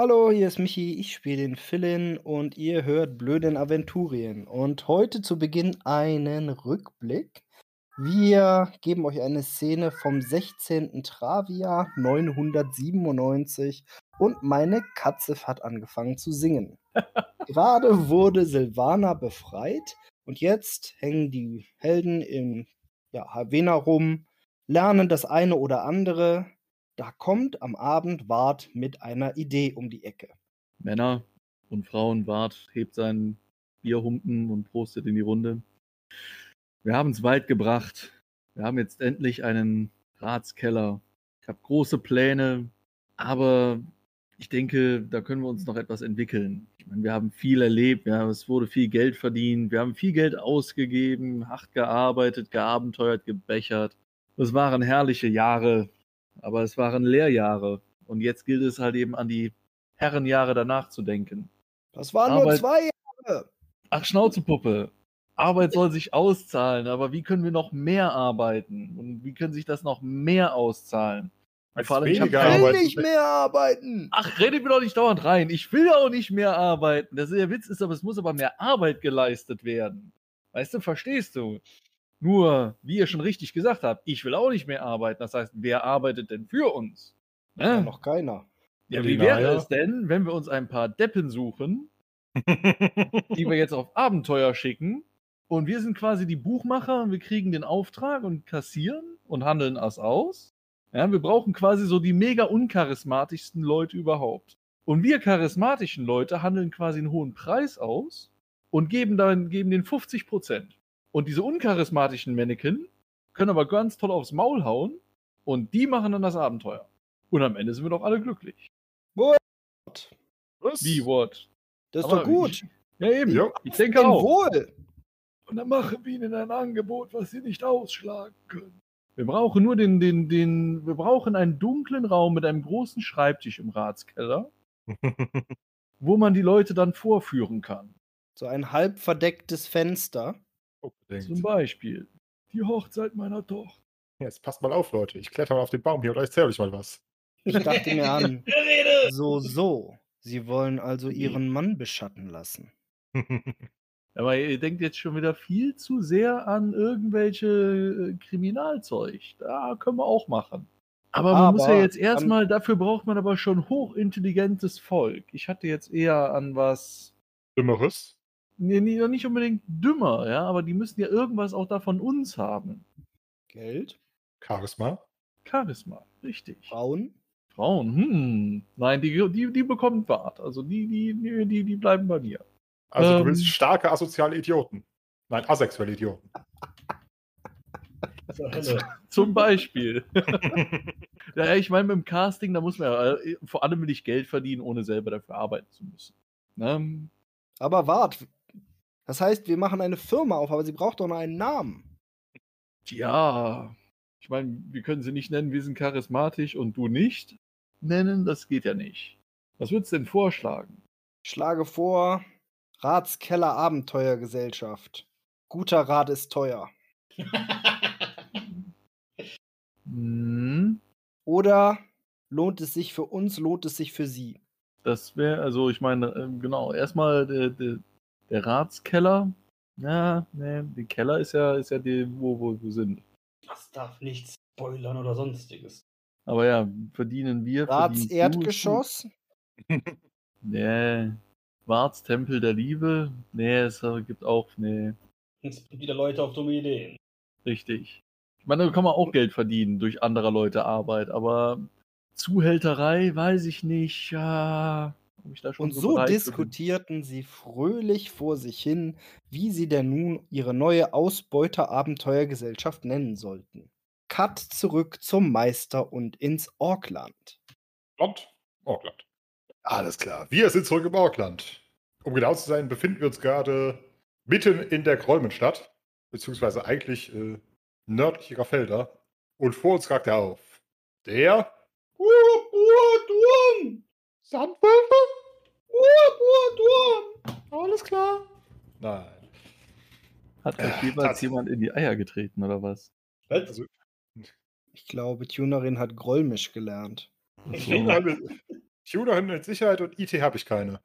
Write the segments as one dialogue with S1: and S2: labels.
S1: Hallo, hier ist Michi, ich spiele den Philin und ihr hört Blöden Aventurien. Und heute zu Beginn einen Rückblick. Wir geben euch eine Szene vom 16. Travia 997 und meine Katze hat angefangen zu singen. Gerade wurde Silvana befreit und jetzt hängen die Helden in ja, Havena rum, lernen das eine oder andere, da kommt am Abend Wart mit einer Idee um die Ecke.
S2: Männer und Frauen Bart hebt seinen Bierhumpen und prostet in die Runde. Wir haben es weit gebracht. Wir haben jetzt endlich einen Ratskeller. Ich habe große Pläne, aber ich denke, da können wir uns noch etwas entwickeln. Ich meine, wir haben viel erlebt, ja, es wurde viel Geld verdient, wir haben viel Geld ausgegeben, hart gearbeitet, geabenteuert, gebechert. Es waren herrliche Jahre, aber es waren Lehrjahre. Und jetzt gilt es halt eben an die Herrenjahre danach zu denken.
S1: Das waren nur
S2: Aber-
S1: zwei
S2: Ach, Schnauzepuppe. Arbeit soll sich auszahlen, aber wie können wir noch mehr arbeiten? Und wie können sich das noch mehr auszahlen?
S3: Als
S2: Vor allem, ich hab Ah.
S3: weniger
S2: keine-
S3: Arbeit.
S1: Will nicht mehr arbeiten.
S2: Ach, redet mir doch nicht dauernd rein. Ich will ja auch nicht mehr arbeiten. Das ist der Witz ist, aber es muss aber mehr Arbeit geleistet werden. Weißt du, verstehst du? Nur, wie ihr schon richtig gesagt habt, ich will auch nicht mehr arbeiten. Das heißt, wer arbeitet denn für uns? Ne?
S1: Ja, noch keiner.
S2: Ja,
S3: Und
S2: wie
S3: die
S2: wäre
S3: Naja?
S2: es denn, wenn wir uns ein paar Deppen suchen, die wir jetzt auf Abenteuer schicken und wir sind quasi die Buchmacher und wir kriegen den Auftrag und kassieren und handeln das aus. Ja, wir brauchen quasi so die mega uncharismatischsten Leute überhaupt. Und wir charismatischen Leute handeln quasi einen hohen Preis aus und geben dann geben den 50 Prozent. Und diese uncharismatischen Mannequin können aber ganz toll aufs Maul hauen und die machen dann das Abenteuer. Und am Ende sind wir doch alle glücklich.
S3: Was?
S2: Wie, what?
S1: Das ist
S2: Aber
S1: doch gut.
S2: Ich, ja, eben.
S3: Jo.
S2: Ich
S1: Dem
S2: denke auch.
S1: Wohl.
S2: Und dann machen wir ihnen ein Angebot, was sie nicht ausschlagen können. Wir brauchen nur den, den, den, wir brauchen einen dunklen Raum mit einem großen Schreibtisch im Ratskeller, wo man die Leute dann vorführen kann.
S1: So ein halb verdecktes Fenster.
S2: Zum
S3: Unbedingt.
S2: Beispiel die Hochzeit meiner Tochter.
S3: Jetzt passt mal auf, Leute. Ich kletter mal auf den Baum hier und erzähle euch mal was.
S1: Ich dachte mir an, so, so. Sie wollen also ihren Mann beschatten lassen.
S2: Aber ihr denkt jetzt schon wieder viel zu sehr an irgendwelche äh, Kriminalzeug. Da können wir auch machen. Aber man muss ja
S1: Aber,
S2: jetzt
S1: ähm,
S2: erstmal, dafür braucht man aber schon hochintelligentes Volk. Ich hatte jetzt eher an was,
S3: Dümmeres.
S2: nee, nee, noch nicht unbedingt dümmer, ja, aber die müssen ja irgendwas auch da von uns haben.
S1: Geld?
S3: Charisma.
S2: Charisma,
S1: Ah.
S2: richtig.
S1: Frauen?
S2: Frauen, hm. Nein, die, die, die bekommt Bart. Also die, die, die, die, die bleiben bei mir.
S3: Also
S2: Ähm.
S3: du willst starke asoziale Idioten. Nein, asexuelle Idioten.
S2: Also, Zum Beispiel. Ja, ich meine, mit dem Casting, da muss man ja, äh, vor allem will ich Geld verdienen, ohne selber dafür arbeiten zu müssen. Ne?
S1: Aber wart. Das heißt, wir machen eine Firma auf, aber sie braucht doch noch einen Namen.
S2: Ja, ich meine, wir können sie nicht nennen, wir sind charismatisch und du nicht nennen, das geht ja nicht. Was würdest du denn vorschlagen?
S1: Ich schlage vor, Ratskeller Abenteuergesellschaft. Guter Rat ist teuer.
S2: Hm,
S1: Oder lohnt es sich für uns, lohnt es sich für sie?
S2: das wäre, also ich meine, ähm, genau, erstmal der, der, der Ratskeller. Ja, ne, der Keller ist ja, ist ja die, wo, wo wir sind.
S4: Das darf nicht spoilern oder sonstiges.
S2: Aber ja, verdienen wir. verdienst du, ist gut.
S1: Rats-Erdgeschoss?
S2: Nee. Warts Tempel der Liebe? Nee, es äh, gibt auch, nee,
S4: Jetzt sind wieder Leute auf dumme Ideen.
S2: richtig. Ich meine, da kann man auch Geld verdienen durch anderer Leute Arbeit, aber Zuhälterei weiß ich nicht. Ja, ob ich da schon
S1: Und so
S2: bereit bin.
S1: diskutierten sie fröhlich vor sich hin, wie sie denn nun ihre neue Ausbeuter-Abenteuergesellschaft nennen sollten. Cut zurück zum Meister und ins Orkland.
S3: Land. Auckland. Alles klar. Wir sind zurück im Auckland. Um genau zu sein, befinden wir uns gerade mitten in der Grolmenstadt. Beziehungsweise eigentlich äh, nördlicher Felder. Und vor uns ragt er auf. Der. Urburturm! Sandwölfe? Urburturm! Alles klar. Nein.
S2: Hat euch
S1: Äh,
S3: Ach,
S2: jemals
S3: das-
S2: jemand in die Eier getreten oder was?
S4: Was?
S3: Also,
S1: Ich glaube, Tunerin hat Grollmisch gelernt.
S2: Ach so.
S3: die, haben, Tuner handelt Sicherheit und IT habe ich keine.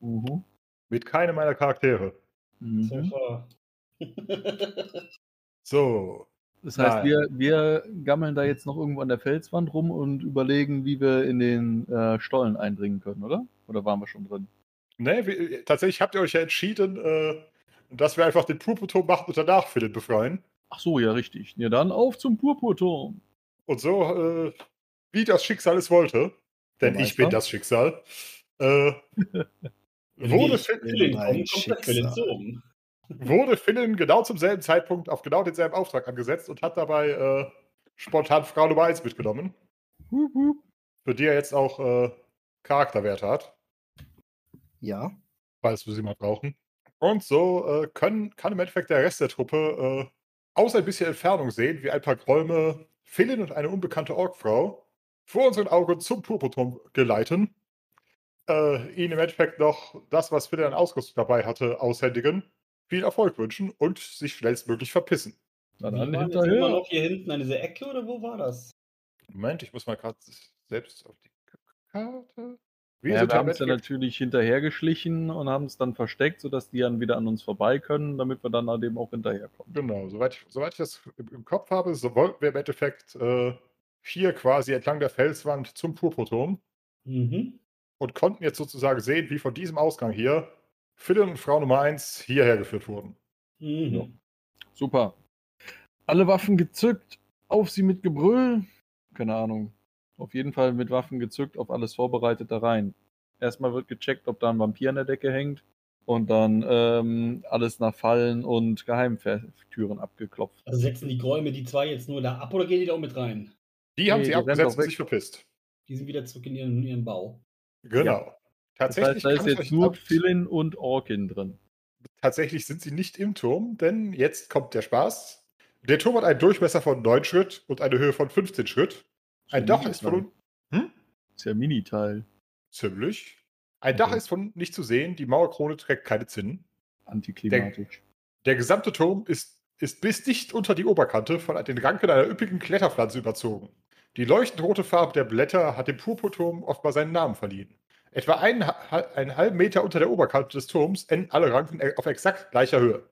S2: Mhm.
S3: Mit keinem meiner Charaktere.
S2: Mhm.
S5: Ziffer.
S3: So.
S2: Das heißt,
S3: Nein.
S2: wir, wir gammeln da jetzt noch irgendwo an der Felswand rum und überlegen, wie wir in den äh, Stollen eindringen können, oder? Oder waren wir schon drin?
S3: Ne, wir- tatsächlich habt ihr euch ja entschieden, äh, dass wir einfach den Purpurturm machen und danach Philipp befreien.
S2: Ach so, ja, richtig. Ja, dann auf zum Purpurturm.
S3: Und so, äh, wie das Schicksal es wollte, denn
S2: Der
S3: ich bin
S2: Meister.
S3: das Schicksal, äh, wurde,
S5: Wenn
S3: Phil,
S1: bin
S5: Philin
S1: dein
S5: kommt, kommt der Philin
S1: Schicksal.
S5: zu um.
S3: wurde Philin genau zum selben Zeitpunkt auf genau denselben Auftrag angesetzt und hat dabei äh, spontan Frau Nummer 1 mitgenommen,
S2: Hup, hup.
S3: für die er jetzt auch äh, Charakterwerte hat,
S1: Ja.
S3: falls wir sie mal brauchen. Und so äh, können, kann im Endeffekt der Rest der Truppe äh, aus ein bisschen Entfernung sehen, wie ein paar Gräume Philin und eine unbekannte Orgfrau vor unseren Augen zum Purpurturm geleiten, äh, ihnen im Endeffekt noch das, was Philin an Ausrüstung dabei hatte, aushändigen, viel Erfolg wünschen und sich schnellstmöglich verpissen.
S2: Na dann
S5: Waren jetzt
S2: hinterher.
S5: Immer noch hier hinten an dieser Ecke oder wo war das?
S3: Moment, ich muss mal gerade selbst auf die Karte. Wir
S2: Ja,
S3: sind
S2: wir
S3: ja
S2: haben es
S3: mit-
S2: dann natürlich hinterhergeschlichen und haben es dann versteckt, sodass die dann wieder an uns vorbei können, damit wir dann an dem auch hinterherkommen.
S3: Genau, soweit ich, soweit ich das im im Kopf habe, so wollten wir im Endeffekt äh, hier quasi entlang der Felswand zum Purpurturm
S5: Mhm.
S3: und konnten jetzt sozusagen sehen, wie von diesem Ausgang hier Philin und Frau Nummer 1 hierher geführt wurden.
S5: Mhm.
S2: Ja. Super. Alle Waffen gezückt, auf sie mit Gebrüll. Keine Ahnung. Auf jeden Fall mit Waffen gezückt, auf alles vorbereitet da rein. Erstmal wird gecheckt, ob da ein Vampir an der Decke hängt. Und dann ähm, alles nach Fallen und Geheimtüren abgeklopft.
S5: Also setzen die Gräume die zwei jetzt nur da ab oder gehen die da auch mit rein?
S3: Die haben
S2: Nee,
S3: sie
S2: die rennen
S3: abgesetzt
S2: doch
S3: und
S2: weg.
S3: sich verpisst.
S5: Die sind wieder zurück in ihren, in ihren Bau.
S3: Genau.
S2: Das heißt,
S3: Tatsächlich,
S2: da ist
S3: kann ich
S2: jetzt
S3: euch
S2: nur
S3: ab-
S2: Philin und Orkin drin.
S3: tatsächlich sind sie nicht im Turm, denn jetzt kommt der Spaß. Der Turm hat einen Durchmesser von 9 Schritt und eine Höhe von 15 Schritt. Ein Dach Äh, ist von
S2: Mini-Teil.
S3: unten. Hm?
S2: Ist ja ein Miniteil.
S3: Ziemlich. Ein Dach
S2: Okay.
S3: ist von unten nicht zu sehen, die Mauerkrone trägt keine Zinnen.
S2: Antiklimatisch.
S3: Der gesamte Turm ist, ist bis dicht unter die Oberkante von den Ranken einer üppigen Kletterpflanze überzogen. Die leuchtend rote Farbe der Blätter hat dem Purpurturm offenbar seinen Namen verliehen. Etwa einen, ha- einen halben Meter unter der Oberkante des Turms enden alle Ranken e- auf exakt gleicher Höhe.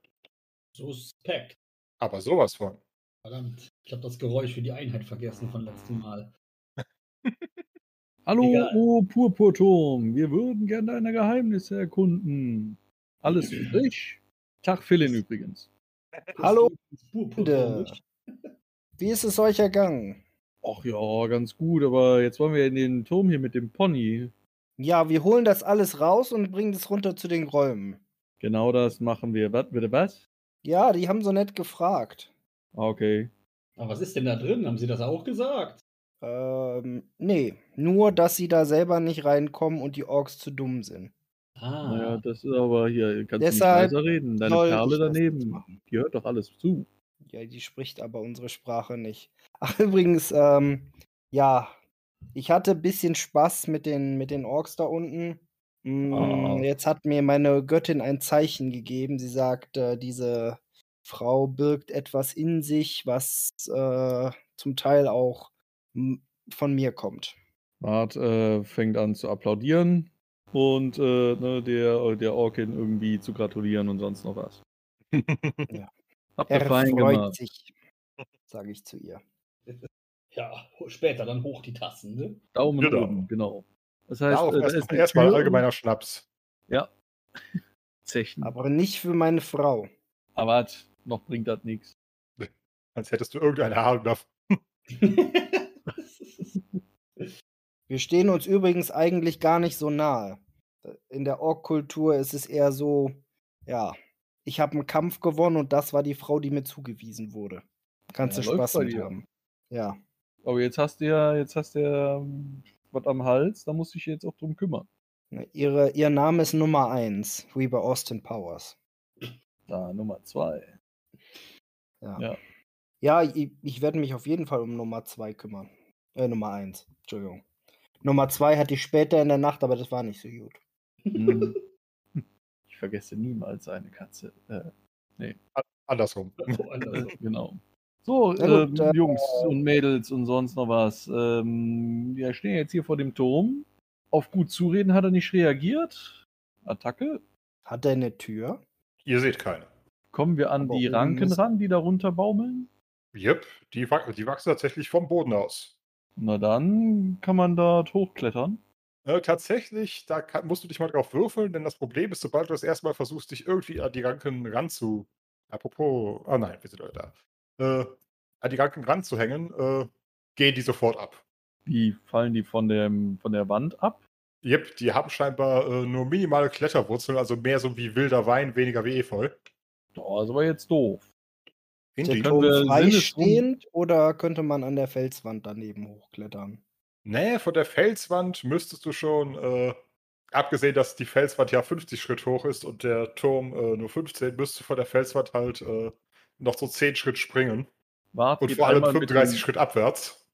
S5: Suspekt.
S3: Aber sowas von.
S5: Verdammt. Ich habe das Geräusch für die Einheit vergessen von letztem Mal.
S2: Hallo,
S5: Egal.
S2: oh Purpurturm, wir würden gerne deine Geheimnisse erkunden. Alles frisch. Tag Philin übrigens.
S1: Hallo,
S5: Das Buch-
S1: Freunde. Wie ist es euch ergangen?
S2: Ach ja, ganz gut, aber jetzt wollen wir in den Turm hier mit dem Pony.
S1: Ja, wir holen das alles raus und bringen das runter zu den Räumen.
S2: Genau das machen wir. Was, bitte was?
S1: Ja, die haben so nett gefragt.
S2: Ah, Okay.
S5: Aber was ist denn da drin? Haben Sie das auch gesagt?
S1: Ähm, nee, nur, dass sie da selber nicht reinkommen und die Orks zu dumm sind.
S5: Ah,
S2: Naja, das ist aber hier, kannst
S1: Deshalb
S2: du nicht leiser reden. Deine
S1: soll
S2: Perle
S1: ich das nicht
S2: daneben,
S1: machen.
S2: die hört doch alles zu.
S1: Ja, die spricht aber unsere Sprache nicht. Ach, übrigens, ähm, ja, ich hatte ein bisschen Spaß mit den, mit den Orks da unten. Mm,
S2: Ah.
S1: Jetzt hat mir meine Göttin ein Zeichen gegeben. Sie sagt, äh, diese Frau birgt etwas in sich, was äh, zum Teil auch m, von mir kommt.
S2: Bart äh, fängt an zu applaudieren und äh, ne, der, der Orkin irgendwie zu gratulieren und sonst noch was. Habt ihr
S1: Er
S2: fein
S1: freut
S2: gemacht.
S1: sich, sage ich zu ihr.
S5: ja, später dann hoch die Tassen, ne?
S2: Daumen
S3: Genau.
S2: oben, genau. Das heißt,
S3: Darauf
S2: äh, da
S3: erst-
S2: ist
S3: erstmal
S2: eine
S3: erst mal
S2: Tür
S3: allgemeiner Schnaps.
S2: und Zechen. Aber,
S1: Aber nicht für meine Frau.
S2: wart, noch bringt das nichts.
S3: Als hättest du irgendeine Ahnung davon.
S1: Wir stehen uns übrigens eigentlich gar nicht so nahe. In der Ork-Kultur ist es eher so, ja, ich habe einen Kampf gewonnen und das war die Frau, die mir zugewiesen wurde. Kannst
S2: Ja,
S1: du
S2: läuft
S1: Spaß
S2: bei
S1: mit
S2: dir.
S1: haben. Ja,
S2: Aber jetzt hast du ja, jetzt hast du ja ähm, was am Hals, da musst du dich jetzt auch drum kümmern.
S1: ne, ihre, ihr Name ist Nummer 1, wie bei Austin Powers.
S2: Da, Nummer zwei.
S1: Ja,
S2: Ja.
S1: ja ich, ich werde mich auf jeden Fall um Nummer 2 kümmern. Äh, Nummer 1, Entschuldigung. Nummer 2 hatte ich später in der Nacht, aber das war nicht so gut.
S3: Mhm.
S2: Hm. ich vergesse niemals eine Katze. Äh,
S3: Andersrum.
S5: Oh, Woanders.
S2: genau. So,
S1: Na
S2: ähm,
S1: gut, äh,
S2: Jungs und Mädels und sonst noch was. Ähm, wir stehen jetzt hier vor dem Turm. Auf gut Zureden hat er nicht reagiert. Attacke.
S1: Hat er eine Tür?
S3: Ihr seht keine.
S2: Kommen wir an
S1: Aber
S2: die
S1: oben
S2: Ranken
S1: ist-
S2: ran, die darunter baumeln?
S3: Yep, die, wa- die wachsen tatsächlich vom Boden aus.
S2: Na dann kann man dort hochklettern.
S3: Äh, tatsächlich, da kann, musst du dich mal drauf würfeln, denn das Problem ist, sobald du das erste Mal versuchst, dich irgendwie an die Ranken ranzu. Apropos, ah nein, wir sind heute da. Äh, an die Ranken ranzuhängen, äh, gehen die sofort ab.
S2: Wie fallen die von, dem, von der Wand ab?
S3: Yep, die haben scheinbar äh, nur minimale Kletterwurzeln, also mehr so wie wilder Wein, weniger wie Efeu.
S2: Oh, ist aber jetzt doof.
S1: Ist der
S2: Indeed.
S1: Turm
S2: Können wir
S1: freistehend oder könnte man an der Felswand daneben hochklettern?
S3: Nee, von der Felswand müsstest du schon, äh, abgesehen, dass die Felswand ja 50 Schritt hoch ist und der Turm äh, nur 15, müsstest du von der Felswand halt äh, noch so 10 Schritt springen.
S2: Wart
S3: Und
S2: geht
S3: vor allem
S2: einmal mit
S3: 35
S2: dem-
S3: Schritt abwärts.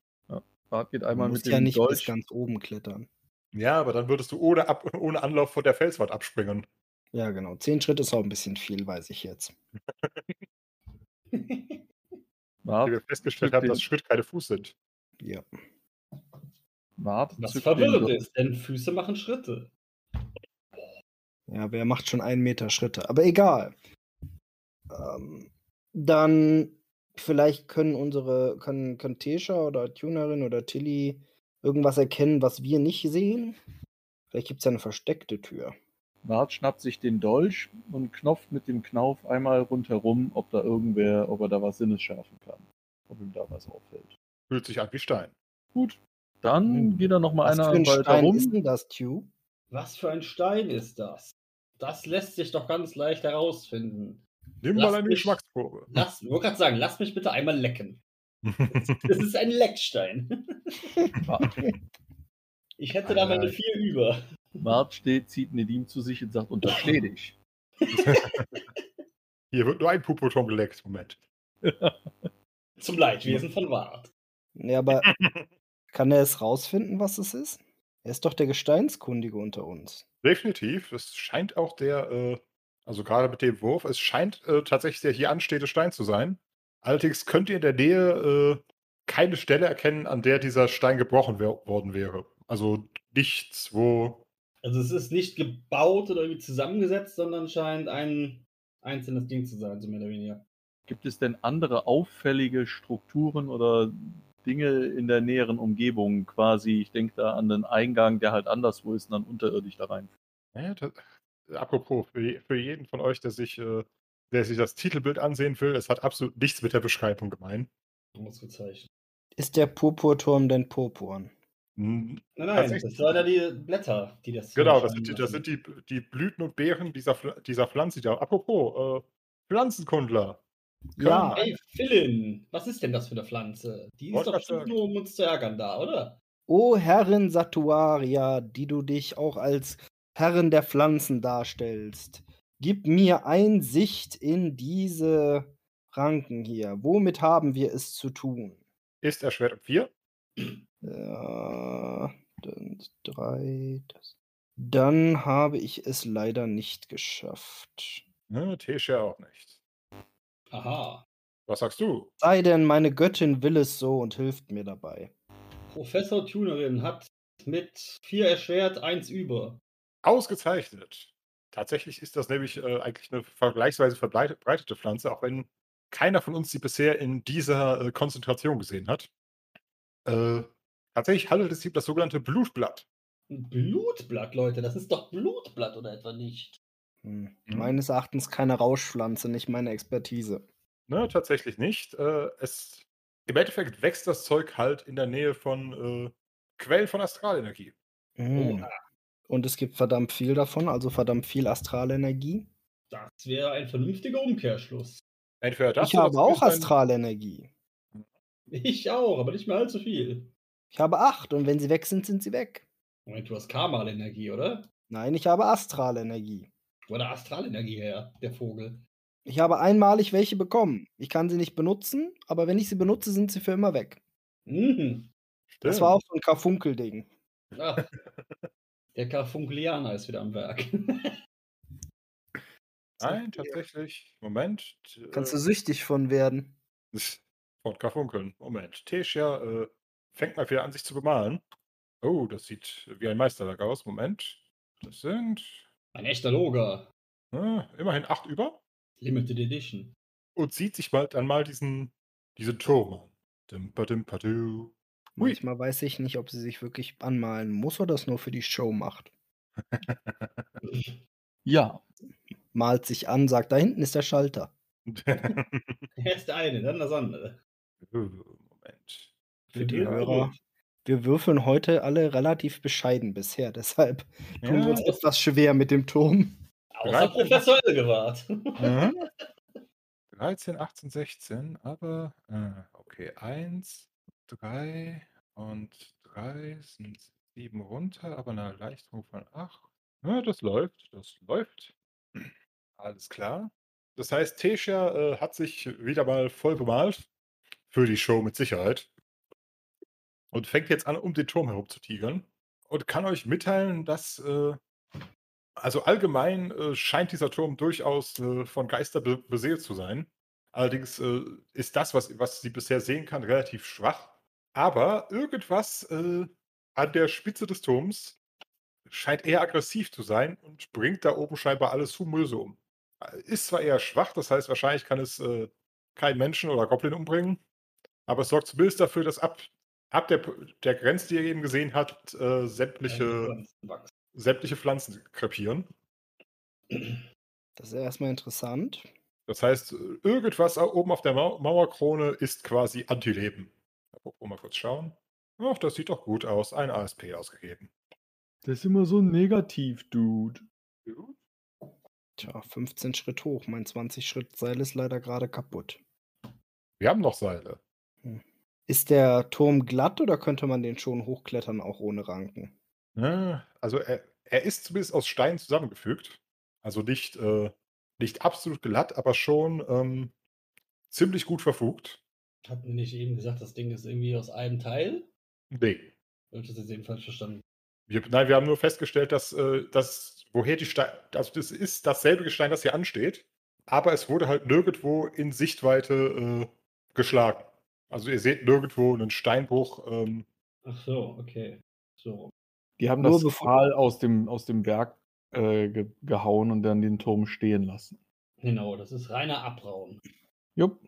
S2: Bart geht
S1: Man
S2: einmal
S1: muss
S2: mit
S1: ja
S2: dem
S1: nicht bis
S2: Dolch.
S1: ganz oben klettern.
S3: Ja, aber dann würdest du ohne, ab ohne Anlauf von der Felswand abspringen.
S1: Ja, genau. Zehn Schritt ist auch ein bisschen viel, weiß ich jetzt.
S3: Wie
S2: Bart,
S3: wir festgestellt
S2: Mit
S3: haben, dass
S2: den-
S3: Schritt keine Fuß sind.
S1: Ja.
S2: Bart
S5: Was
S2: zückt den
S5: verwirrend
S2: Dolch.
S5: ist, denn Füße machen Schritte.
S1: Ja, wer macht schon einen Meter Schritte? Aber egal. Ähm, dann vielleicht können unsere, können, können Tesha oder Tunerin oder Tilly irgendwas erkennen, was wir nicht sehen. Vielleicht gibt es ja eine versteckte Tür.
S2: Bart schnappt sich den Dolch und knopft mit dem Knauf einmal rundherum, ob da irgendwer, ob er da was Sinnes schärfen kann. Ob ihm da was auffällt.
S3: Fühlt sich an wie Stein.
S2: Gut, dann
S1: Hm.
S2: geht da nochmal
S1: was
S2: einer
S1: für ein
S2: weiter
S1: Stein ist
S2: rum.
S1: denn das, Tue?
S5: Was für ein Stein ist das? Das lässt sich doch ganz leicht herausfinden.
S3: Nimm
S5: Lass
S3: mal eine
S5: mich-
S3: Geschmacksprobe.
S5: Lass, ich wollte gerade sagen, lass mich bitte einmal lecken. Das ist ein Leckstein.
S2: Bart,
S5: Ich hätte da meine
S3: Äh.
S5: vier über.
S2: Bart steht, zieht Nedim zu sich und sagt, untersteh dich.
S3: Hier wird nur ein Pupoton geleckt. Moment.
S5: Zum Leidwesen von Ward.
S1: Ja, aber kann er es rausfinden, was es ist? Er ist doch der Gesteinskundige unter uns.
S3: Definitiv. Es scheint auch der, äh, also gerade mit dem Wurf, es scheint äh, tatsächlich der hier anstehende Stein zu sein. Allerdings könnt ihr in der Nähe äh, keine Stelle erkennen, an der dieser Stein gebrochen wär- worden wäre. Also nichts, wo.
S5: Also es ist nicht gebaut oder irgendwie zusammengesetzt, sondern scheint ein einzelnes Ding zu sein, so mehr oder weniger.
S2: Gibt es denn andere auffällige Strukturen oder Dinge in der näheren Umgebung? Quasi, ich denke da an den Eingang, der halt anderswo ist und dann unterirdisch da rein.
S3: Naja, das, äh, apropos, für, je- für jeden von euch, der sich, äh, der sich das Titelbild ansehen will, es hat absolut nichts mit der Beschreibung gemein.
S5: Du musst gezeichnet.
S1: Ist der Purpurturm denn purpurn?
S3: Hm,
S5: Nein, nein,
S3: Tatsächlich.
S5: das waren ja die Blätter, die das
S3: Genau, das
S5: erscheinen
S3: sind, die, das
S5: lassen.
S3: sind die, die Blüten und Beeren dieser, Pfl- dieser Pflanze. Die da, apropos, äh, Pflanzenkundler.
S1: Ja.
S5: Hey, Philin, was ist denn das für eine Pflanze? Die ist
S3: Wollte
S5: doch
S3: grad
S5: bestimmt
S3: sagen.
S5: nur, um uns zu ärgern da, oder?
S1: O Herrin Satuaria, die du dich auch als Herrin der Pflanzen darstellst, gib mir Einsicht in diese Ranken hier. Womit haben wir es zu tun?
S3: Ist erschwert um vier.
S1: Ja, Äh, dann drei. Das. Dann habe ich es leider nicht geschafft.
S3: Ne, Tesche auch nicht.
S5: Aha.
S3: Was sagst du?
S1: Sei denn, meine Göttin will es so und hilft mir dabei.
S5: Professor Tunerin hat mit vier erschwert, eins über.
S3: Ausgezeichnet. Tatsächlich ist das nämlich äh, eigentlich eine vergleichsweise verbreit- verbreitete Pflanze, auch wenn keiner von uns sie bisher in dieser äh, Konzentration gesehen hat. Äh, tatsächlich handelt es sich um das sogenannte Blutblatt.
S5: Ein Blutblatt, Leute, das ist doch Blutblatt oder etwa nicht?
S1: Hm.
S3: Mhm.
S1: Meines Erachtens keine Rauschpflanze, nicht meine Expertise.
S3: Ne, tatsächlich nicht. Äh, es, Im Endeffekt wächst das Zeug halt in der Nähe von äh, Quellen von Astralenergie. Oh.
S1: Hm.
S5: Oha,
S1: Und es gibt verdammt viel davon, also verdammt viel Astralenergie.
S5: das wäre ein vernünftiger Umkehrschluss.
S3: Entweder das
S1: ich habe
S3: oder
S1: auch
S3: zumindest ein-
S1: Astralenergie.
S5: Ich auch, aber nicht mehr allzu viel.
S1: Ich habe acht und wenn sie weg sind, sind sie weg.
S5: Moment, du hast Karma-Energie, oder?
S1: Nein, ich habe Astralenergie.
S5: Wo hat der Astralenergie her, der Vogel?
S1: Ich habe einmalig welche bekommen. Ich kann sie nicht benutzen, aber wenn ich sie benutze, sind sie für immer weg.
S5: Mhm.
S1: Das war auch so ein Karfunkel-Ding.
S5: Ah, der Karfunkelianer ist wieder am Werk.
S3: Nein, tatsächlich. Moment.
S1: Kannst du
S3: äh,
S1: süchtig von werden.
S3: und Karfunkeln. Moment. Tesha äh, fängt mal wieder an, sich zu bemalen. Oh, das sieht wie ein Meisterwerk aus. Moment. Das sind
S5: Ein echter Loger.
S3: äh, immerhin acht über.
S5: Limited Edition.
S3: Und sieht sich mal dann mal diesen, diesen Turm an. Dimpa, dimpa, du. Ui.
S1: Manchmal weiß ich nicht, ob sie sich wirklich anmalen muss oder das nur für die Show macht.
S6: Ja,
S1: Malt sich an, sagt, da hinten ist der Schalter.
S5: Erst eine, dann das andere.
S3: Oh, Moment.
S1: Für die
S3: Ja,
S1: Hörer. Wir würfeln heute alle relativ bescheiden bisher, deshalb tun wir uns
S3: Ja,
S1: etwas schwer mit dem Turm.
S5: Außer
S3: Bereit?
S5: Professor Elgewart.
S3: Mhm. 13, 18, 16, aber äh, okay, 1, 3 und 3 sind 7 runter, aber eine Erleichterung von 8. Ja, das läuft, das läuft. Alles klar. Das heißt, Tesha äh, hat sich wieder mal voll bemalt. Für die Show mit Sicherheit. Und fängt jetzt an, um den Turm herumzutigern. Und kann euch mitteilen, dass äh, also allgemein äh, scheint dieser Turm durchaus äh, von Geister be beseelt zu sein. Allerdings äh, ist das, was, was sie bisher sehen kann, relativ schwach. Aber irgendwas äh, an der Spitze des Turms scheint eher aggressiv zu sein und bringt da oben scheinbar alles Humöse um. Äh, Ist zwar eher schwach, das heißt, wahrscheinlich kann es äh, keinen Menschen oder Goblin umbringen, aber es sorgt zumindest dafür, dass ab, ab der, der Grenze, die ihr eben gesehen habt, äh, sämtliche sämtliche Pflanzen krepieren.
S1: Das ist erstmal interessant.
S3: Das heißt, irgendwas au- oben auf der Mau Mauerkrone ist quasi Antileben. Apropos mal kurz schauen. Ach, das sieht doch gut aus. Ein ASP ausgegeben.
S6: das ist immer so negativ, Dude.
S1: Tja, 15 Schritt hoch. Mein 20 Schritt Seil ist leider gerade kaputt.
S3: Wir haben noch Seile.
S1: Ist der Turm glatt oder könnte man den schon hochklettern, auch ohne Ranken?
S3: Ne? Also er, er ist zumindest aus Stein zusammengefügt. Also nicht, äh, nicht absolut glatt, aber schon ähm, ziemlich gut verfugt.
S5: Hatten wir nicht eben gesagt, das Ding ist irgendwie aus einem Teil?
S3: Nee.
S5: Habe ich das jetzt eben falsch verstanden?
S3: Wir, nein, wir haben nur festgestellt, dass, äh, dass woher die Steine, also das ist dasselbe Gestein, das hier ansteht, aber es wurde halt nirgendwo in Sichtweite äh, geschlagen. Also ihr seht nirgendwo einen Steinbruch. Ähm,
S5: Ach so, okay. So.
S6: Die haben
S1: Nur
S6: das
S1: bevor-
S6: Pfahl aus dem, aus dem Berg äh, ge gehauen und dann den Turm stehen lassen.
S5: Genau, das ist reiner Abraum.
S6: Jupp.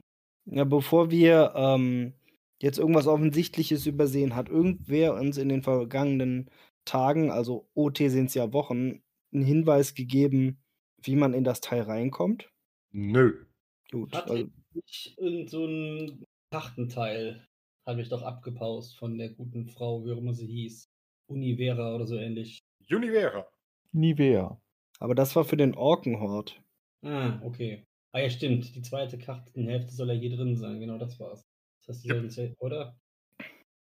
S1: Ja, bevor wir ähm, jetzt irgendwas Offensichtliches übersehen, hat irgendwer uns in den vergangenen Tagen, also OT sind es ja Wochen, einen Hinweis gegeben, wie man in das Teil reinkommt.
S3: nö.
S1: Gut,
S5: Hat
S1: also,
S5: Ich, irgend so ein Kartenteil habe ich doch abgepaust von der guten Frau, wie auch immer sie hieß. Univera oder so ähnlich.
S3: Univera.
S6: Nivea.
S1: aber das war für den Orkenhort.
S5: Ah, okay. Ah ja, stimmt. Die zweite Kartenhälfte soll ja hier drin sein. Genau, das war's. Das heißt, die
S3: Ja.
S5: sollen jetzt- oder?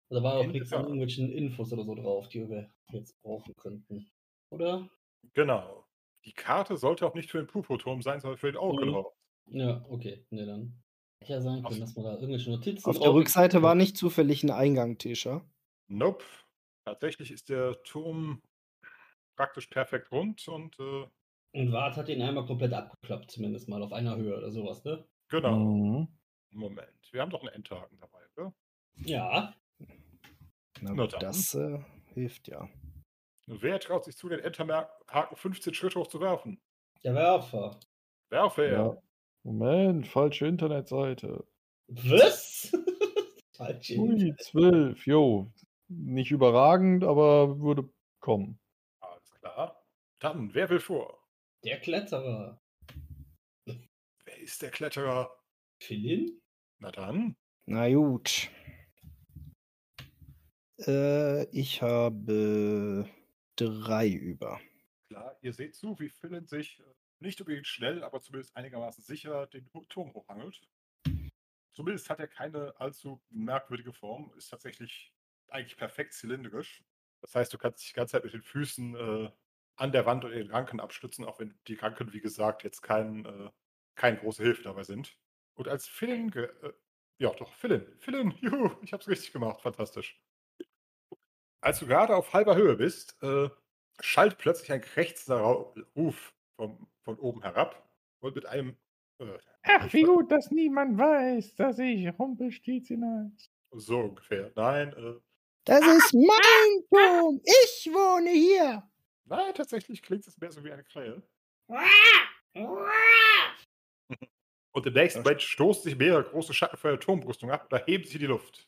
S5: Da war auch
S3: Ende
S5: nichts an
S3: Sache.
S5: irgendwelchen Infos oder so drauf, die wir jetzt brauchen könnten. Oder?
S3: Genau. Die Karte sollte auch nicht für den Pupo-Turm sein, sondern für den genau. Augenraum.
S5: Ja, okay. Ne, dann. Hätte ja sein
S3: Auf-
S5: können, dass man da irgendwelche Notizen
S1: Auf der
S5: drauf-
S1: Rückseite war nicht zufällig ein Eingang, Tischer.
S3: Nope. Tatsächlich ist der Turm praktisch perfekt rund und äh,
S5: Und Wart hat ihn einmal komplett abgeklappt, zumindest mal auf einer Höhe oder sowas, ne?
S3: genau.
S6: Mhm.
S3: Moment. Wir haben doch einen Endhaken dabei, oder?
S5: Ja.
S1: Na,
S3: Na
S1: gut,
S3: dann.
S1: das äh, hilft ja.
S3: Wer traut sich zu, den Endhaken 15 Schritte hoch zu werfen?
S5: Der Werfer.
S3: Werfe er.
S6: Ja. Moment, falsche Internetseite.
S5: Was? Falsch.
S6: Ui, 12, jo. Nicht überragend, aber würde kommen.
S3: Alles klar. Dann, wer will vor?
S5: Der Kletterer.
S3: Wer ist der Kletterer?
S5: Philin?
S3: Na dann.
S1: Na gut. Äh, ich habe drei über.
S3: Klar, ihr seht zu, wie Philin sich äh, nicht unbedingt schnell, aber zumindest einigermaßen sicher den Hu- Turm hochhangelt. Zumindest hat er keine allzu merkwürdige Form. Ist tatsächlich eigentlich perfekt zylindrisch. Das heißt, du kannst dich die ganze Zeit mit den Füßen äh, an der Wand oder den Ranken abstützen, auch wenn die Ranken, wie gesagt, jetzt kein, äh, keine große Hilfe dabei sind. Und als Philin. ge- Äh, ja, doch, Philin. Philin, juhu, ich hab's richtig gemacht. Fantastisch. Als du gerade auf halber Höhe bist, äh, schallt plötzlich ein krächzender Rau- Ruf vom, von oben herab und mit einem Äh,
S2: Ach,
S3: Ich
S2: wie
S3: ver-
S2: gut, dass niemand weiß, dass ich Rumpelstilzchen heiße.
S3: so ungefähr. Nein, äh,
S1: Das ist mein Turm. Ich wohne hier.
S3: nein, tatsächlich klingt es mehr so wie eine Krähe. Und im nächsten Moment stoßen sich mehrere große Schatten von der Turmbrüstung ab und da heben sie die Luft.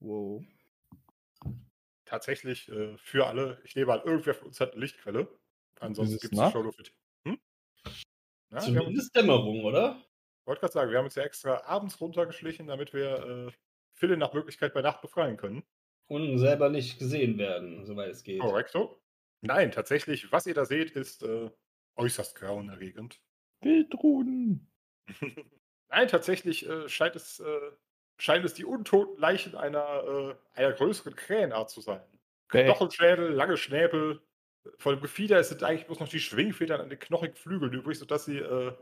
S1: Wow.
S3: Tatsächlich äh, für alle, ich nehme an, irgendwer von uns hat eine Lichtquelle. Ansonsten
S2: Ist es
S3: gibt es
S2: Nacht?
S3: schon Luft. Hm? Ja, wir haben uns,
S5: Zumindest Dämmerung, oder?
S3: wollte gerade sagen, wir haben uns ja extra abends runtergeschlichen, damit wir äh, Philin nach Möglichkeit bei Nacht befreien können.
S5: Und selber nicht gesehen werden, soweit es geht.
S3: Korrekto? Nein, tatsächlich, was ihr da seht, ist äh, äußerst grauenerregend.
S2: Wildruden.
S3: Nein, tatsächlich äh, scheint, es, äh, scheint es die untoten Leichen einer, äh, einer größeren Krähenart zu sein.
S5: Äh.
S2: Bäh.
S3: Knochenschädel, lange Schnäbel. Von dem Gefieder sind eigentlich bloß noch die Schwingfedern an den knochigen Flügeln übrig, sodass sie äh,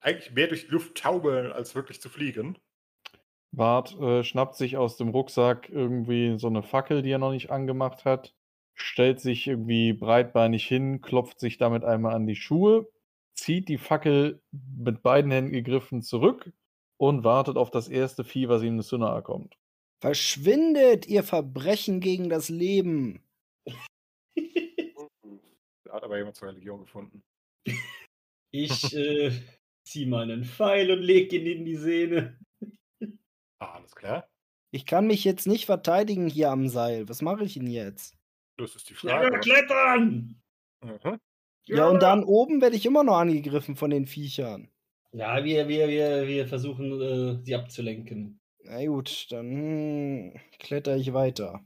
S3: eigentlich mehr durch die Luft taubeln, als wirklich zu fliegen.
S2: Bart äh, schnappt sich aus dem Rucksack irgendwie so eine Fackel, die er noch nicht angemacht hat, stellt sich irgendwie breitbeinig hin, klopft sich damit einmal an die Schuhe, zieht die Fackel mit beiden Händen gegriffen zurück und wartet auf das erste Vieh, was ihm zu nahe kommt.
S1: Verschwindet, ihr Verbrechen gegen das Leben.
S3: Da hat aber jemand zur Religion gefunden.
S5: Ich äh, zieh mal einen Pfeil und leg ihn in die Sehne.
S3: Ah, alles klar.
S1: Ich kann mich jetzt nicht verteidigen hier am Seil. Was mache ich denn jetzt?
S3: Das ist die
S5: Ja,
S3: Frage.
S5: klettern!
S3: Mhm.
S1: Ja, und dann oben werde ich immer noch angegriffen von den Viechern.
S5: Ja, wir, wir, wir, wir versuchen, äh, sie abzulenken.
S1: Na gut, dann hm, kletter ich weiter.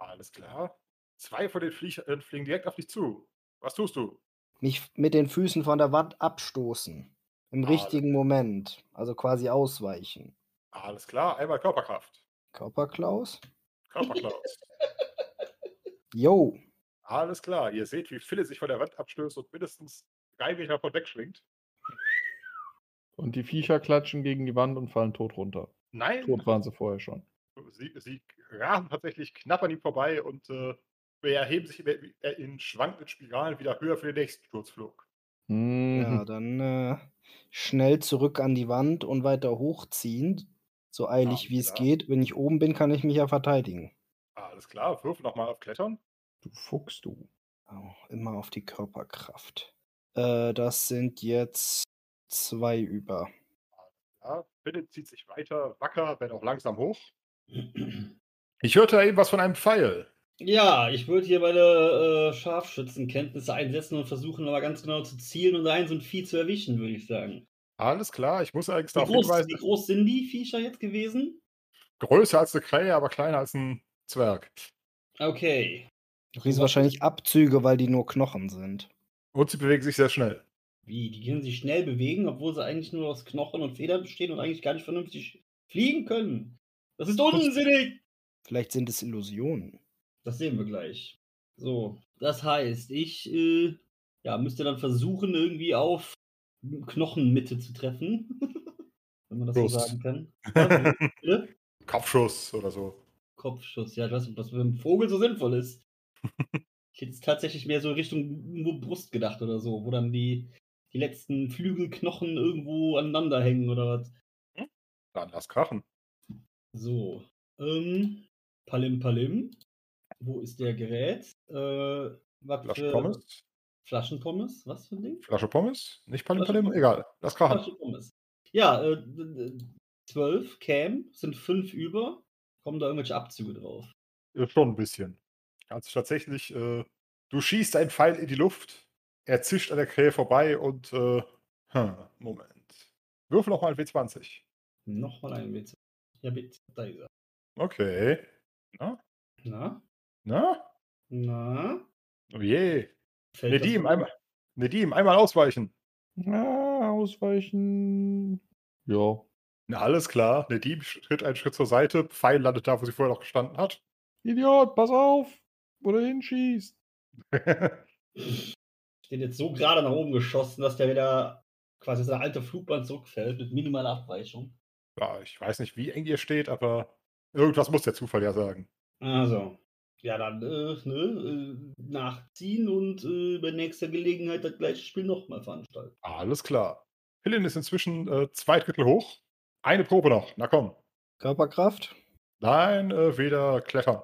S3: Alles klar. Zwei von den Fliegern fliegen direkt auf dich zu. Was tust du?
S1: Mich mit den Füßen von der Wand abstoßen. Im
S3: Ah,
S1: richtigen Moment. Also quasi ausweichen.
S3: Alles klar, einmal Körperkraft.
S1: Körperklaus?
S3: Körperklaus.
S1: Yo.
S3: Alles klar, ihr seht, wie Philipp sich von der Wand abstößt und mindestens drei Meter von wegschwingt.
S2: Und die Viecher klatschen gegen die Wand und fallen tot runter.
S3: Nein,
S2: Tot waren sie vorher schon.
S3: sie, sie rasen tatsächlich knapp an ihm vorbei und äh, erheben sich in, in schwankenden Spiralen wieder höher für den nächsten Sturzflug.
S2: Mhm.
S1: Ja, dann äh, schnell zurück an die Wand und weiter hochziehen. So eilig
S3: Alles
S1: wie es
S3: klar.
S1: geht. Wenn ich oben bin, kann ich mich ja verteidigen.
S3: Alles klar, würfel nochmal auf Klettern.
S2: Du Fuchs, du.
S1: Oh, immer auf die Körperkraft. Äh, das sind jetzt zwei über.
S3: Ja, Philipp zieht sich weiter, wacker, wenn auch langsam hoch. Ich hörte da eben was von einem Pfeil.
S5: Ja, ich würde hier meine äh, Scharfschützenkenntnisse einsetzen und versuchen, aber ganz genau zu zielen und eins und Vieh zu erwischen, würde ich sagen.
S3: Alles klar, ich muss allerdings
S5: Wie
S3: darauf
S5: groß, wie
S3: hinweisen,
S5: groß sind die Viecher jetzt gewesen?
S3: größer als eine Krähe, aber kleiner als ein Zwerg.
S5: Okay.
S1: Du kriegst wahrscheinlich Abzüge, weil die nur Knochen sind.
S3: Und sie bewegen sich sehr schnell.
S5: Wie? Die können sich schnell bewegen, obwohl sie eigentlich nur aus Knochen und Federn bestehen und eigentlich gar nicht vernünftig fliegen können. Das ist unsinnig!
S1: Vielleicht sind es Illusionen.
S5: Das sehen wir gleich. So, das heißt, ich äh, ja, müsste dann versuchen, irgendwie auf Knochenmitte zu treffen. Wenn man das so
S3: Brust.
S5: sagen kann. Ja, bitte?
S3: Kopfschuss oder so.
S5: Kopfschuss. Ja, ich weiß nicht, was für ein Vogel so sinnvoll ist. ich hätte es tatsächlich mehr so Richtung nur Brust gedacht oder so, wo dann die, die letzten Flügelknochen irgendwo aneinander hängen oder was.
S3: Dann lass krachen.
S5: So. Ähm, Palim Palim. Wo ist der Gerät? Äh, was
S3: Flasche
S5: für
S3: Pommes.
S5: Flaschenpommes? Was für ein Ding?
S3: Flasche Pommes? Nicht Palim
S5: Flasche
S3: Palim?
S5: Pommes.
S3: Egal. Lass krachen.
S5: Flaschenpommes. Ja, äh, d- d- zwölf Cam sind fünf über. Kommen da irgendwelche Abzüge drauf?
S3: Äh, Schon ein bisschen. Also tatsächlich, äh, du schießt einen Pfeil in die Luft, er zischt an der Krähe vorbei und äh, hm, Moment. Würfel nochmal ein W20.
S5: Nochmal ein Witz. Ja, bitte. Da ist er.
S3: Okay.
S5: Na?
S3: Na?
S5: Na?
S3: Oh je.
S5: Fällt
S3: Nedim,
S5: das-
S3: einmal, Nedim, einmal ausweichen.
S2: Ah, ausweichen. Ja.
S3: Na, alles klar. Nedim tritt einen Schritt zur Seite, Pfeil landet da, wo sie vorher noch gestanden hat.
S2: Idiot, pass auf, wo du hinschießt.
S5: Den jetzt so gerade nach oben geschossen, dass der wieder quasi seine alte Flugbahn zurückfällt mit minimaler Abweichung.
S3: ja, ich weiß nicht, wie eng ihr steht, aber irgendwas muss der Zufall ja sagen.
S5: Also. Ja, dann äh, ne, äh, nachziehen und äh, bei nächster Gelegenheit das gleiche Spiel nochmal veranstalten.
S3: Alles klar. Helen ist inzwischen äh, zwei Drittel hoch. Eine Probe noch. Na komm.
S1: Körperkraft?
S3: Nein, äh, weder klettern.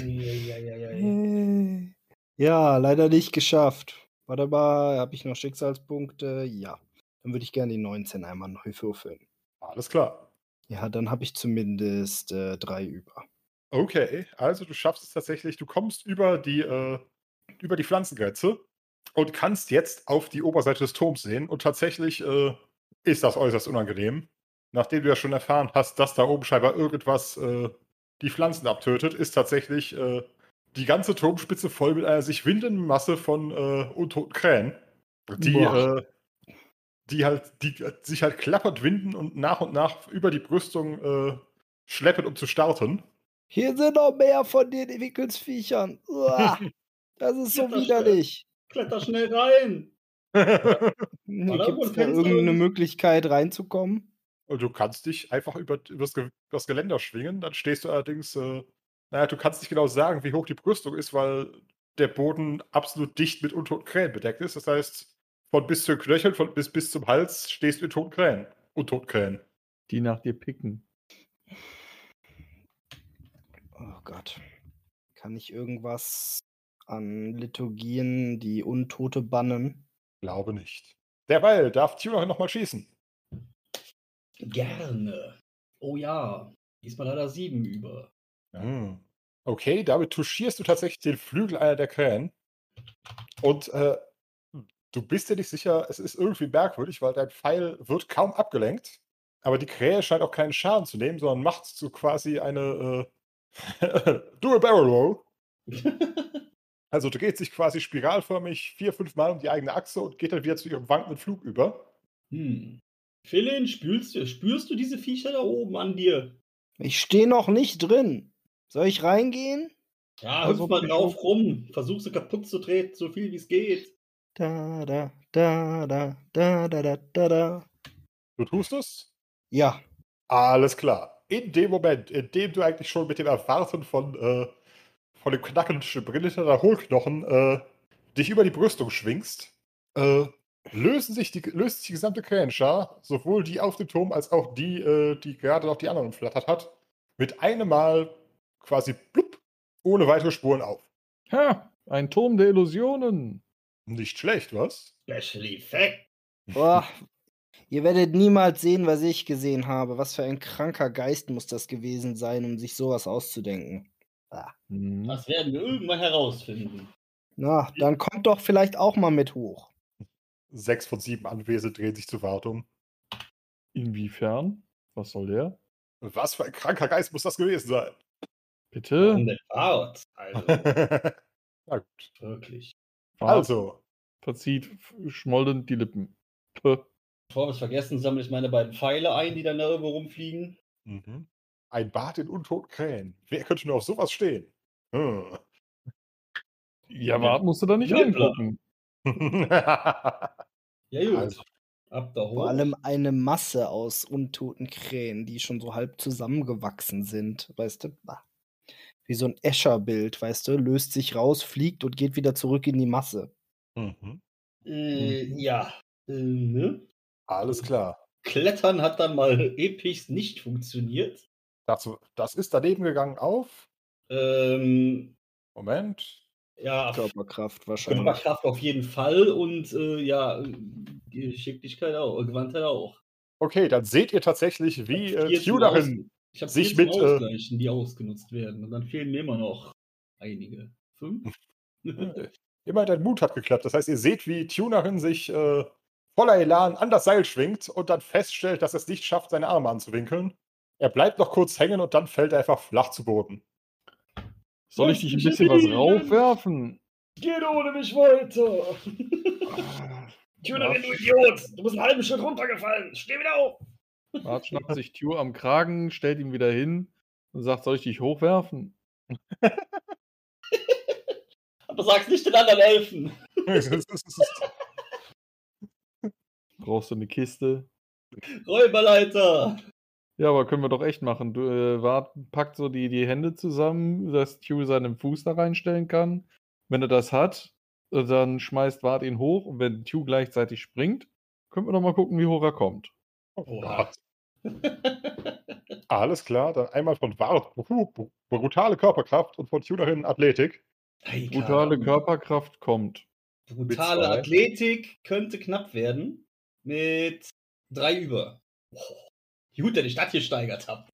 S5: Eieieiei.
S1: Hm. Hey. Ja, leider nicht geschafft. Warte mal, habe ich noch Schicksalspunkte? Ja. Dann würde ich gerne die 19 einmal neu würfeln.
S3: Alles klar.
S1: Ja, dann habe ich zumindest äh, drei über.
S3: Okay, also du schaffst es tatsächlich. Du kommst über die, äh, über die Pflanzengrenze und kannst jetzt auf die Oberseite des Turms sehen. Und tatsächlich äh, ist das äußerst unangenehm. Nachdem du ja schon erfahren hast, dass da oben scheinbar irgendwas äh, die Pflanzen abtötet, ist tatsächlich äh, die ganze Turmspitze voll mit einer sich windenden Masse von äh, untoten Krähen, die,
S1: Boah.
S3: äh, die, halt, die sich halt klappernd winden und nach und nach über die Brüstung äh, schleppen, um zu starten.
S1: Hier sind noch mehr von den Entwicklungsviechern. Uah, das ist so
S5: Ja, das
S1: widerlich.
S5: Kletter schnell rein! War da
S1: Gibt es
S5: irgendwo ein
S1: da
S5: Fenster
S1: irgendeine
S5: irgendwie?
S1: Möglichkeit reinzukommen?
S3: Und du kannst dich einfach über, übers, Ge- übers Geländer schwingen, dann stehst du allerdings, äh, naja, du kannst nicht genau sagen, wie hoch die Brüstung ist, weil der Boden absolut dicht mit untoten Krähen bedeckt ist. Das heißt, von bis zu den Knöcheln, von bis, bis zum Hals stehst du in toten Krähen. Untoten Krähen.
S2: Die nach dir picken.
S1: Oh Gott. Kann ich irgendwas an Liturgien, die Untote bannen?
S3: Glaube nicht. Derweil darf Tuna nochmal schießen.
S5: Gerne. Oh ja. Diesmal leider sieben über.
S3: Hm. Okay, damit touchierst du tatsächlich den Flügel einer der Krähen. Und äh, du bist dir nicht sicher, es ist irgendwie merkwürdig, weil dein Pfeil wird kaum abgelenkt. Aber die Krähe scheint auch keinen Schaden zu nehmen, sondern macht so quasi eine äh, Do a Barrel Roll. Also dreht sich quasi spiralförmig vier, fünf Mal um die eigene Achse und geht dann wieder zu ihrem wankenden Flug über.
S5: hm. Philin, spürst du, spürst du diese Viecher da oben an dir?
S1: Ich stehe noch nicht drin. Soll ich reingehen?
S5: Ja,
S1: Also,
S5: hüpf mal
S1: Phil-
S5: drauf rum. Versuch sie kaputt zu treten, so viel wie es geht.
S1: Da, da, da, da, da, da, da, da, da.
S3: Du tust es.
S1: Ja,
S3: Alles klar. In dem Moment, in dem du eigentlich schon mit dem Erwarten von, äh, von dem Knacken brillanter Hohlknochen äh, dich über die Brüstung schwingst, äh, lösen sich die, löst sich die gesamte Krähenschar, sowohl die auf dem Turm als auch die, äh, die gerade noch die anderen umflattert hat, mit einem Mal quasi blub, ohne weitere Spuren auf.
S2: Ha, ein Turm der Illusionen.
S3: Nicht schlecht, was?
S5: Special Effect.
S1: Boah. Ihr werdet niemals sehen, was ich gesehen habe. Was für ein kranker Geist muss das gewesen sein, um sich sowas auszudenken.
S2: Mhm.
S5: Das werden wir irgendwann herausfinden.
S1: Na, dann kommt doch vielleicht auch mal mit hoch.
S3: Sechs von sieben Anwesen drehen sich zu Wartung.
S2: Inwiefern? Was soll der?
S3: Was für ein kranker Geist muss das gewesen sein?
S1: Äh.
S2: Bitte?
S5: der Fahrt. Also,
S3: Na gut.
S5: wirklich.
S3: Also,
S2: Verzieht f- schmollend die Lippen. Puh.
S5: Bevor wir es vergessen, sammle ich meine beiden Pfeile ein, die dann da irgendwo rumfliegen.
S3: Mhm. Ein Bad in untoten Krähen. Wer könnte nur auf sowas stehen? Hm.
S2: Ja, warte, musst du da nicht
S5: Nibbler.
S2: angucken.
S5: Ja, gut.
S3: Also.
S5: Ab da hoch.
S1: Vor allem eine Masse aus untoten Krähen, die schon so halb zusammengewachsen sind, weißt du? Bah. Wie so ein Escherbild, weißt du? Löst sich raus, fliegt und geht wieder zurück in die Masse.
S3: Mhm.
S5: Äh,
S1: Mhm.
S5: ja. Äh, ne?
S3: Alles klar.
S5: Klettern hat dann mal episch nicht funktioniert.
S3: Das, das ist daneben gegangen auf.
S5: Ähm,
S3: Moment.
S5: ja,
S1: Körperkraft wahrscheinlich.
S5: Körperkraft auf jeden Fall und äh, ja, äh, Geschicklichkeit auch, Gewandtheit auch.
S3: Okay, dann seht ihr tatsächlich, wie
S5: Vier
S3: äh,
S5: zum
S3: Tudorin.
S5: Aus- Ich habe
S3: sich
S5: sich mit
S3: mit, äh,
S5: Ausgleichen, die ausgenutzt werden. Und dann fehlen mir immer noch einige. Fünf?
S3: Immer dein Mut hat geklappt. Das heißt, ihr seht, wie Tunerin sich äh, voller Elan an das Seil schwingt und dann feststellt, dass er es nicht schafft, seine Arme anzuwinkeln. Er bleibt noch kurz hängen und dann fällt er einfach flach zu Boden.
S2: Soll ich dich ein bisschen was raufwerfen?
S5: Geht ohne mich weiter! Tunerin, du Idiot! Du bist einen halben Schritt runtergefallen! Steh wieder auf!
S2: Bart schnappt sich Tür am Kragen, stellt ihn wieder hin und sagt, soll ich dich hochwerfen?
S5: Aber sag's nicht den anderen Elfen!
S2: Brauchst du eine Kiste?
S5: Räuberleiter!
S2: Ja, aber können wir doch echt machen. Du, äh, Wart packt so die, die Hände zusammen, dass Q seinen Fuß da reinstellen kann. Wenn er das hat, äh, dann schmeißt Wart ihn hoch und wenn Q gleichzeitig springt, Können wir doch mal gucken, wie hoch er kommt.
S5: Oha.
S3: Alles klar, dann einmal von Wart, bru- brutale Körperkraft und von Tunerin Athletik.
S5: Ei,
S2: Brutale
S5: Karl.
S2: Körperkraft kommt.
S5: Brutale
S3: zwei.
S5: Athletik könnte knapp werden. Mit drei über. Oh, gut, dass ich das gesteigert habe.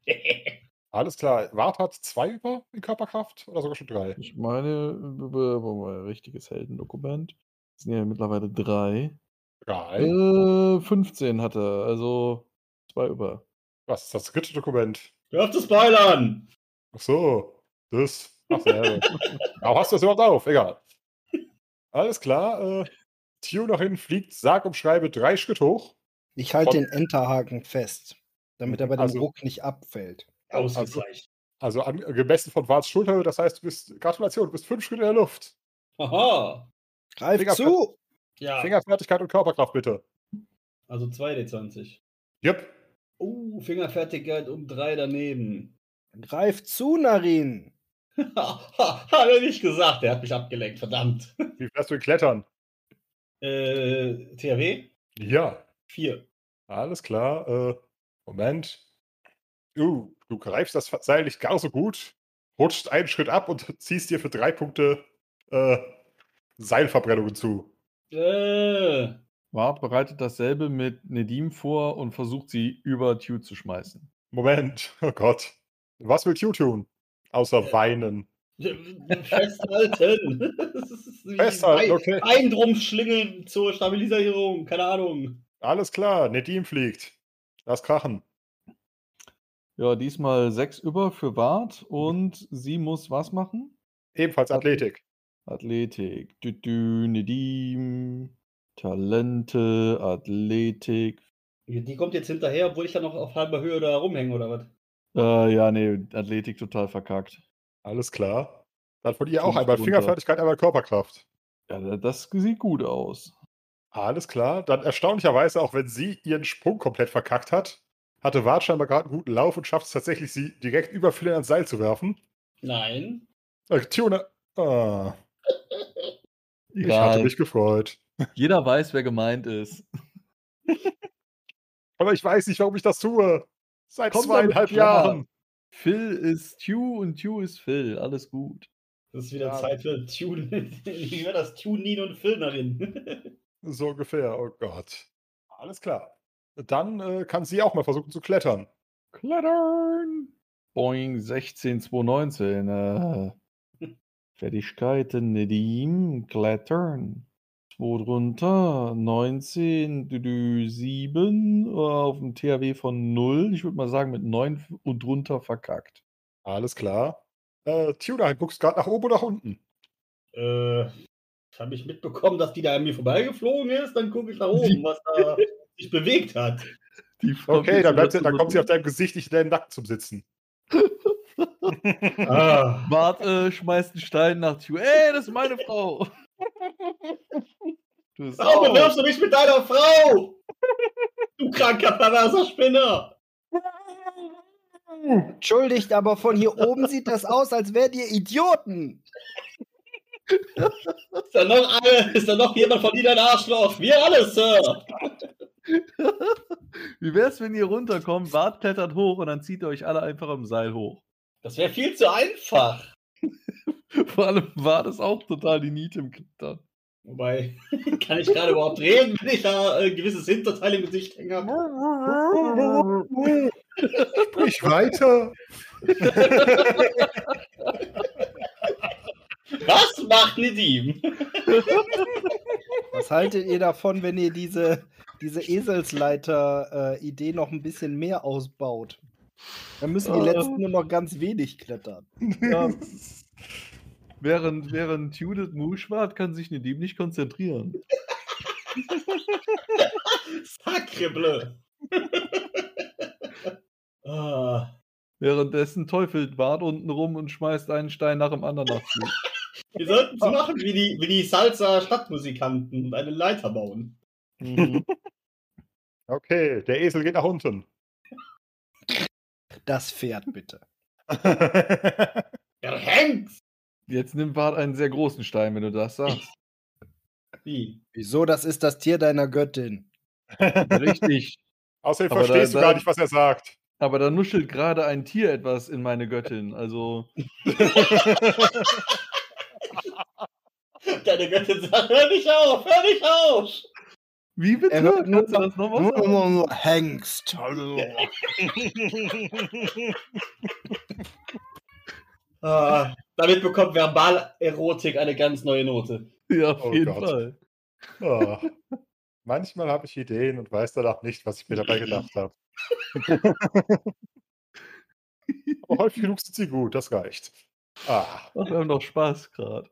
S3: Alles klar, Wart hat zwei über in Körperkraft oder sogar schon drei.
S2: Ich meine, b- b- wo war ein richtiges Heldendokument. Es sind ja mittlerweile drei.
S3: Drei.
S2: Äh, 15 hat er, also zwei über.
S3: Was ist das dritte Dokument?
S5: Hör auf zu spoilern!
S3: Ach so, das. Ach so, ja. Warum hast du das überhaupt auf? Egal. Alles klar, äh, Tunerin fliegt, sag und schreibe drei Schritt hoch.
S1: Ich halte
S3: Von-
S1: den Enterhaken fest, damit er bei dem
S3: Also-
S1: Ruck nicht abfällt.
S5: Ausgezeichnet.
S3: Also an, gemessen von Warts Schulterhöhe, das heißt, du bist, Gratulation, du bist fünf Schritte in der Luft.
S5: Haha.
S1: Greif
S3: Digga,
S1: zu!
S5: Ja,
S3: Fingerfertigkeit und Körperkraft bitte.
S5: also 2D20.
S3: Jep.
S5: Oh, Fingerfertigkeit um drei daneben.
S1: Greif zu, Narin!
S5: Ha, ha, Hat er nicht gesagt, der hat mich abgelenkt, verdammt.
S3: Wie wärst du in Klettern?
S5: Äh, THW?
S3: Ja.
S5: 4.
S3: Alles klar. Äh, Moment. Uh, du greifst das Seil nicht gar so gut, rutscht einen Schritt ab und ziehst dir für drei Punkte äh, Seilverbrennungen zu.
S5: Äh,
S2: Ward bereitet dasselbe mit Nedim vor und versucht sie über Tue zu schmeißen.
S3: Moment. Oh Gott. Was will Q tun? Außer
S5: Äh,
S3: weinen.
S5: festhalten. Das ist wie
S3: Festhalten,
S5: Ei-
S3: okay.
S5: Ein drum schlingeln zur Stabilisierung, keine Ahnung.
S3: Alles klar. Nedim fliegt. Lass krachen.
S2: Ja, diesmal sechs über für Ward und sie muss was machen?
S3: Ebenfalls Athletik.
S2: Athletik, Düdü, Nedim, Talente, Athletik.
S5: Die kommt jetzt hinterher, obwohl ich da noch auf halber Höhe da rumhänge oder was?
S2: Äh, ja, nee, Athletik total verkackt.
S3: Alles klar. Dann von ihr auch
S2: Fünf
S3: einmal
S2: runter.
S3: Fingerfertigkeit, einmal Körperkraft.
S2: Ja, da- das sieht gut aus.
S3: Alles klar. Dann erstaunlicherweise, auch wenn sie ihren Sprung komplett verkackt hat, hatte Ward scheinbar gerade einen guten Lauf und schafft es tatsächlich, sie direkt über Flynn ans Seil zu werfen.
S5: Nein.
S3: Äh, Tuna. Ah, ich hatte
S2: Egal.
S3: mich gefreut.
S2: Jeder weiß, wer gemeint ist.
S3: Aber ich weiß nicht, warum ich das tue. Seit
S2: Komm damit
S3: zweieinhalb
S2: klar.
S3: Jahren.
S2: Phil ist Tew und Tew ist Phil. Alles gut.
S5: Das ist wieder
S3: Ja.
S5: Zeit für Tune. Wie war das? Tune, Nino und Phil darin.
S3: So ungefähr. Oh Gott. Alles klar. Dann äh, kann sie auch mal versuchen zu klettern.
S2: Klettern! Boing 16, 219. Äh, Fertigkeiten, Nedim, Klettern. 2 drunter, 19, düdü, 7, äh, auf dem THW von 0. Ich würde mal sagen, mit 9 und drunter verkackt.
S3: Alles klar. Äh, Tuna, du guckst gerade nach oben oder nach unten.
S5: äh, habe ich mitbekommen, dass die da an mir vorbeigeflogen ist. Dann gucke ich nach oben, was da sich bewegt hat.
S2: Die
S3: Okay, dann, bleibt sie,
S2: Verbindung
S3: dann kommt sie auf
S2: dazu-
S3: deinem Gesicht nicht in deinem Nacken zum Sitzen.
S5: Ah.
S2: Bart äh, schmeißt einen Stein nach Tew. Ey, das ist meine Frau!
S3: Oh,
S2: Du
S5: Warum
S2: Sau.
S5: bewirbst du mich mit deiner Frau? Du kranker, perverser Spinner!
S1: Entschuldigt, aber von hier oben sieht das aus, als wärt ihr Idioten!
S5: Ist da noch, eine, ist da noch jemand von Ihnen ein Arschloch? Wir alle, Sir!
S2: Wie wär's, wenn ihr runterkommt, Bart klettert hoch und dann zieht ihr euch alle einfach am Seil hoch.
S5: Das wäre viel zu einfach.
S2: Vor allem war das auch total die Niete im Klettern.
S5: Wobei, kann ich gerade überhaupt reden, wenn ich da äh, ein gewisses Hinterteil im Gesicht hängen habe?
S3: Sprich weiter.
S5: Was macht Nedim?
S1: Was haltet ihr davon, wenn ihr diese, diese Eselsleiter-Idee noch ein bisschen mehr ausbaut? Dann müssen die
S2: Äh.
S1: letzten nur noch ganz wenig klettern.
S2: Ja. während, während Judith Muschwart kann sich Nedim nicht konzentrieren.
S5: Sacrebleu! ah,
S2: Währenddessen teufelt Bart unten rum und schmeißt einen Stein nach dem anderen nach Tju.
S5: wir sollten es machen wie die, wie die Salsa-Stadtmusikanten und eine Leiter bauen.
S3: Okay, der Esel geht nach unten.
S1: Das Pferd bitte.
S5: Der Hengst!
S2: Jetzt nimmt Bart einen sehr großen Stein, wenn du das sagst.
S5: Wie?
S1: Wieso? Das ist das Tier deiner Göttin.
S2: Richtig.
S3: Außerdem
S2: Aber da-
S3: verstehst du
S2: da-
S3: gar nicht, was er sagt.
S2: Aber da nuschelt gerade ein Tier etwas in meine Göttin. Also,
S5: Deine Göttin sagt, hör nicht auf, hör nicht auf!
S2: wie bitte?
S1: Er hört nur-
S2: Kannst du das nochmal
S1: Nur
S2: sagen?
S1: mal so, Hengst, hallo.
S5: Ah, damit bekommt Verbalerotik eine ganz neue Note.
S2: Ja, auf
S3: Oh
S2: jeden
S3: Gott.
S2: Fall.
S3: Ah. Manchmal habe ich Ideen und weiß danach nicht, was ich mir dabei gedacht habe. Aber häufig genug sind sie gut, das reicht. Ah,
S2: Ach, wir haben doch Spaß gerade.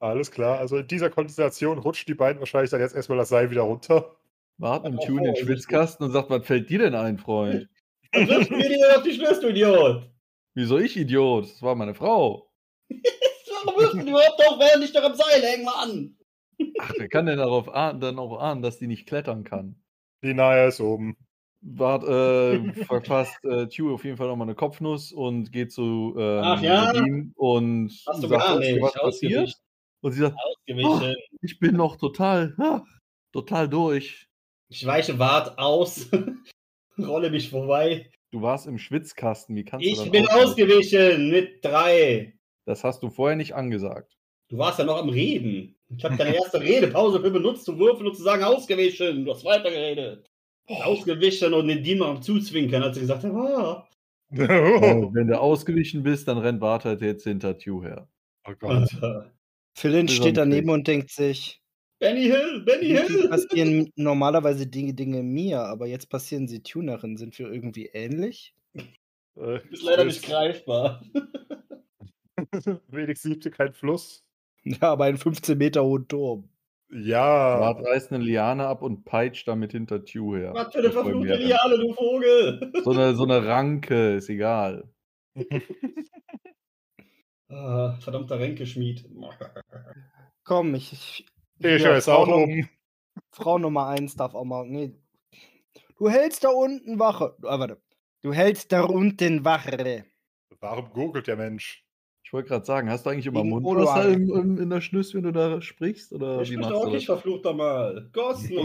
S3: alles klar. Also in dieser Konstellation rutschen die beiden wahrscheinlich dann jetzt erstmal das Seil wieder runter.
S2: Warten im
S5: Oh,
S2: Tune in
S1: also
S2: den
S5: oh,
S2: Schwitzkasten und sagt, was fällt dir denn ein, Freund?
S5: Dann wirfst du mir die auf die Schlüssel, du Idiot!
S2: Wieso ich Idiot? Das war meine Frau.
S5: Warum wirfst du die überhaupt auf, während ich doch am Seil hänge, Mann?
S2: Ach, wer kann denn darauf ahnen, dann auch ahnen, dass die nicht klettern kann?
S3: Die Naya ist oben.
S2: Wart, äh, verpasst äh, Tue auf jeden Fall nochmal eine Kopfnuss und geht zu ähm,
S5: Ach ja?
S2: Nadine und
S5: Hast du
S2: sagt,
S5: gar
S2: "Ist dir
S5: nicht.
S2: was passiert?
S5: Ausgewichen.
S2: Und sie sagt,
S5: Ausgewichen.
S2: ich bin noch total, ah, total durch.
S5: Ich weiche Wart aus, rolle mich vorbei.
S2: Du warst im Schwitzkasten, wie kannst du
S5: Ich
S2: dann
S5: bin
S2: ausgewichen?
S5: ausgewichen mit drei.
S2: Das hast du vorher nicht angesagt.
S5: Du warst ja noch am Reden. Ich habe deine erste Redepause für benutzt, zu würfeln und zu sagen, ausgewichen. Du hast weitergeredet. Ausgewichen und den Diener am Zuzwinkern, als er gesagt hat, ah.
S2: Äh,
S3: Oh,
S2: wenn du ausgewichen bist, dann rennt Bart halt jetzt hinter Tue her.
S3: Oh Gott.
S1: Philin
S2: Besonders
S1: steht daneben und denkt sich,
S5: äh, Benny Hill, Benny
S1: irgendwie
S5: Hill.
S1: passieren normalerweise Dinge, Dinge mir, aber jetzt passieren sie Tunerin. Sind wir irgendwie ähnlich?
S2: Ah.
S3: Äh,
S5: Ist leider nicht greifbar.
S3: Wenigstens siebte kein Fluss.
S1: Ja, aber einen 15 Meter hohen Turm.
S5: Ah.
S3: Ja.
S2: Bart reißt eine Liane ab und peitscht damit hinter Tue her.
S5: Was für eine
S2: Das wollen
S5: verfluchte
S2: wir denn?
S5: Liane, du Vogel.
S2: So eine, so eine Ranke, ist egal.
S5: Ah, verdammter Ränkeschmied.
S1: Komm, ich. ich
S3: Ich
S1: ja,
S3: höre es
S1: Frau
S3: auch
S1: Num-
S3: oben.
S1: Frau Nummer 1 darf auch mal. Nee. Du hältst da unten Wache. Ah, warte. Du hältst da unten Wache.
S3: Warum gurgelt der Mensch?
S2: Ich wollte gerade sagen, hast du eigentlich immer
S1: Wegen Oloar.
S2: Mundwasser im, im, in der Schnüss, wenn du da sprichst? Oder
S5: Ich
S2: wie
S5: bin
S2: machst
S5: auch
S2: du
S5: nicht
S2: das?
S5: verflucht einmal. Gossen.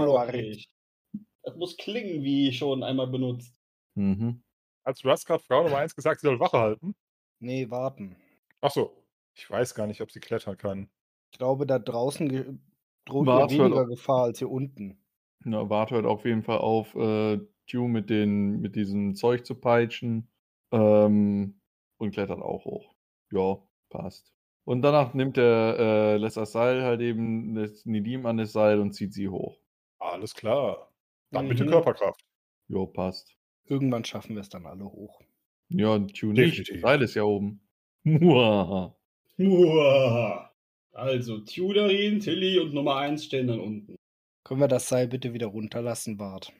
S5: Das muss klingen, wie schon einmal benutzt.
S2: Mhm.
S3: Als Russ gerade Frau Nummer 1 gesagt, sie soll Wache halten.
S1: Nee, warten.
S3: Ach so. Ich weiß gar nicht, ob sie klettern kann.
S1: Ich glaube, da draußen ge- droht ihr
S2: Warte,
S1: weniger
S2: warte.
S1: Gefahr als hier unten.
S2: Na, Bart hört auf jeden Fall auf, äh, Tue mit, den, mit diesem Zeug zu peitschen. Ähm, und klettert auch hoch. Ja, passt. Und danach nimmt er, äh, lässt das Seil halt eben, lässt Nidim an das Seil und zieht sie hoch.
S3: Alles klar. Dann bitte
S5: Mhm.
S3: Körperkraft.
S2: Jo, passt.
S1: Irgendwann schaffen wir es dann alle hoch.
S2: Ja, und Tue nicht. Das
S3: Definitiv.
S2: Seil ist ja oben. Muahaha.
S5: Uah. Also, Tudorin, Tilly und Nummer 1 stehen dann unten.
S1: Können wir das Seil bitte wieder runterlassen, Bart?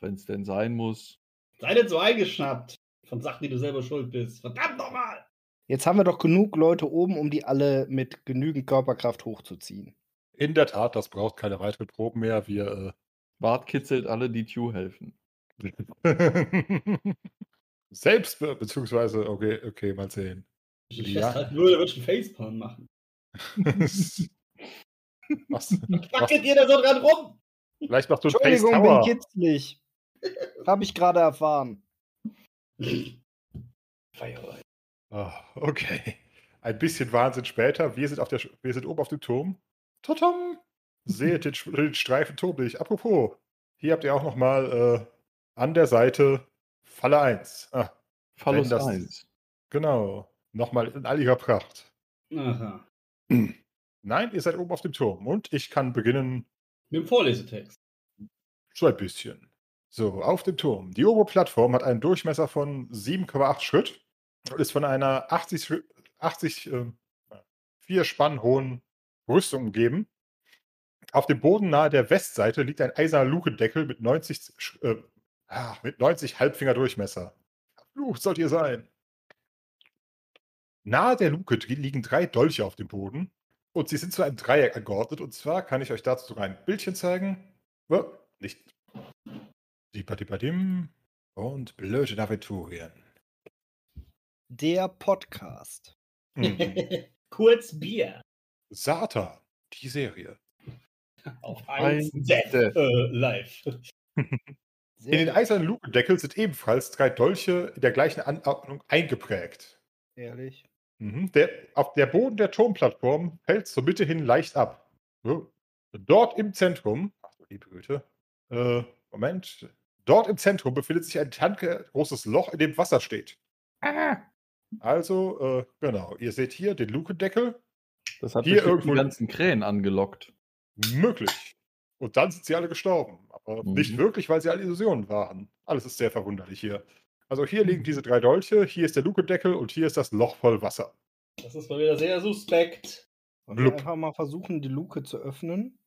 S2: Wenn es denn sein muss.
S5: Sei nicht so eingeschnappt von Sachen, die du selber schuld bist. Verdammt nochmal!
S1: Jetzt haben wir doch genug Leute oben, um die alle mit genügend Körperkraft hochzuziehen.
S3: In der Tat, das braucht keine weiteren Proben mehr. Wir
S2: Bart kitzelt alle, die Tue helfen.
S3: äh, selbst, be- beziehungsweise, okay, okay, mal sehen.
S5: Wenn ich
S3: Ja.
S5: festhalten würde, würde ich einen Facepalm machen.
S3: Was?
S5: Wackelt ihr da so dran rum?
S3: Vielleicht machst du einen Face
S1: Entschuldigung, bin
S3: Tower.
S1: kitzlig. Habe ich gerade erfahren.
S5: Feierabend.
S3: Ah, okay. Ein bisschen Wahnsinn später. Wir sind, auf der, Sch- wir sind oben auf dem Turm. Totom! Seht den, Sch- den Streifen Turm nicht. Apropos, hier habt ihr auch nochmal äh, an der Seite Falle 1. Ah,
S2: Phallus
S3: das-
S2: 1.
S3: genau. Nochmal in all ihrer Pracht.
S5: Aha.
S3: Nein, ihr seid oben auf dem Turm und ich kann beginnen
S5: Mit dem Vorlesetext.
S3: so ein bisschen. So, auf dem Turm. Die obere Plattform hat einen Durchmesser von 7,8 Schritt und ist von einer 80, Schri- 80 äh, vier Spann hohen Rüstung umgeben. Auf dem Boden nahe der Westseite liegt ein eiserner Lukendeckel mit 90, Sch- äh, ah, mit 90 Halbfinger Durchmesser. Verflucht sollt ihr sein. Nahe der Luke dr- liegen drei Dolche auf dem Boden und sie sind zu einem Dreieck angeordnet. Und zwar kann ich euch dazu sogar ein Bildchen zeigen. Äh, Nicht. Dipadipadim und blöde Aventurien.
S1: Der Podcast.
S3: Mhm.
S5: Kurz Bier.
S3: Satan, die Serie.
S5: Auf
S2: Eins,
S5: 1 Dead
S2: Death.
S5: äh, live.
S1: Sehr
S3: In den
S1: gut.
S3: eisernen Lukendeckel sind ebenfalls drei Dolche in der gleichen Anordnung eingeprägt.
S1: Ehrlich.
S3: Mhm. Der, auf der Boden der Turmplattform fällt zur Mitte hin leicht ab. So. Dort im Zentrum, ach du liebe Güte, äh, Moment, dort im Zentrum befindet sich ein tankergroßes Loch, in dem Wasser steht.
S5: Ah!
S3: Also, äh, genau, ihr seht hier den Lukendeckel,
S2: Das hat
S3: Hier
S2: bestimmt
S3: irgendwo-
S2: die ganzen Krähen angelockt.
S3: möglich. Und dann sind sie alle gestorben. Aber
S2: Mhm.
S3: nicht wirklich, weil sie alle Illusionen waren. Alles ist sehr verwunderlich hier. Also hier
S2: Mhm.
S3: liegen diese drei Dolche, hier ist der Lukendeckel und hier ist das Loch voll Wasser.
S5: Das ist mal wieder sehr suspekt.
S1: Wollen wir
S3: Blub.
S1: einfach mal versuchen, die Luke zu öffnen?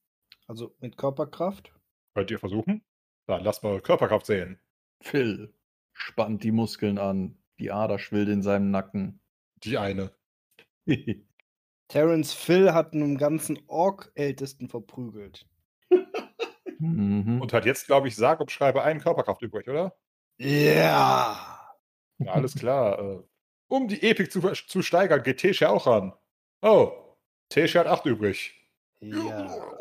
S1: Also mit Körperkraft.
S3: Könnt ihr versuchen? Dann lasst mal Körperkraft sehen.
S2: Phil spannt die Muskeln an. Die Ader schwillt in seinem Nacken.
S3: Die eine.
S1: Terence Phil hat einen ganzen Ork-Ältesten verprügelt.
S2: mhm.
S3: Und hat jetzt, glaube ich, sage und schreibe einen Körperkraft übrig, oder?
S1: Ja!
S3: Ja, alles klar. äh, Um die Epik zu, ver- zu steigern, geht Tesche auch ran. Oh, Tesche hat 8 übrig.
S1: Ja.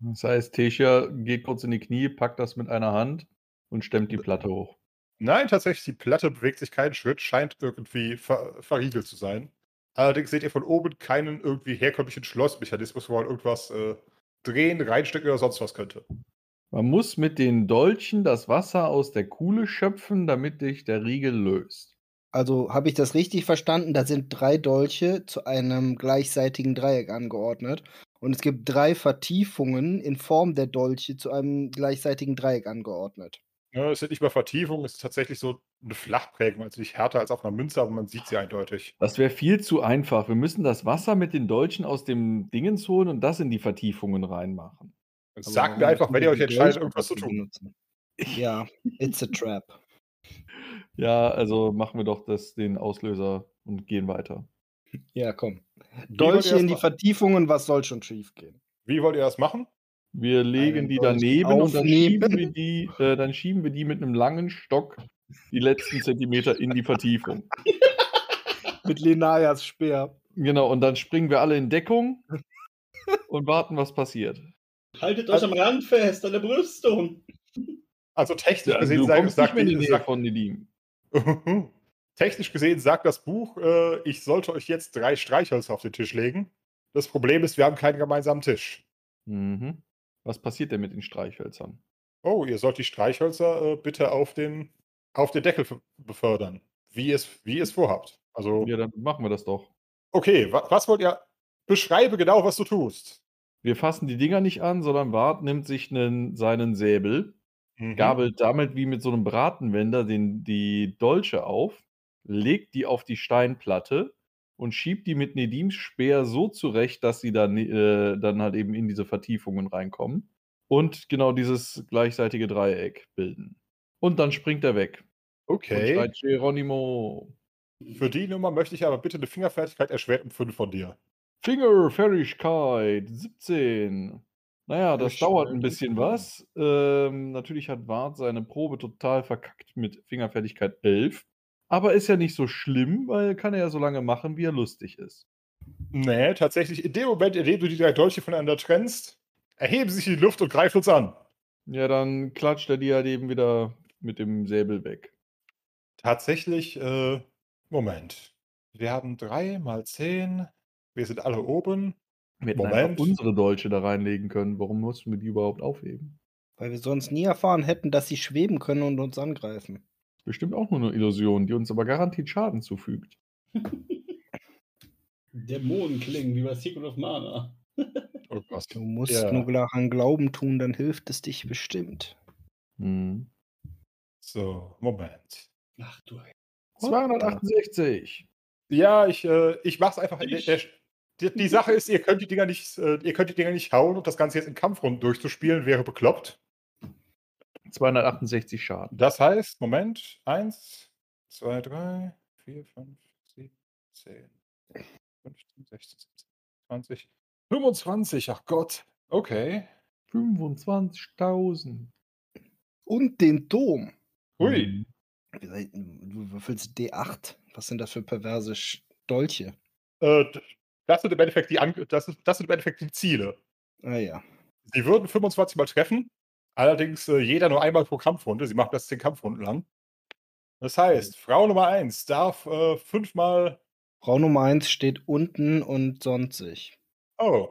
S2: Das heißt, Tesha geht kurz in die Knie, packt das mit einer Hand und stemmt die Platte hoch.
S3: Nein, tatsächlich, die Platte bewegt sich keinen Schritt, scheint irgendwie ver verriegelt zu sein. Allerdings seht ihr von oben keinen irgendwie herkömmlichen Schlossmechanismus, wo man irgendwas äh, drehen, reinstecken oder sonst was könnte.
S2: Man muss mit den Dolchen das Wasser aus der Kuhle schöpfen, damit sich der Riegel löst.
S1: Also habe ich das richtig verstanden? Da sind drei Dolche zu einem gleichseitigen Dreieck angeordnet. Und es gibt drei Vertiefungen in Form der Dolche zu einem gleichseitigen Dreieck angeordnet.
S3: Ja, Ne, es sind nicht mal Vertiefungen, es ist tatsächlich so eine Flachprägung, also nicht härter als auf einer Münze, aber man sieht sie eindeutig.
S2: Das wäre viel zu einfach. Wir müssen das Wasser mit den Dolchen aus dem Dingens holen und das in die Vertiefungen reinmachen.
S1: Aber
S3: Sagt mir
S1: warum
S3: einfach,
S1: tun
S3: wenn
S1: die
S3: ihr euch
S1: die
S3: entscheidet,
S1: Dolche
S3: irgendwas zu
S1: dazu
S3: tun.
S1: benutzen? Ja, it's a trap.
S2: Ja, also machen wir doch das, den Auslöser und gehen weiter.
S1: Ja, komm.
S3: wollt ihr
S1: Dolche in
S3: das
S1: die
S3: machen?
S1: Vertiefungen, was soll schon schief gehen?
S3: Wie wollt ihr das machen?
S2: Wir legen
S1: Einen
S2: die
S1: Dolch
S2: daneben und dann schieben,
S1: aufnehmen.
S2: wir die, äh, dann schieben wir die mit einem langen Stock die letzten Zentimeter in die Vertiefung.
S1: Mit Linaias Speer.
S2: Genau, und dann springen wir alle in Deckung und warten, was passiert.
S5: Haltet euch am Rand fest, an der Brüstung.
S3: Also technisch
S2: Also
S3: gesehen, sagen, sagt,
S2: in die
S3: die-
S2: Nähe
S3: sagt,
S2: von Nedim.
S3: Technisch gesehen sagt das Buch, äh, ich sollte euch jetzt drei Streichhölzer auf den Tisch legen. Das Problem ist, wir haben keinen gemeinsamen Tisch.
S2: Mhm. Was passiert denn mit den Streichhölzern?
S3: Oh, ihr sollt die Streichhölzer äh, bitte auf den, auf den Deckel f- befördern, wie ihr es, wie ihr es vorhabt. Also,
S2: Ja, dann machen wir das doch.
S3: okay, wa was wollt ihr? Beschreibe genau, was du tust.
S2: Wir fassen die Dinger nicht an, sondern Wart nimmt sich nen- seinen Säbel,
S3: Mhm.
S2: gabelt damit wie mit so einem Bratenwender den, die Dolche auf, legt die auf die Steinplatte und schiebt die mit Nedims Speer so zurecht, dass sie dann, äh, dann halt eben in diese Vertiefungen reinkommen und genau dieses gleichseitige Dreieck bilden. Und dann springt er weg. Und
S3: Okay,
S2: schreit Geronimo.
S3: für die Nummer möchte ich aber bitte eine Fingerfertigkeit erschwert um 5 von dir.
S2: Fingerfertigkeit 17. Naja, das
S1: Fertig-
S2: dauert ein bisschen was. Ähm, natürlich hat Wart seine Probe total verkackt mit Fingerfertigkeit 11. Aber ist ja nicht so schlimm, weil kann er ja so lange machen, wie er lustig ist.
S3: Nee, tatsächlich, in dem Moment, in dem du die drei Dolche voneinander trennst, erheben sich die Luft und greifen uns an.
S2: Ja, dann klatscht er die halt eben wieder mit dem Säbel weg.
S3: Tatsächlich, äh, Moment. Wir haben 3 mal 10. Wir sind alle oben.
S2: Wir hätten einfach
S3: Moment.
S2: unsere Dolche da reinlegen können. Warum mussten wir die überhaupt aufheben?
S1: Weil wir sonst nie erfahren hätten, dass sie schweben können und uns angreifen.
S2: Bestimmt auch nur eine Illusion, die uns aber garantiert Schaden zufügt.
S5: Dämonenklingen, wie bei Secret of Mana.
S3: Oh Gott.
S1: Du musst
S3: Ja.
S1: nur daran Glauben tun, dann hilft es dich bestimmt.
S2: Hm.
S3: So, Moment.
S5: Ach du. He-
S2: 268.
S3: Ja, ich, äh, ich Mhm. mach's einfach.
S5: Ich-
S3: der, die, die Sache ist, ihr könnt die Dinger nicht, äh, ihr könnt die Dinger nicht hauen und das Ganze jetzt in Kampfrunden durchzuspielen, wäre bekloppt.
S2: 268 Schaden.
S3: Das heißt, Moment, 1, 2, 3, 4, 5, 7, 10, 15, 16, 17, 20, 25, ach Gott. Okay.
S2: 25.000.
S1: Und den Dom.
S3: Hui.
S1: Wie seid- Du würfelst D8. Was sind das für perverse Sch- Dolche?
S3: Äh, d- das sind im Endeffekt die, Ange das, ist, das sind im Endeffekt die Ziele.
S1: Ah ja.
S3: Sie würden 25 Mal treffen, allerdings äh, jeder nur einmal pro Kampfrunde. Sie machen das 10 Kampfrunden lang. Das heißt, Frau Nummer 1 darf äh, fünfmal.
S1: Frau Nummer 1 steht unten und sonstig.
S3: Oh,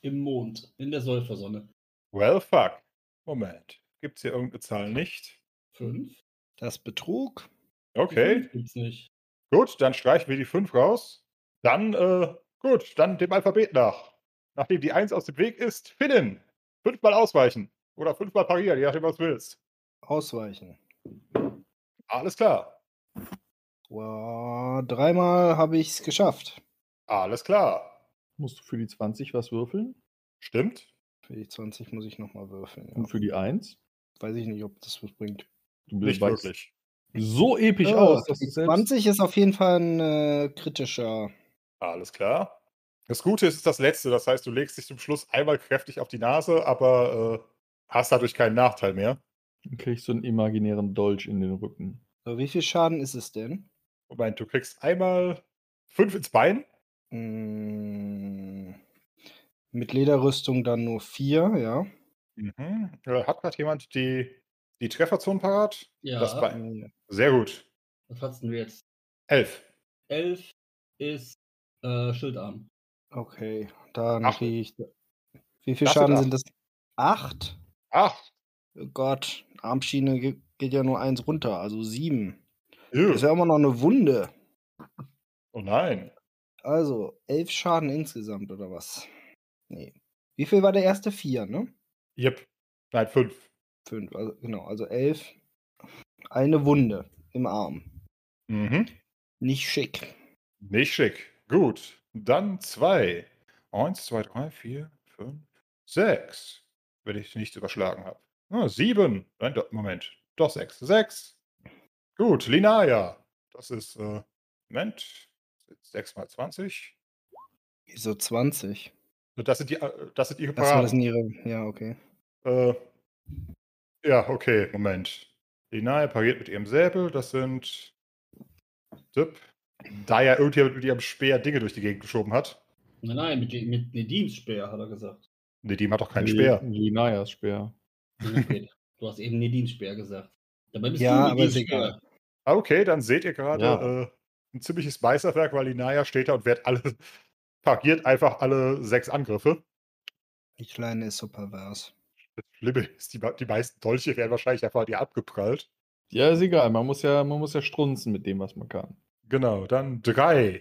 S5: Im Mond, in der Säufersonne.
S3: well, fuck. Moment. Gibt es hier irgendeine Zahl nicht?
S5: Fünf?
S1: Das Betrug.
S3: Okay,
S5: Fünf gibt's nicht.
S3: gut, dann streichen wir die 5 raus. Dann, äh, gut, dann dem Alphabet nach. Nachdem die 1 aus dem Weg ist, Finnen. Fünfmal ausweichen. Oder fünfmal parieren, je nachdem, was du willst.
S1: Ausweichen.
S3: Alles klar.
S1: Wow, dreimal habe ich es geschafft.
S3: Alles klar.
S2: Musst du für die 20 was würfeln
S3: Stimmt.
S1: Für die 20 muss ich nochmal würfeln. Ja.
S2: und für die 1?
S1: Weiß ich nicht, ob das was bringt.
S2: Du
S3: Nicht
S2: weißt
S3: wirklich.
S2: so episch
S1: Ja,
S2: aus, dass
S1: Ah, die
S2: du selbst
S1: 20 ist auf jeden Fall ein äh, kritischer.
S3: Alles klar. Das Gute ist, es ist das Letzte. Das heißt, du legst dich zum Schluss einmal kräftig auf die Nase, aber äh, hast dadurch keinen Nachteil mehr.
S2: kriegst so einen imaginären Dolch in den Rücken.
S1: So, wie viel Schaden ist es denn?
S3: Moment, du kriegst einmal fünf ins Bein.
S1: Mm, Mit Lederrüstung dann nur 4, ja.
S2: Mhm.
S3: Äh, Hat gerade jemand die, die Trefferzonen parat?
S5: Ja.
S3: Das Bein.
S1: Äh,
S3: Sehr gut.
S5: Was hast denn du jetzt?
S3: Elf.
S5: Elf ist äh, Schildarm.
S1: Okay, dann
S3: Acht.
S1: kriege ich. Wie viel
S3: Das sind
S1: Schaden
S3: acht.
S1: sind das? 8?
S3: Ach,
S1: Oh Gott, Armschiene ge- geht ja nur eins runter, also 7.
S3: ew.
S1: Das ist ja immer noch eine Wunde.
S3: oh nein.
S1: Also, 11 Schaden insgesamt, oder was? Nee. Wie viel war der erste? 4, ne?
S3: Jep. Nein, fünf.
S1: 5, also, genau, also 11. Eine Wunde im Arm.
S3: Mhm.
S1: Nicht schick.
S3: Nicht schick. Gut. Dann zwei. Eins, zwei, drei, vier, fünf, sechs. Wenn ich nicht überschlagen habe. Ah, sieben. Nein, do, Moment. Doch sechs. Sechs. Gut. Linaya. Das ist, äh, Moment. Sechs mal 20.
S1: So 20.
S3: Das sind, die, äh, das sind ihre
S1: Das war das
S3: Paraden.
S1: in ihre. Ja, okay.
S3: Äh, ja, okay. Moment. Linaya pariert mit ihrem Säbel. Das sind. Tipp. Da ja irgendjemand mit ihrem Speer Dinge durch die Gegend geschoben hat.
S5: Nein, nein, mit, dem- mit Nedims Speer, hat er gesagt.
S3: Nee, die hat doch keinen Speer.
S2: Linayas Speer.
S5: Okay. du hast eben Nedims Speer gesagt. Dabei bist
S1: Ja,
S5: du
S1: aber ist
S5: Nedims Speer.
S1: egal.
S3: Ah, Okay, dann seht ihr gerade
S2: Ja.
S3: äh, ein ziemliches Beißerwerk, weil Linaya steht da und wehrt alle, parkiert einfach alle sechs Angriffe.
S1: Die Kleine ist so pervers.
S3: Das Schlimme ist, die, me- die meisten Dolche werden wahrscheinlich einfach an ihr abgeprallt.
S2: Ja, ist egal. Man muss ja, man muss ja strunzen mit dem, was man kann.
S3: Genau, dann drei.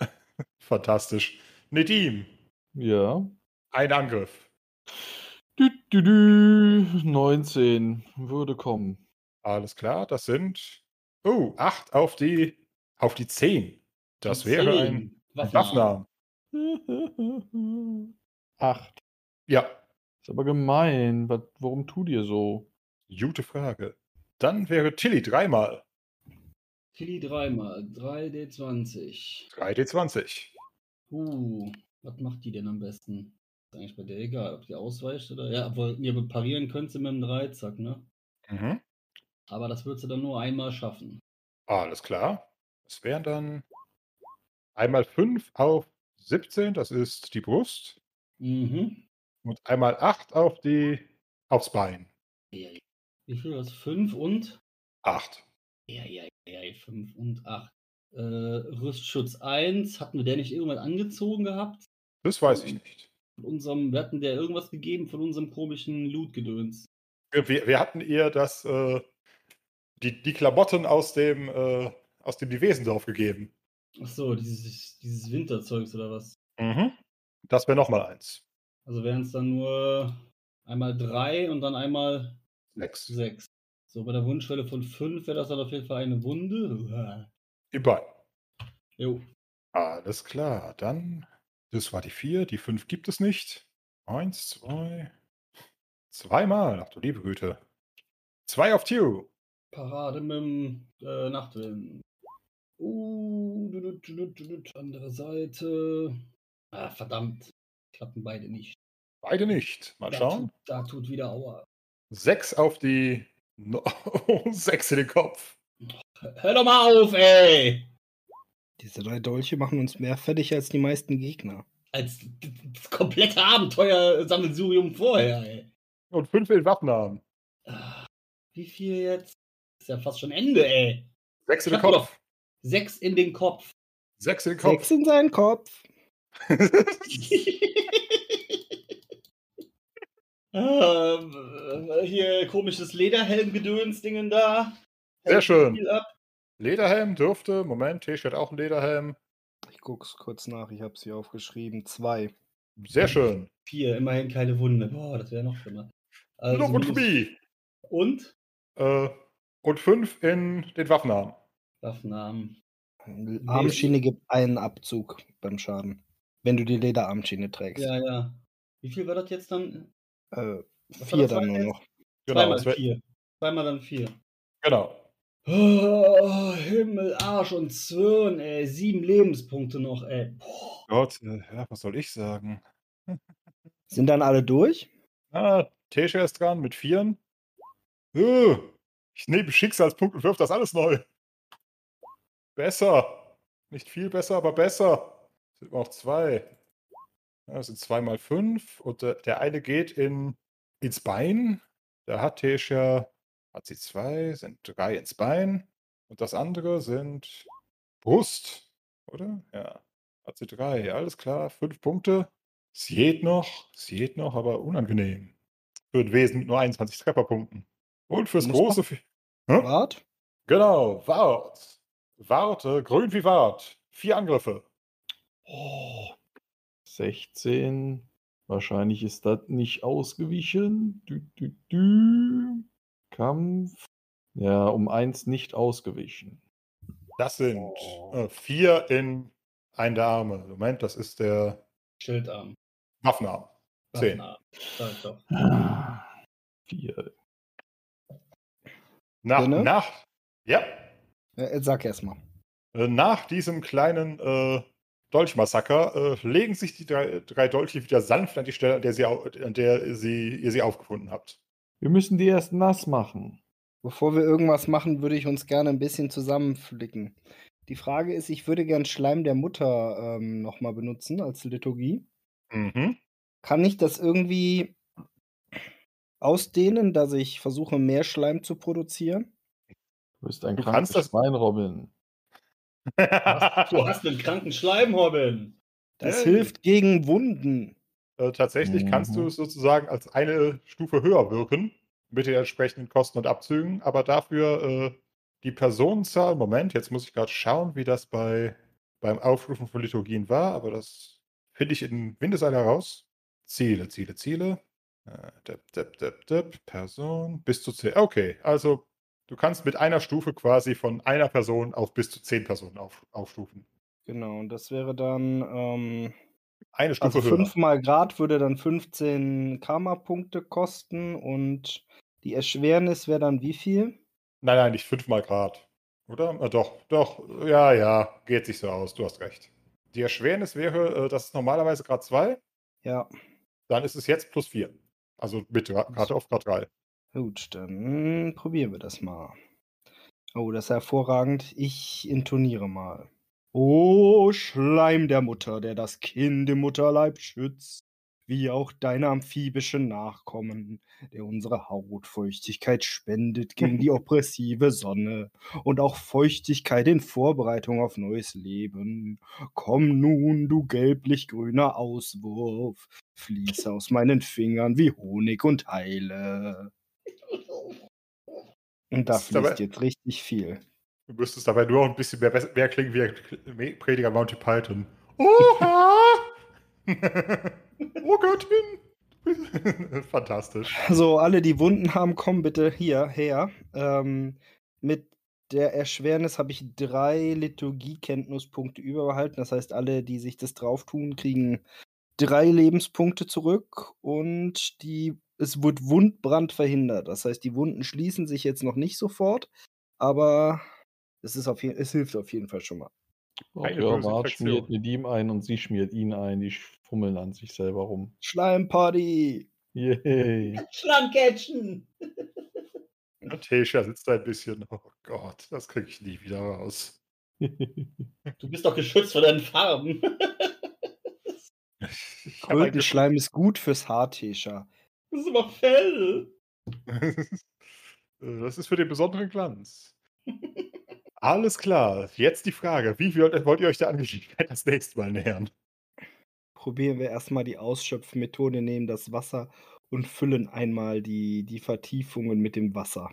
S3: Fantastisch. Nedim,
S2: Ja.
S3: ein Angriff.
S2: Dü, dü, dü. 19 würde kommen.
S3: Alles klar, das sind. Oh, acht auf die, auf die zehn. Das
S5: Die
S3: wäre
S5: Zehen.
S3: ein
S5: Waffenarm.
S3: Waffenarm.
S2: Acht.
S3: Ja,
S2: Ist aber gemein. Was, warum tut ihr so?
S3: gute Frage. Dann wäre Tilly dreimal.
S5: Tilly dreimal. 3D20.
S3: 3D20.
S5: Uh, was macht die denn am besten? Ist eigentlich bei der egal, ob die ausweicht oder. Ja, obwohl, ihr parieren könnt sie mit dem Dreizack, ne?
S3: Mhm.
S5: Aber das wird sie dann nur einmal schaffen.
S3: Alles klar. Das wären dann einmal 5 auf 17, das ist die Brust.
S5: Mhm.
S3: Und einmal 8 auf die, aufs Bein.
S5: Eieiei. Wie viel was? Fünf und?
S3: 8.
S5: Ja, ja, ja, fünf und acht. Äh, Rüstschutz 1, hatten wir der nicht irgendwann angezogen gehabt?
S3: Das weiß ich nicht.
S5: Von unserem, wir hatten der irgendwas gegeben von unserem komischen Loot-Gedöns.
S3: Wir, wir hatten ihr das, äh, die, die Klamotten aus dem, äh, aus dem Divesendorf gegeben.
S5: Achso, dieses, dieses Winterzeugs oder was?
S3: Mhm. Das wäre nochmal eins.
S5: Also wären es dann nur einmal drei und dann einmal
S3: 6.
S5: sechs. So, bei der Wundschwelle von fünf wäre das dann auf jeden Fall eine Wunde. Uah.
S3: Im Bein.
S5: Jo.
S3: Alles klar, dann, das war die 4, die 5 gibt es nicht. 1, 2, zweimal, ach du liebe Güte. 2 auf Tio.
S5: Parade mit dem äh, Nachtwind. Uh, du, du, du, du, du, du, andere Seite. Ah, verdammt. Klappen beide nicht.
S3: Beide nicht. Mal schauen.
S5: Da tut, da tut wieder Aua.
S3: Sechs auf die. No Sechs in den Kopf.
S5: Hör doch mal auf, ey!
S1: Diese drei Dolche machen uns mehr fertig als die meisten Gegner.
S5: als d- d- das komplette Abenteuer-Sammelsurium vorher, ey.
S3: Und fünf Waffen haben.
S5: Ah, Wie viel jetzt? Ist ja fast schon Ende, ey.
S3: Sechs in den
S5: Ich hab
S3: Kopf.
S5: Sechs in den Kopf.
S3: Sechs in den Kopf.
S1: Sechs in seinen Kopf.
S5: ähm, äh, hier komisches Lederhelm-Gedöns-Dingen da.
S3: Sehr
S5: Hält
S3: schön.
S5: viel ab.
S3: Lederhelm dürfte. Moment, T-Shirt auch ein Lederhelm.
S1: Ich guck's kurz nach, ich hab's hier aufgeschrieben. Zwei.
S3: Sehr schön.
S5: Vier, immerhin keine Wunde. Boah, das wäre noch schlimmer. Also mindestens-
S3: Lobotomie.
S5: und?
S3: Äh, und fünf in den Waffenarm.
S5: Waffennamen.
S1: Armschiene gibt einen Abzug beim Schaden. Wenn du die Lederarmschiene trägst.
S5: Ja, ja. Wie viel war das jetzt dann?
S1: Äh,
S5: Was war
S1: vier
S5: das
S1: dann nur
S5: zweite?
S1: noch.
S3: Genau.
S5: Zweimal
S3: das wär-
S5: vier. Zweimal dann vier.
S3: genau.
S5: Oh, Himmel, Arsch und Zwirn, ey. Sieben Lebenspunkte noch, ey. Boah.
S3: Gott, äh, ja, was soll ich sagen?
S1: Sind dann alle durch?
S3: Ah, T-Shirt ist dran mit vieren. Äh, ich nehme Schicksalspunkt und wirf das alles neu. Besser. Nicht viel besser, aber besser. Sind immer noch zwei. Ja, das sind zwei mal fünf. Und der, der eine geht in, ins Bein. Da hat Tesha, hat sie zwei, sind drei ins Bein. Und das andere sind Brust, oder? Ja. Hat sie drei. Alles klar, fünf Punkte. Es geht noch, es geht noch, aber unangenehm. Für ein Wesen mit nur 21 Trefferpunkten. Und fürs
S1: Muss man-
S3: große. Fe- Hm?
S1: Wart?
S3: Genau, Wart. Warte, grün wie Wart. Vier Angriffe.
S2: Oh, 16. Wahrscheinlich ist das nicht ausgewichen. Dü, dü, dü. Kampf. Ja, um eins nicht ausgewichen.
S3: Das sind äh, vier in einen der Arme. Moment, das ist der
S5: Schildarm.
S3: Waffenarm. Zehn.
S5: Waffenarm. Sag doch.
S2: Vier.
S3: Nach,
S1: Drinne?
S3: nach, ja,
S1: Äh, sag erst mal.
S3: äh, nach diesem kleinen äh, Dolchmassaker äh, legen sich die drei, drei Dolche wieder sanft an die Stelle, an der, sie, au- an der sie, ihr sie aufgefunden habt.
S2: Wir müssen die erst nass machen.
S1: Bevor wir irgendwas machen, würde ich uns gerne ein bisschen zusammenflicken. Die Frage ist, ich würde gern Schleim der Mutter ähm, nochmal benutzen als Liturgie.
S3: Mhm.
S1: Kann ich das irgendwie ausdehnen, dass ich versuche, mehr Schleim zu produzieren?
S2: Du bist ein
S3: Du
S2: krankes
S3: kannst das-
S2: Schwein, Robin.
S5: Du hast einen kranken Schleim, Robin.
S1: Das
S3: Yay.
S1: hilft gegen Wunden.
S3: Äh, tatsächlich kannst du
S2: Mhm.
S3: es sozusagen als eine Stufe höher wirken mit den entsprechenden Kosten und Abzügen, aber dafür äh, die Personenzahl, Moment, jetzt muss ich gerade schauen, wie das bei, beim Aufrufen von Liturgien war, aber das finde ich in Windeseile heraus. Ziele, Ziele, Ziele. Äh, dip, dip, dip, dip, Person, bis zu 10. Okay, also du kannst mit einer Stufe quasi von einer Person auf bis zu 10 Personen auf, aufstufen.
S1: Genau, und das wäre dann, ähm,
S3: Eine Stufe
S1: also
S3: höher.
S1: fünfmal Grad würde dann 15 Karma-Punkte kosten und die Erschwernis wäre dann wie viel?
S3: Nein, nein, nicht fünfmal Grad. Oder? Äh, doch, doch. Ja, ja, geht sich so aus. Du hast recht. Die Erschwernis wäre, äh, das ist normalerweise Grad 2,
S1: Ja,
S3: dann ist es jetzt plus 4. Also mit Gra- Karte auf Grad 3.
S1: gut, dann probieren wir das mal. Oh, das ist hervorragend. Ich intoniere mal. O Schleim der Mutter, der das Kind im Mutterleib schützt, wie auch deine amphibischen Nachkommen, der unsere Haut Feuchtigkeit spendet gegen die oppressive Sonne und auch Feuchtigkeit in Vorbereitung auf neues Leben. Komm nun, du gelblich-grüner Auswurf, fließe aus meinen Fingern wie Honig und heile. Und da
S3: Das ist aber-
S1: fließt jetzt richtig viel.
S3: Du müsstest dabei nur noch ein bisschen mehr, mehr klingen wie ein Kl- Prediger Monty Python. Oha! oh Göttin! Fantastisch.
S1: So, alle, die Wunden haben, kommen bitte hierher. Ähm, mit der Erschwernis habe ich drei Liturgiekenntnispunkte überbehalten. Das heißt, alle, die sich das drauf tun, kriegen drei Lebenspunkte zurück und die, es wird Wundbrand verhindert. Das heißt, die Wunden schließen sich jetzt noch nicht sofort, aber es, ist auf je, es hilft auf jeden Fall schon mal.
S2: Auch
S3: Eine
S2: ja,
S3: böse
S2: Bart
S3: Infektion.
S2: schmiert mit ihm ein und sie schmiert ihn ein. Die fummeln an sich selber rum.
S1: Schleimparty!
S2: Yay.
S5: Schlammcatchen.
S3: Tesha sitzt da ein bisschen. Oh Gott, das kriege ich nie wieder raus.
S5: Du bist doch geschützt vor deinen Farben.
S3: hab halt einen
S1: Krötenschleim ist gut fürs Haartescher.
S5: Das ist aber Fell.
S3: Äh, das ist für den besonderen Glanz. Alles klar. Jetzt die Frage: Wie wollt, wollt ihr euch der Angelegenheit das nächste Mal nähern?
S1: Probieren wir erstmal die Ausschöpfmethode, nehmen das Wasser und füllen einmal die, die Vertiefungen mit dem Wasser.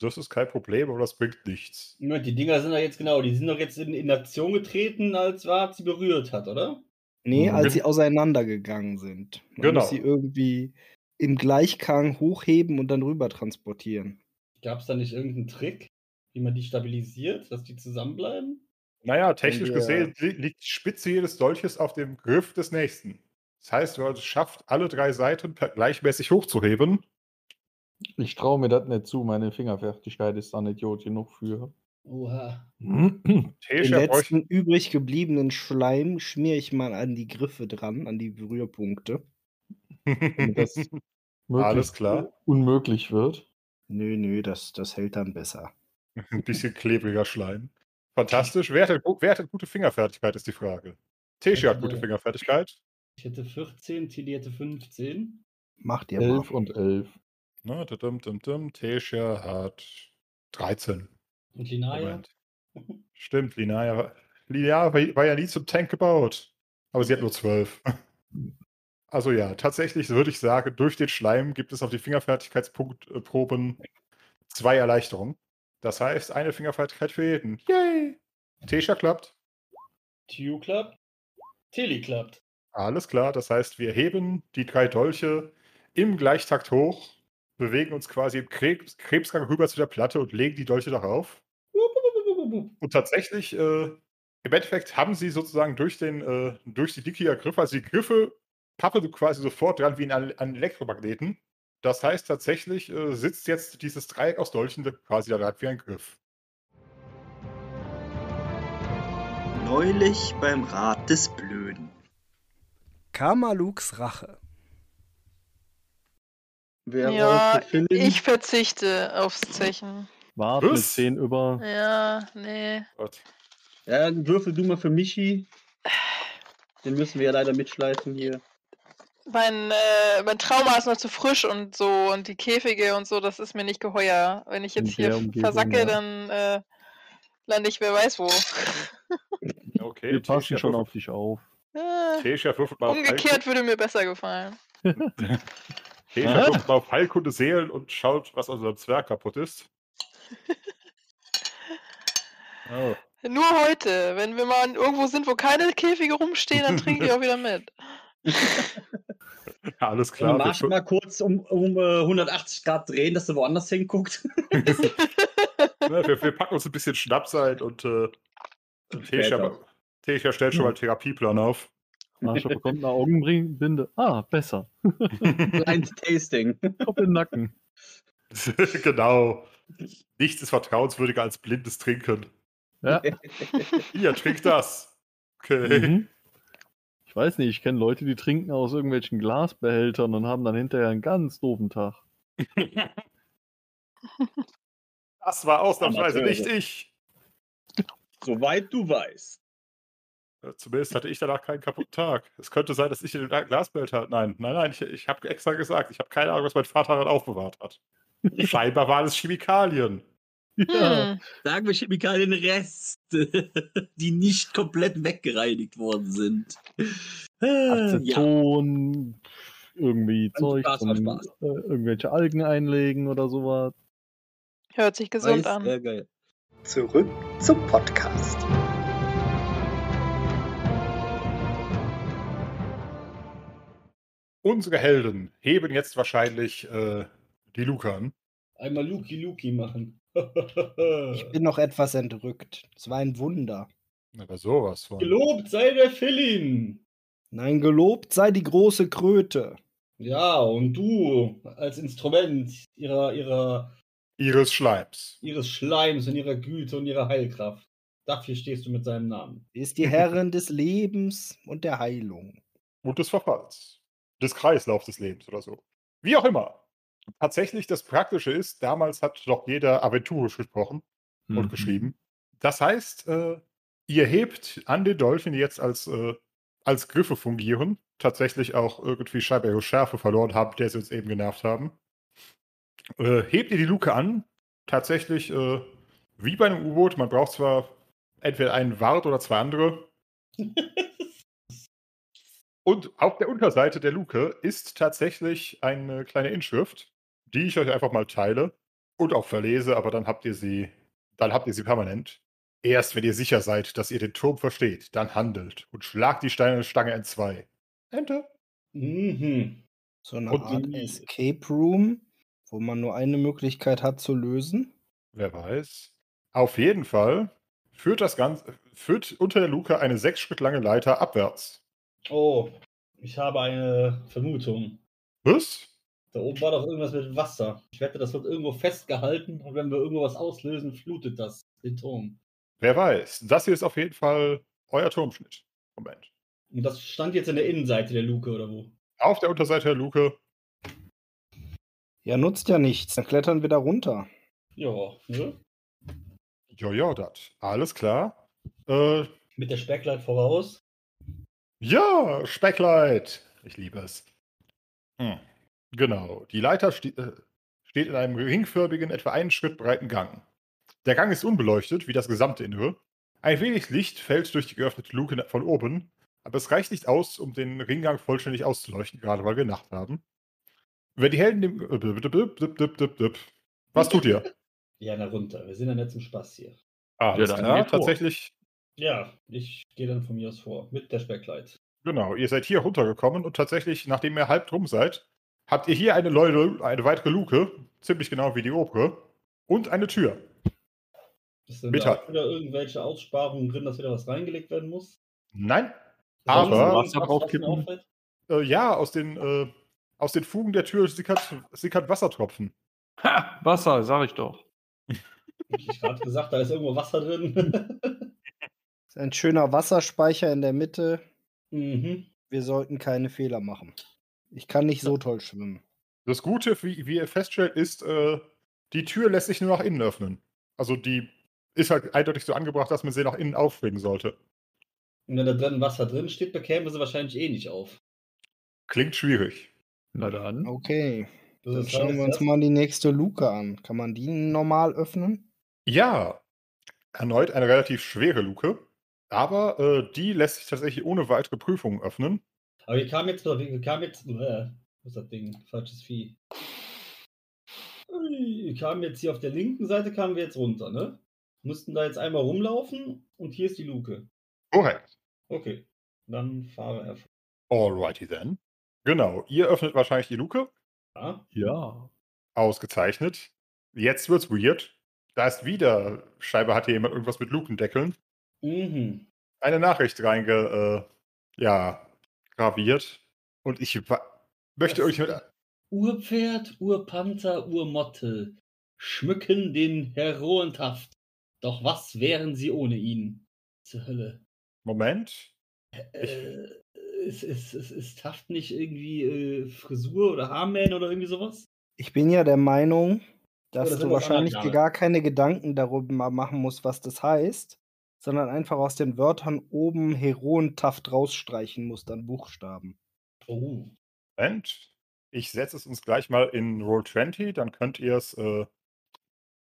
S3: Das ist kein Problem, aber das bringt nichts.
S5: Moment, die Dinger sind doch jetzt genau, die sind doch jetzt in, in Aktion getreten, als Wart sie berührt hat, oder?
S1: Nee,
S2: Mhm.
S1: als sie auseinandergegangen sind. Man
S3: Genau.
S1: muss sie irgendwie im Gleichkang hochheben und dann rüber transportieren.
S5: Gab es da nicht irgendeinen Trick, wie man die stabilisiert, dass die zusammenbleiben?
S3: Naja, technisch
S1: wir-
S3: gesehen li liegt die Spitze jedes Dolches auf dem Griff des nächsten. Das heißt, wenn man es schafft, alle drei Seiten per- gleichmäßig hochzuheben.
S2: Ich traue mir das nicht zu, meine Fingerfertigkeit ist da nicht gut genug für.
S5: Oha.
S3: Hm?
S1: Den
S3: Tesha bräuchte,
S1: letzten übrig gebliebenen Schleim schmiere ich mal an die Griffe dran, an die Berührpunkte.
S2: damit um das
S3: Alles
S2: möglichst
S3: klar.
S2: unmöglich wird.
S1: Nö, nö, das, das hält dann besser.
S3: Ein bisschen klebriger Schleim. Fantastisch. Wer hat, gu- wer hat gute Fingerfertigkeit, ist die Frage. Tesha hat gute
S5: Ja.
S3: Fingerfertigkeit.
S5: Ich hätte 14, Tilly hätte 15.
S1: Macht ihr mal.
S2: Elf und elf.
S3: Na, dadum, Ne, dum, dum. Tesha hat 13.
S5: Und Linaya?
S3: Moment. Stimmt, Linaya, war- Linaya war war ja nie zum Tank gebaut. Aber sie hat nur zwölf. Also ja, tatsächlich würde ich sagen, durch den Schleim gibt es auf die Fingerfertigkeitsproben zwei Erleichterungen. Das heißt, eine Fingerfertigkeit für jeden. Yay! Tesha klappt.
S5: Tiu klappt. Tilly klappt.
S3: Alles klar, das heißt, wir heben die drei Dolche im Gleichtakt hoch, bewegen uns quasi im Krebs Krebsgang rüber zu der Platte und legen die Dolche darauf.
S5: Wup, wup, wup, wup, wup, wup.
S3: Und tatsächlich, äh, im Endeffekt haben sie sozusagen durch, den, äh, durch die dickier Griffe, also die Griffe pappen du quasi sofort dran wie in an an Elektromagneten. Das heißt tatsächlich, äh, sitzt jetzt dieses Dreieck aus Dolchen quasi da dran wie ein Griff.
S7: Neulich beim Rat des Blöden.
S1: Kamaluks Rache. Wer
S8: ja,
S1: wollte Philin?
S8: ich verzichte aufs Zechen.
S6: Wart mit
S3: Was?
S6: 10 über.
S8: Ja, nee.
S3: Oh Gott.
S5: Ja, dann würfel du mal für Michi. Den müssen wir ja leider mitschleifen hier.
S8: Mein, äh, mein Trauma ist noch zu frisch und so und die Käfige und so, das ist mir nicht geheuer. Wenn ich
S6: In
S8: jetzt hier
S6: der Umgebung,
S8: versacke,
S6: ja.
S8: dann äh, lande ich wer weiß wo.
S3: Okay,
S6: Wir passen
S3: Tesha
S6: schon
S3: würfelt-
S6: auf dich auf.
S8: Äh,
S3: Tesha würfelt mal auf
S8: umgekehrt würde mir besser gefallen.
S3: Tesha wirft mal auf Heilkunde Seelen und schaut, was an seinem Zwerg kaputt ist. Oh.
S8: Nur heute, wenn wir mal irgendwo sind, wo keine Käfige rumstehen, dann trinke ich auch wieder mit.
S3: Ja, alles
S5: Klar,
S3: klar.
S5: und
S3: wir
S5: Marsch
S3: schu-
S5: mal kurz um, um äh, 180 Grad drehen, dass du woanders hinguckt.
S3: ne, wir, wir packen uns ein bisschen Schnaps ein und äh, Tesha,
S5: Später.
S3: Tesha stellt
S5: Hm.
S3: schon mal einen Therapieplan auf.
S6: Marsha bekommt eine Augenbinde. Ah, besser.
S5: Blind Tasting.
S6: Kopf im Nacken.
S3: genau. Nichts ist vertrauenswürdiger als blindes Trinken.
S6: Ja.
S3: Ihr trinkt das. Okay.
S6: Mhm. Ich weiß nicht, ich kenne Leute, die trinken aus irgendwelchen Glasbehältern und haben dann hinterher einen ganz doofen Tag.
S3: Das war ausnahmsweise
S5: Mhm. Amateure.
S3: nicht ich.
S5: Soweit du weißt.
S3: Äh, Zumindest hatte ich danach keinen kaputten Tag. Es könnte sein, dass ich in dem Glasbild hatte. Nein, nein, nein, ich, ich habe extra gesagt, ich habe keine Ahnung, was mein Vater dann aufbewahrt hat. Scheinbar waren es Chemikalien.
S6: Ja,
S8: Hm.
S9: Sagen wir Chemikalien Reste, die nicht komplett weggereinigt worden sind. Äh, Ja,
S6: Aceton, irgendwie
S5: Hat
S6: Zeug,
S5: Spaß, hat
S6: zum,
S5: Spaß.
S6: äh, irgendwelche Algen einlegen oder sowas.
S8: Hört sich gesund
S9: weiß,
S6: äh,
S8: an.
S9: ja, geil.
S7: Zurück zum Podcast.
S3: Unsere Helden heben jetzt wahrscheinlich äh, die Lukan.
S5: Einmal Luki Luki machen.
S1: Ich bin noch etwas entrückt. Es war ein Wunder.
S3: Aber sowas von.
S5: Gelobt sei der Philin.
S1: Nein, gelobt sei die große Kröte.
S5: Ja, und du als Instrument ihrer, ihrer,
S3: Ihres Schleims.
S5: ihres Schleims und ihrer Güte und ihrer Heilkraft. Dafür stehst du mit seinem Namen.
S1: Sie ist die Herrin des Lebens und der Heilung.
S3: und des Verfalls. Des Kreislaufs des Lebens oder so. Wie auch immer. Tatsächlich das Praktische ist, damals hat doch jeder aventurisch gesprochen und geschrieben. Das heißt, äh, ihr hebt an den Dolphin jetzt als äh, als Griffe fungieren, tatsächlich auch irgendwie scheinbar ihre Schärfe verloren haben, der sie uns eben genervt haben. Äh, hebt ihr die Luke an, tatsächlich äh, wie bei einem U-Boot, man braucht zwar entweder einen Wart oder zwei andere. Und auf der Unterseite der Luke ist tatsächlich eine kleine Inschrift, die ich euch einfach mal teile und auch verlese, aber dann habt ihr sie, dann habt ihr sie permanent. Erst wenn ihr sicher seid, dass ihr den Turm versteht, dann handelt und schlagt die steinerne Stange entzwei. Enter.
S5: Mhm.
S1: So eine
S3: Und
S1: Art
S3: die-
S1: Escape Room, wo man nur eine Möglichkeit hat zu lösen.
S3: Wer weiß. Auf jeden Fall führt das Ganze, führt unter der Luke eine sechs Schritt lange Leiter abwärts.
S5: Oh, ich habe eine Vermutung.
S3: Was?
S5: Da oben war doch irgendwas mit Wasser. Ich wette, das wird irgendwo festgehalten und wenn wir irgendwo was auslösen, flutet das den Turm.
S3: Wer weiß. Das hier ist auf jeden Fall euer Turmschnitt. Moment.
S5: Und das stand jetzt in der Innenseite der Luke oder wo?
S3: Auf der Unterseite der Luke.
S1: Ja, nutzt ja nichts. Dann klettern wir da runter.
S5: Ja, ne?
S3: Jojo, dat. Alles klar. Äh,
S5: Mit der Speckleid voraus.
S3: Ja, Speckleit. Ich liebe es. Hm. Genau. Die Leiter ste äh, steht in einem ringförmigen, etwa einen Schritt breiten Gang. Der Gang ist unbeleuchtet, wie das gesamte Innere. Ein wenig Licht fällt durch die geöffnete Luke von oben, aber es reicht nicht aus, um den Ringgang vollständig auszuleuchten, gerade weil wir Nacht haben. Wenn die Helden dem. äh, blub, blub, blub, blub, blub, blub. Was tut ihr?
S5: Ja, na runter. Wir sind ja nicht zum Spaß hier.
S3: Ah,
S6: Ja, dann geht hoch.
S3: tatsächlich.
S5: Ja, ich gehe dann von mir aus vor. Mit der Speckleid.
S3: Genau, ihr seid hier runtergekommen und tatsächlich, nachdem ihr halb drum seid, habt ihr hier eine, Leute, eine weitere Luke, ziemlich genau wie die obere, und eine Tür.
S5: Ist denn
S3: Bitte.
S5: da auch wieder irgendwelche Aussparungen drin, dass wieder was reingelegt werden muss?
S3: Nein,
S5: Dass
S3: Aber-
S5: da irgendwas
S6: Wasser
S5: was
S6: draufkippen?
S5: mir auffällt?
S3: äh, ja, aus den, äh, aus den Fugen der Tür sickert, sickert Wassertropfen.
S2: Ha, Wasser, sag ich doch.
S5: Hab Ich gerade gesagt, da ist irgendwo Wasser drin.
S1: Ist ein schöner Wasserspeicher in der Mitte.
S5: mhm.
S1: Wir sollten keine Fehler machen. Ich kann nicht so toll schwimmen.
S3: Das Gute, wie, wie ihr feststellt, ist, äh, die Tür lässt sich nur nach innen öffnen. Also die ist halt eindeutig so angebracht, dass man sie nach innen aufregen sollte.
S5: Und wenn da drin Wasser drin steht, bekämen wir sie wahrscheinlich eh nicht auf.
S3: Klingt schwierig.
S6: Na dann.
S1: Okay,
S5: Das
S1: dann
S5: heißt,
S1: schauen wir uns
S5: das-
S1: mal die nächste Luke an. Kann man die normal öffnen?
S3: Ja, erneut eine relativ schwere Luke, aber äh, die lässt sich tatsächlich ohne weitere Prüfungen öffnen.
S5: Aber wir kamen jetzt, wir kamen jetzt, äh, was ist das Ding? Falsches Vieh. Ui, Wir kamen jetzt hier auf der linken Seite, kamen wir jetzt runter, ne? Mussten da jetzt einmal rumlaufen und hier ist die Luke.
S3: Korrekt.
S5: Okay, dann fahre er
S3: Alrighty then. Genau, ihr öffnet wahrscheinlich die Luke.
S5: vor.
S6: Ja.
S3: Ausgezeichnet. Jetzt wird's weird. Da ist wieder, Scheibe hat hier jemand irgendwas mit Lukendeckeln,
S5: Mhm.
S3: eine Nachricht reinge, äh, ja, graviert. Und ich wa- möchte
S5: Das-
S3: euch mit,
S5: Urpferd, Urpanther, Urmotte schmücken den Heroenhaft. Doch was wären sie ohne ihn? Zur Hölle.
S3: Moment,
S5: Äh, ist, ist, ist, ist Taft nicht irgendwie äh, Frisur oder Haarmähen oder irgendwie sowas?
S1: Ich bin ja der Meinung, dass du
S5: das sind wir auf einer
S1: wahrscheinlich dir
S5: Annahme.
S1: gar keine Gedanken darüber machen musst, was das heißt, sondern einfach aus den Wörtern oben heroentaft rausstreichen musst an Buchstaben.
S5: Oh.
S3: Moment. Ich setze es uns gleich mal in Roll20, dann könnt ihr es, äh,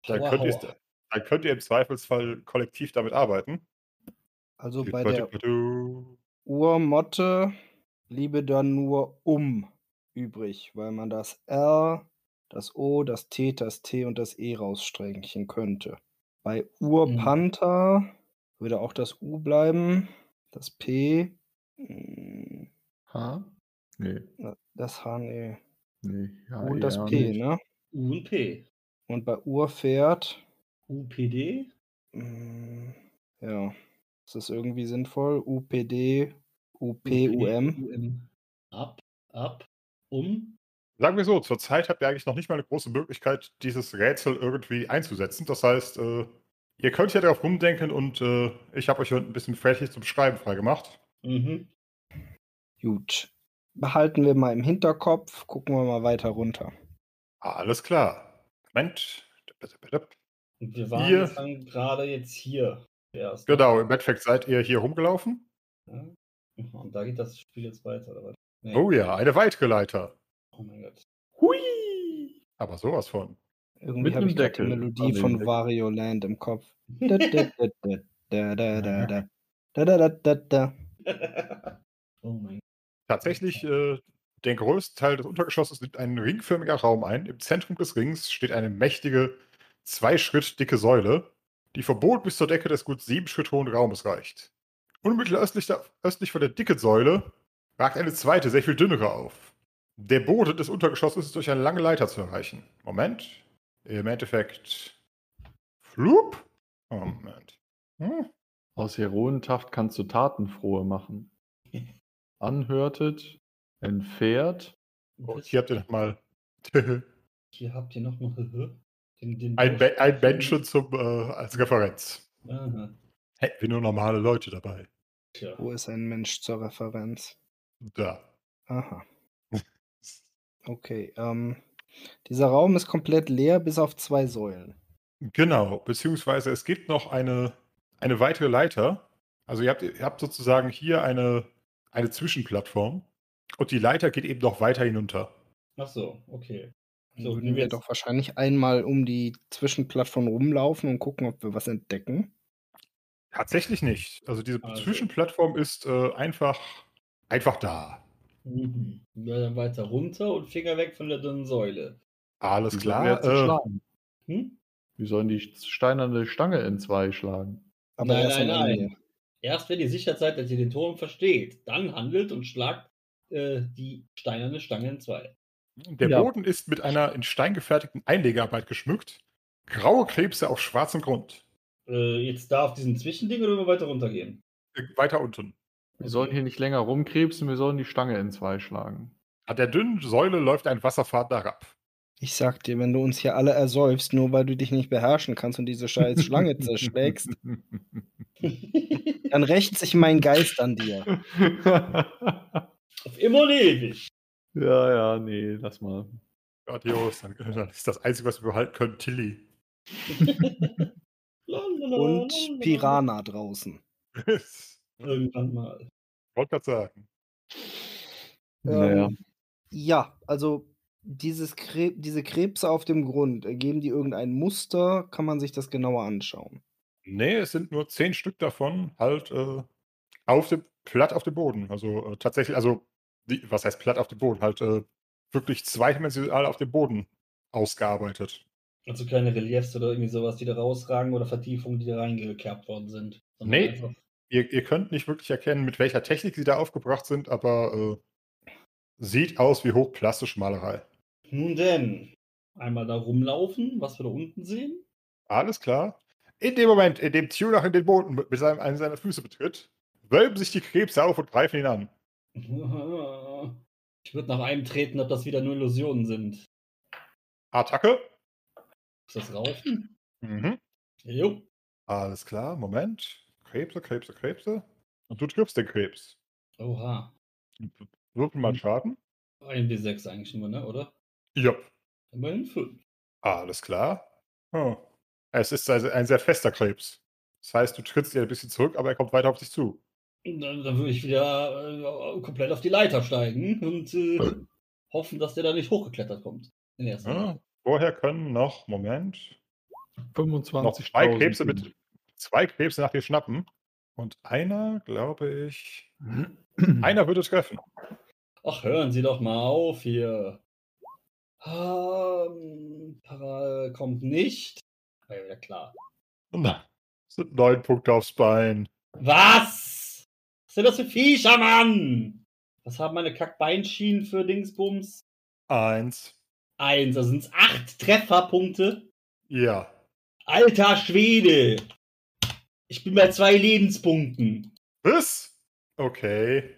S3: dann
S5: Aua,
S3: könnt ihr es,
S5: aua.
S3: dann könnt ihr im Zweifelsfall kollektiv damit arbeiten.
S1: Also bei der
S3: Du-
S1: Urmotte bliebe dann nur um übrig, weil man das R, das O, das T, das T und das E rausstreichen könnte. Bei Urpanther würde auch das U bleiben, das P, mm,
S6: H? Nee.
S1: das H, nee,
S6: Nee. Ja,
S2: Ah,
S1: U und das
S6: eher
S1: P,
S6: nicht.
S1: ne?
S5: U und P.
S1: Und bei Urpferd,
S5: UPD?
S1: mm, ja, ist das irgendwie sinnvoll? UPD, UP, UM.
S5: UM. Ab, ab, um.
S3: Sagen wir so, zurzeit habt ihr eigentlich noch nicht mal eine große Möglichkeit, dieses Rätsel irgendwie einzusetzen. Das heißt, äh, ihr könnt ja darauf rumdenken und äh, ich habe euch heute ein bisschen flächig zum Schreiben freigemacht.
S5: Mhm.
S1: Gut. Behalten wir mal im Hinterkopf, gucken wir mal weiter runter.
S3: Alles klar. Moment.
S5: Und wir waren
S3: Hier.
S5: jetzt dann gerade jetzt hier. Erst,
S3: Genau, im Endeffekt seid ihr hier rumgelaufen.
S5: Ja. Und da geht das Spiel jetzt weiter, oder was? Nee.
S3: Oh ja, eine weitere Leiter.
S5: Oh mein Gott.
S2: Hui!
S3: Aber sowas von.
S1: Irgendwie
S2: Mit
S1: habe
S2: nem
S1: ich grad die
S2: Deckel an
S1: Melodie
S2: dem
S1: von
S2: Deckel.
S1: Wario Land im Kopf. Da, da, da, da, da, da, da. Da, da, da, da, da.
S5: oh mein
S3: Tatsächlich, äh, der größte Teil des Untergeschosses nimmt ein ringförmiger Raum ein. Im Zentrum des Rings steht eine mächtige, zwei Schritt dicke Säule, die verbot bis zur Decke des gut sieben Schritt hohen Raumes reicht. Unmittelbar östlich, da, östlich von der dicken Säule ragt eine zweite, sehr viel dünnere auf. Der Boden des Untergeschosses ist durch eine lange Leiter zu erreichen. Moment. Im Endeffekt. Flup. Oh, Moment. Hm?
S2: Aus Heroentaft kannst du Tatenfrohe machen. Anhörtet, entfährt.
S3: Oh,
S5: Gott.
S3: hier habt ihr nochmal
S5: Hier habt ihr noch mal den, den
S3: ein, Be ein Menschen zum, äh, als Referenz.
S5: Aha.
S3: Hätten wir nur normale Leute dabei.
S5: Tja.
S1: Wo ist ein Mensch zur Referenz?
S3: Da.
S1: Aha. Okay, ähm, dieser Raum ist komplett leer, bis auf zwei Säulen.
S3: Genau, beziehungsweise es gibt noch eine, eine weitere Leiter. Also ihr habt, ihr habt sozusagen hier eine, eine Zwischenplattform und die Leiter geht eben noch weiter hinunter.
S5: Ach so, okay.
S1: Dann
S5: So,
S1: würden
S5: nehmen wir
S1: wir
S5: jetzt-
S1: doch wahrscheinlich einmal um die Zwischenplattform rumlaufen und gucken, ob wir was entdecken.
S3: Tatsächlich nicht. Also diese
S5: Also.
S3: Zwischenplattform ist äh, einfach, einfach da.
S5: Mhm. Ja, dann weiter runter und Finger weg von der dünnen Säule.
S3: Alles
S2: Wie sollen wir
S3: klar.
S2: jetzt
S3: Äh,
S2: schlagen?
S5: Hm?
S2: Wie sollen die steinerne Stange in zwei schlagen?
S1: Aber
S5: Nein,
S1: erst am
S5: nein, nein.
S1: Ende.
S5: Erst wenn ihr sicher seid, dass ihr den Turm versteht, dann handelt und schlagt äh, die steinerne Stange in zwei.
S3: der
S2: Ja.
S3: Boden ist mit einer in Stein gefertigten Einlegearbeit geschmückt. Graue Krebse auf schwarzem Grund.
S5: Äh, jetzt da auf diesem Zwischending oder wollen wir weiter runtergehen?
S3: Äh, Weiter unten.
S2: Wir sollen hier nicht länger rumkrebsen, wir sollen die Stange in zwei schlagen.
S3: An der dünnen Säule läuft ein Wasserpfad herab.
S1: Ich sag dir, wenn du uns hier alle ersäufst, nur weil du dich nicht beherrschen kannst und diese scheiß Schlange zerschlägst, dann rächt sich mein Geist an dir.
S2: ja,
S5: Auf immer und ewig.
S2: ja, nee, lass mal.
S3: Gott, Jos, dann, äh, dann ist das Einzige, was wir behalten können, Tilly.
S5: Lalalala.
S1: Und Piranha draußen.
S3: Wollte
S5: Irgendwann mal.
S3: gerade sagen.
S2: Naja.
S1: Ähm, ja, also dieses Kre diese Krebse auf dem Grund, ergeben die irgendein Muster? Kann man sich das genauer anschauen?
S3: Nee, es sind nur zehn Stück davon, halt äh, auf dem, platt auf dem Boden. Also äh, tatsächlich, also, die, was heißt platt auf dem Boden? Halt äh, wirklich zweidimensional auf dem Boden ausgearbeitet.
S5: Also keine Reliefs oder irgendwie sowas, die da rausragen oder Vertiefungen, die da reingekerbt worden sind. Sondern
S3: Nee.
S5: einfach-
S3: Ihr, ihr könnt nicht wirklich erkennen, mit welcher Technik sie da aufgebracht sind, aber äh, sieht aus wie hochplastische Malerei.
S5: Nun denn, einmal da rumlaufen, was wir da unten sehen.
S3: Alles klar. In dem Moment, in dem Tunach in den Boden mit seinem, einen seiner Füße betritt, wölben sich die Krebse auf und greifen ihn an.
S5: Ich würde nach einem treten, ob das wieder nur Illusionen sind.
S3: Attacke.
S5: Ist das Raufen?
S3: Mhm.
S5: Jo.
S3: Alles klar, Moment. Krebse, Krebse, Krebse. Und du triffst den Krebs.
S5: Oha.
S3: Würfel mal Schaden.
S5: Ein W6 eigentlich nur, ne, oder?
S3: Ja.
S5: Immerhin 5.
S3: Alles klar. Hm. Es ist also ein sehr fester Krebs. Das heißt, du trittst ihn ein bisschen zurück, aber er kommt weiter auf dich zu.
S5: Dann, dann würde ich wieder äh, komplett auf die Leiter steigen und äh, hoffen, dass der da nicht hochgeklettert kommt. Den ersten.
S3: Hm. Vorher können noch, Moment,
S2: 25
S3: noch zwei Krebse mit zwei Krebse nach dir schnappen. Und einer, glaube ich,
S2: Hm.
S3: einer würde treffen.
S5: Ach, hören Sie doch mal auf hier. Ähm, Para kommt nicht. War ja wieder klar.
S3: Na, sind neun Punkte aufs Bein.
S5: Was? Was sind das für Viecher, Mann? Was haben meine Kackbeinschienen für Dingsbums?
S3: Eins.
S5: Eins, also sind es acht Trefferpunkte.
S3: Ja.
S5: Alter Schwede! Ich bin bei zwei Lebenspunkten.
S3: Was? Okay.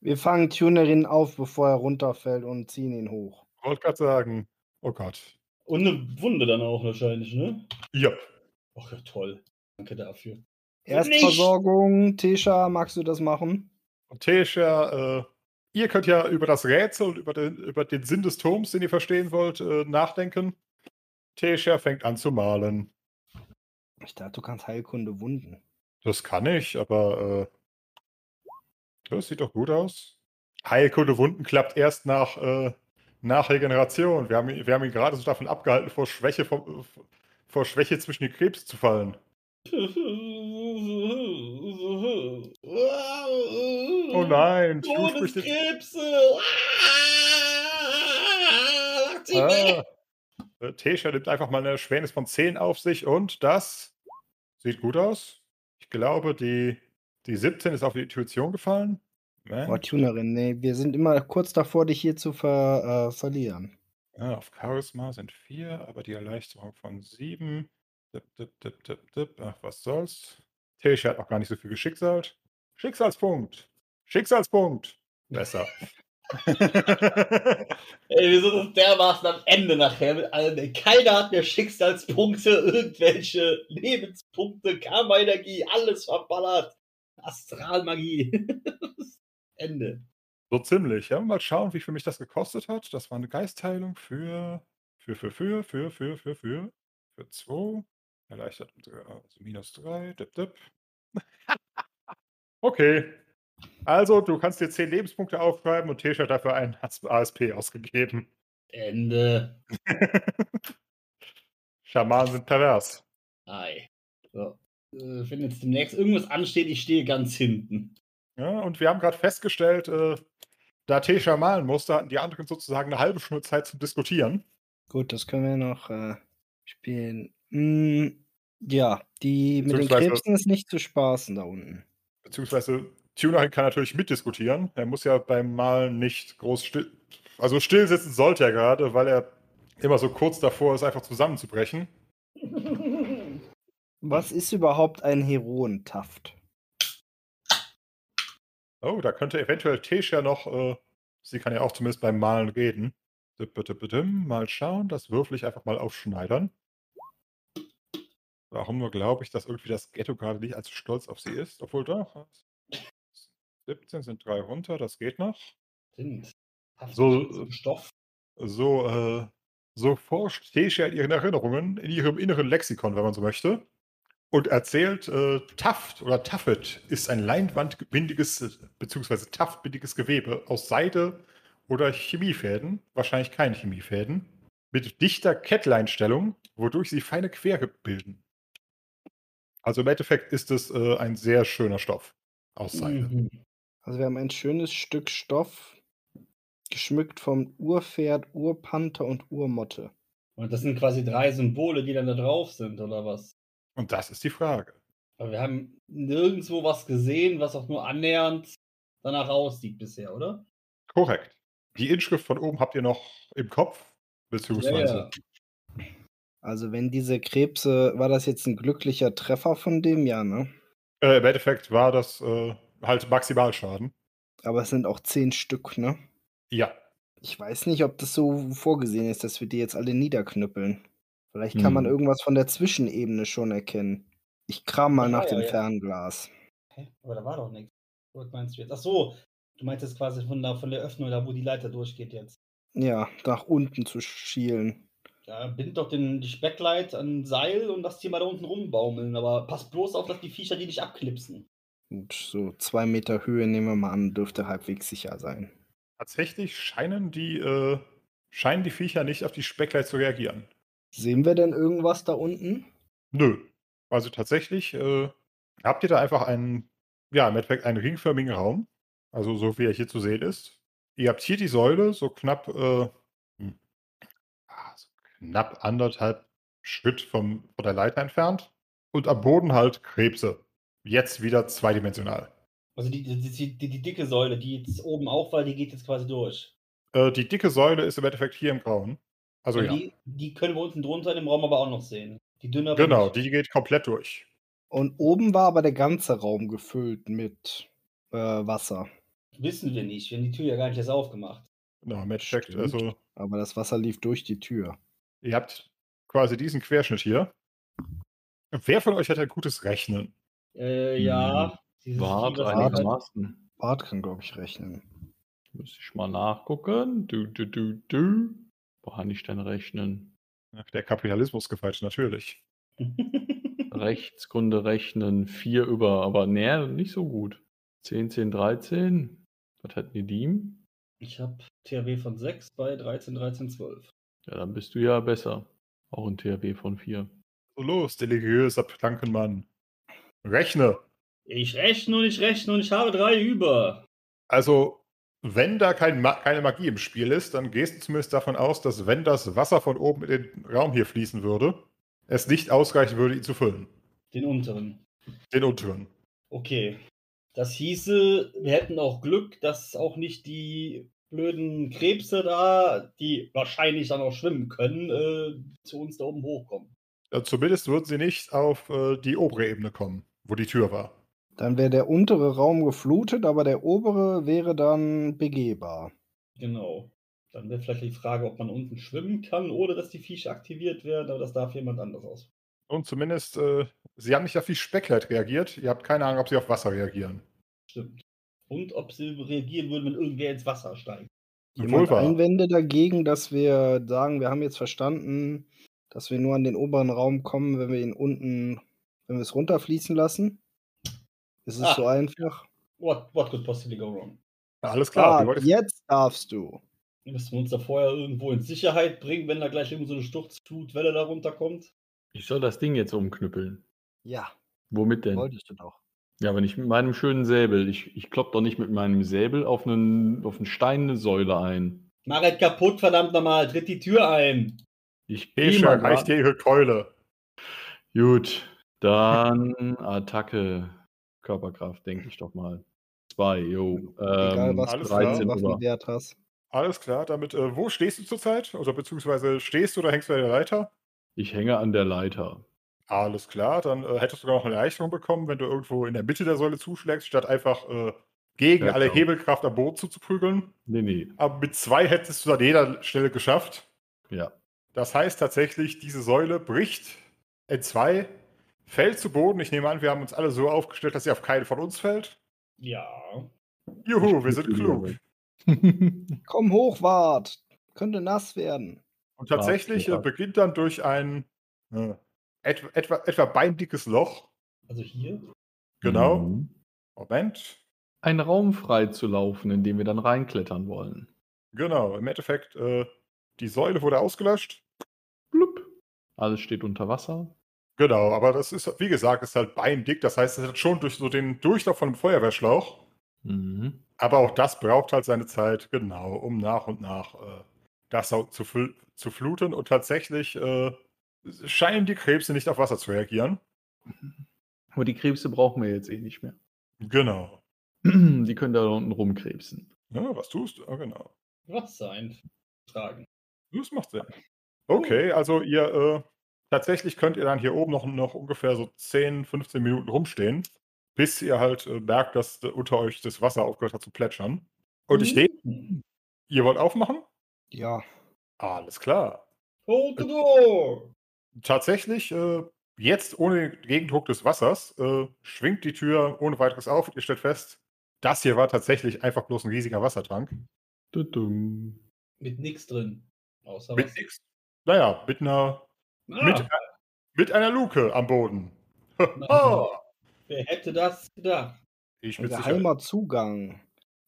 S1: Wir fangen Tunerin auf, bevor er runterfällt und ziehen ihn hoch.
S3: Wollte gerade sagen. Oh Gott.
S5: Und eine Wunde dann auch wahrscheinlich, ne?
S3: Ja.
S5: Ach ja, toll. Danke dafür.
S1: Erstversorgung, Tisha, magst du das machen?
S3: Und Tesha, äh, ihr könnt ja über das Rätsel und über den, über den Sinn des Turms, den ihr verstehen wollt, äh, nachdenken. Tesha fängt an zu malen.
S1: Ich dachte, du kannst Heilkunde wunden.
S3: Das kann ich, aber Das äh, sieht doch gut aus. Heilkunde Wunden klappt erst nach, äh, nach Regeneration. Wir haben, ihn- wir haben ihn gerade so davon abgehalten, vor Schwäche, vom, äh, vor Schwäche zwischen die Krebs zu fallen. Oh
S5: Oh
S3: nein, Stu spricht den-
S5: Todeskrebse! Ah, Macht sie weg!
S3: Ah. Äh, Tesha nimmt einfach mal eine Erschwernis von 10 auf sich und das sieht gut aus. Ich glaube, die, die 17 ist auf die Intuition gefallen. Ne?
S1: Fortunerin, nee, wir sind immer kurz davor, dich hier zu ver, äh, verlieren.
S3: Ja, auf Charisma sind 4, aber die Erleichterung von 7. Dip, dip, dip, dip, dip. Ach, was soll's. Tesha hat auch gar nicht so viel geschicksalt. Schicksalspunkt. Schicksalspunkt. Besser.
S5: Ey, wir sind uns dermaßen am Ende nachher mit allem. Ey, Keiner hat mehr Schicksalspunkte, irgendwelche Lebenspunkte, Karma-Energie, alles verballert. Astralmagie. Ende.
S3: So ziemlich. Ja, mal schauen, wie viel mich das gekostet hat. Das war eine Geistheilung für für für für für für für für für 2. Erleichtert unsere- also minus 3. Dip, dip. okay. Also, du kannst dir 10 Lebenspunkte aufschreiben und Tesha hat dafür einen As- ASP ausgegeben.
S5: Ende.
S3: Schamanen sind pervers.
S5: Ei. So. Äh, Wenn jetzt demnächst irgendwas ansteht, ich stehe ganz hinten.
S3: Ja, und wir haben gerade festgestellt, äh, da Tesha malen musste, hatten die anderen sozusagen eine halbe Stunde Zeit zum Diskutieren.
S1: Gut, das können wir noch äh, spielen. Mm, ja, die mit den
S3: Beziehungsweise-
S1: Krebsen ist nicht zu spaßen da unten.
S3: Beziehungsweise Tuner kann natürlich mitdiskutieren. Er muss ja beim Malen nicht groß still. Also still sitzen sollte er gerade, weil er immer so kurz davor ist, einfach zusammenzubrechen.
S1: Was ist überhaupt ein Heroentaft?
S3: Oh, da könnte eventuell Tesha noch. Äh, sie kann ja auch zumindest beim Malen reden. Dip, dip, dip, dim. Mal schauen, das würfel ich einfach mal aufschneidern. Warum nur glaube ich, dass irgendwie das Ghetto gerade nicht allzu stolz auf sie ist, obwohl doch. 17 sind drei runter, das geht noch.
S5: Stimmt. Haft
S3: So-
S5: zum Stoff.
S3: So, äh, so forscht Tesha in ihren Erinnerungen, in ihrem inneren Lexikon, wenn man so möchte, und erzählt, äh, Taft oder Taffet ist ein leinwandbindiges bzw. taftbindiges Gewebe aus Seide oder Chemiefäden, wahrscheinlich keine Chemiefäden, mit dichter Kettleinstellung, wodurch sie feine Quere bilden. Also im Endeffekt ist es äh, ein sehr schöner Stoff aus Seide.
S5: Mhm.
S1: Also wir haben ein schönes Stück Stoff, geschmückt vom Urpferd, Urpanther und Urmotte.
S5: Und das sind quasi drei Symbole, die dann da drauf sind, oder was?
S3: Und das ist die Frage.
S5: Aber wir haben nirgendwo was gesehen, was auch nur annähernd danach aussieht bisher, oder?
S3: Korrekt. Die Inschrift von oben habt ihr noch im Kopf, beziehungsweise.
S5: Ja, ja.
S1: Also wenn diese Krebse, war das jetzt ein glücklicher Treffer von dem Jahr, ne?
S3: Äh, Im Endeffekt war das äh, halt Maximalschaden.
S1: Aber es sind auch zehn Stück, ne?
S3: Ja.
S1: Ich weiß nicht, ob das so vorgesehen ist, dass wir die jetzt alle niederknüppeln. Vielleicht kann man
S6: Hm.
S1: irgendwas von der Zwischenebene schon erkennen. Ich kram mal
S5: Ja,
S1: nach
S5: Ah, ja,
S1: dem
S5: ja.
S1: Fernglas.
S5: Hä? Aber da war doch nichts. Was meinst du jetzt? Ach so, du meinst jetzt quasi von da, von der Öffnung, da wo die Leiter durchgeht jetzt.
S1: Ja, nach unten zu schielen.
S5: Ja, bind doch den, die Specklight an ein Seil und lass die mal da unten rumbaumeln. Aber pass bloß auf, dass die Viecher die nicht abklipsen.
S1: Gut, so zwei Meter Höhe nehmen wir mal an, dürfte halbwegs sicher sein.
S3: Tatsächlich scheinen die, äh, scheinen die Viecher nicht auf die Speckleid zu reagieren.
S1: Sehen wir denn irgendwas da unten?
S3: Nö. Also tatsächlich äh, habt ihr da einfach einen, ja, im Endeffekt einen ringförmigen Raum. Also so wie er hier zu sehen ist. Ihr habt hier die Säule, so knapp, äh, hm, ah, so knapp anderthalb Schritt vom, von der Leiter entfernt. Und am Boden halt Krebse. Jetzt wieder zweidimensional.
S5: Also die, die, die, die, die dicke Säule, die jetzt oben auch war, die geht jetzt quasi durch.
S3: Äh, die dicke Säule ist im Endeffekt hier im Grauen. Also
S5: Und
S3: ja.
S5: die, die können wir unten drunter in dem Raum aber auch noch sehen. Die dünnere.
S3: Genau,
S5: nicht.
S3: die geht komplett durch.
S1: Und oben war aber der ganze Raum gefüllt mit äh, Wasser.
S5: Wissen wir nicht. Wir haben die Tür ja gar nicht erst aufgemacht.
S3: Genau, im Endeffekt.
S1: Stimmt.
S3: Also,
S1: Aber das Wasser lief durch die Tür.
S3: ihr habt quasi diesen Querschnitt hier. Wer von euch hat ein gutes Rechnen?
S5: Äh,
S3: Hm.
S5: ja. dieses
S2: Wart
S5: Vieh, was wir halt-
S2: einigermaßen.
S1: Bart kann, glaube ich, rechnen.
S2: Muss ich mal nachgucken. Du, du, du, du. Wo kann ich denn rechnen?
S3: Ach, Der Kapitalismus gefeiert, natürlich.
S2: Rechtskunde rechnen 4 über, aber näher nicht so gut. 10, 10, 13. Was hat Nedim?
S5: Ich habe THW von 6 bei 13, 13, 12.
S2: Ja, dann bist du ja besser. Auch ein THW von 4.
S3: So los, religiöser Plankenmann. Rechne.
S5: Ich rechne und ich rechne und ich habe drei über.
S3: Also, wenn da kein Ma keine Magie im Spiel ist, dann gehst du zumindest davon aus, dass wenn das Wasser von oben in den Raum hier fließen würde, es nicht ausreichen würde, ihn zu füllen.
S5: Den unteren.
S3: Den unteren.
S5: Okay. Das hieße, wir hätten auch Glück, dass auch nicht die blöden Krebse da, die wahrscheinlich dann auch schwimmen können, äh, zu uns da oben hochkommen.
S3: Ja, Äh, zumindest würden sie nicht auf äh, die obere Ebene kommen, wo die Tür war.
S1: Dann wäre der untere Raum geflutet, aber der obere wäre dann begehbar.
S5: Genau. Dann wäre vielleicht die Frage, ob man unten schwimmen kann, ohne dass die Viecher aktiviert werden, aber das darf jemand anders aus.
S3: Und zumindest, äh, sie haben nicht auf viel Speckheit reagiert. Ihr habt keine Ahnung, ob sie auf Wasser reagieren.
S5: Stimmt. Und ob sie reagieren würden, wenn irgendwer ins Wasser steigt.
S1: Jemand Einwände dagegen, dass wir sagen, wir haben jetzt verstanden, dass wir nur an den oberen Raum kommen, wenn wir ihn unten, wenn wir es runterfließen lassen? Ist es
S5: Ah.
S1: so einfach?
S5: What, what could possibly go wrong?
S3: Ja, alles klar.
S1: Klar,
S3: die Leute-
S1: jetzt darfst du.
S5: Müssen wir uns da vorher irgendwo in Sicherheit bringen, wenn da gleich irgend so eine Sturzflutwelle da runterkommt?
S2: Ich soll das Ding jetzt umknüppeln.
S1: Ja,
S2: Womit denn?
S1: wolltest du doch.
S2: Ja, aber nicht mit meinem schönen Säbel. Ich, ich klopp doch nicht mit meinem Säbel auf, einen, auf einen Stein eine Säule ein.
S5: Maret kaputt, verdammt nochmal, tritt die Tür ein.
S2: Ich geh
S3: Escher
S2: mal
S3: reicht
S2: grad.
S3: dir ihre Keule.
S2: Gut, dann Attacke. Körperkraft, denke ich doch mal. Zwei, jo. Ähm,
S1: Egal, was
S3: alles
S2: alles
S1: du
S3: klar.
S1: für einen
S2: 13 über.
S1: Waffenwert hast.
S3: Alles klar, damit, äh, wo stehst du zurzeit? Oder beziehungsweise stehst du oder hängst du an der Leiter?
S2: Ich hänge an der Leiter.
S3: Alles klar, dann äh, hättest du sogar noch eine Erleichterung bekommen, wenn du irgendwo in der Mitte der Säule zuschlägst, statt einfach äh, gegen
S2: Ja,
S3: alle
S2: klar.
S3: Hebelkraft am Boden zuzuprügeln.
S2: Nee, nee.
S3: Aber mit zwei hättest du es an jeder Stelle geschafft.
S2: Ja.
S3: Das heißt tatsächlich, diese Säule bricht in zwei, fällt zu Boden. Ich nehme an, wir haben uns alle so aufgestellt, dass sie auf keinen von uns fällt.
S5: Ja.
S3: Juhu,
S2: Ich
S3: wir sind
S2: bin
S3: klug.
S2: wieder
S1: Komm hoch, Wart. Könnte nass werden.
S3: Und tatsächlich äh,
S2: Warte,
S3: beginnt dann durch ein äh, etwa, etwa, etwa beindickes Loch.
S5: Also hier?
S3: Genau.
S2: Mhm.
S3: Moment.
S2: Einen Raum frei zu laufen, in dem wir dann reinklettern wollen.
S3: Genau, im Endeffekt, äh, die Säule wurde ausgelöscht.
S2: Blub. Alles steht unter Wasser.
S3: Genau, aber das ist, wie gesagt, ist halt beindick. Das heißt, es hat schon durch so den Durchlauf von einem Feuerwehrschlauch.
S2: Mhm.
S3: Aber auch das braucht halt seine Zeit, genau, um nach und nach äh, das auch zu, fl zu fluten. Und tatsächlich äh, scheinen die Krebse nicht auf Wasser zu reagieren.
S2: Aber die Krebse brauchen wir jetzt eh nicht mehr.
S3: Genau.
S2: Die können da unten rumkrebsen.
S3: Ja, was tust du? Ah, genau.
S5: Was sein? Fragen.
S3: Das macht Sinn. Okay, also ihr äh, tatsächlich könnt ihr dann hier oben noch, noch ungefähr so 10, 15 Minuten rumstehen, bis ihr halt äh, merkt, dass äh, unter euch das Wasser aufgehört hat zu plätschern. Und
S5: Mhm.
S3: ich nehme,
S5: Hm.
S3: ihr wollt aufmachen?
S1: Ja.
S3: Alles klar.
S5: Hold the door!
S3: Tatsächlich, äh, jetzt ohne den Gegendruck des Wassers, äh, schwingt die Tür ohne weiteres auf und ihr stellt fest, das hier war tatsächlich einfach bloß ein riesiger Wassertank.
S2: Tudum.
S5: Mit nichts drin. Außer
S3: Mit
S5: was.
S3: nichts. Naja, mit einer, mit,
S5: Ah,
S3: mit einer Luke am Boden. Oh,
S5: Na. wer hätte das gedacht?
S3: ich
S1: Ein
S3: bin sicher,
S1: geheimer Zugang,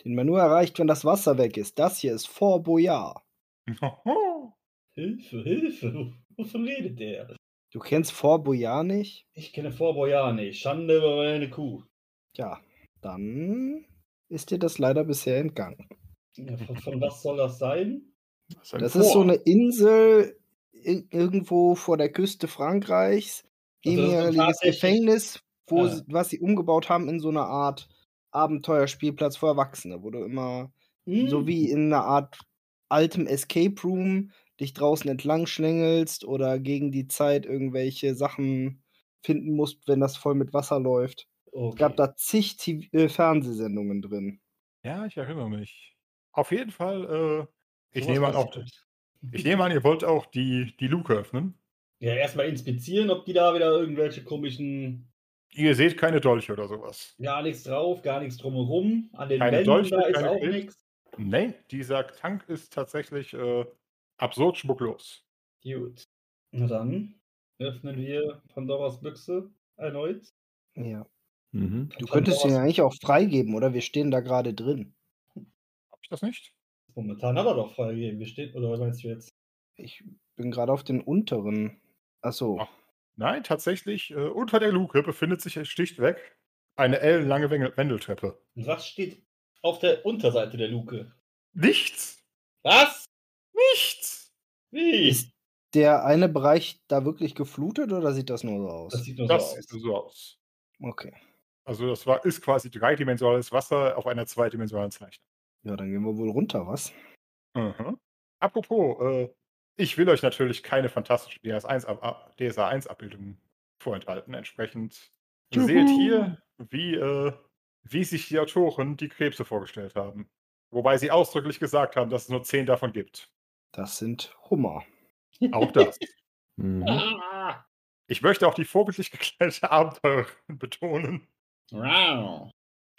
S1: den man nur erreicht, wenn das Wasser weg ist. Das hier ist Fort Boyard.
S5: Hilfe, Hilfe. Wovon redet der?
S1: Du kennst Fort Boyard nicht?
S5: Ich kenne Vorboyar nicht. Schande über meine Kuh.
S1: Tja, dann ist dir das leider bisher entgangen.
S5: Ja, von, von was soll das sein?
S2: Das ist, ein
S1: Das
S2: Vor-
S1: ist so eine Insel i- irgendwo vor der Küste Frankreichs,
S5: Also das ist
S1: ehemaliges
S5: tatsächlich-
S1: Gefängnis, wo
S5: Ah.
S1: sie, was sie umgebaut haben in so eine Art Abenteuerspielplatz für Erwachsene, wo du immer
S5: Hm?
S1: so wie in einer Art altem Escape Room dich draußen entlang schlängelst oder gegen die Zeit irgendwelche Sachen finden musst, wenn das voll mit Wasser läuft.
S5: Okay.
S1: Es gab da zig TV äh, Fernsehsendungen drin.
S3: Ja, ich erinnere mich. Auf jeden Fall, äh, ich,
S5: Sowas
S3: nehme an, auch,
S5: passiert.
S3: ich nehme an, ihr wollt auch die, die Luke öffnen.
S5: Ja, erstmal inspizieren, ob die da wieder irgendwelche komischen.
S3: Ihr seht keine Dolche oder sowas.
S5: Gar nichts drauf, gar nichts drumherum. An den
S3: Keine
S5: Wänden
S3: Dolche,
S5: da ist
S3: keine
S5: auch
S3: Pilze.
S5: nichts.
S3: Nein, dieser Tank ist tatsächlich äh, absurd schmucklos.
S5: Gut. Na dann öffnen wir Pandoras Büchse erneut.
S1: Ja.
S6: Mhm.
S1: Du könntest ihn
S5: Pandora-
S1: ja eigentlich auch freigeben, oder? Wir stehen da gerade drin.
S3: Hab ich das nicht?
S5: Momentan hat er doch freigegeben. Wir stehen, oder was meinst du jetzt?
S1: Ich bin gerade auf den unteren. Achso.
S3: Ach. Nein, tatsächlich, äh, unter der Luke befindet sich schlichtweg eine ellenlange Wengel- Wendeltreppe.
S5: Und was steht auf der Unterseite der Luke?
S3: Nichts!
S5: Was?
S3: Nichts!
S5: Wie?
S1: Ist- Der eine Bereich da wirklich geflutet oder sieht das nur so
S5: Das
S1: aus?
S5: sieht nur
S3: Das
S5: so
S3: sieht
S5: aus.
S3: so aus.
S1: Okay.
S3: Also das war, ist quasi dreidimensionales Wasser auf einer zweidimensionalen Zeichnung.
S1: Ja, dann gehen wir wohl runter, was?
S3: Mhm. Apropos, äh, ich will euch natürlich keine fantastischen DSA-1-Abbildungen vorenthalten. Entsprechend seht hier, wie, äh, wie sich die Autoren die Krebse vorgestellt haben. Wobei sie ausdrücklich gesagt haben, dass es nur zehn davon gibt.
S1: Das sind Hummer.
S3: Auch das.
S6: Mhm.
S5: Ah!
S3: Ich möchte auch die vorbildlich gekleidete Abenteurerin betonen.
S5: Wow.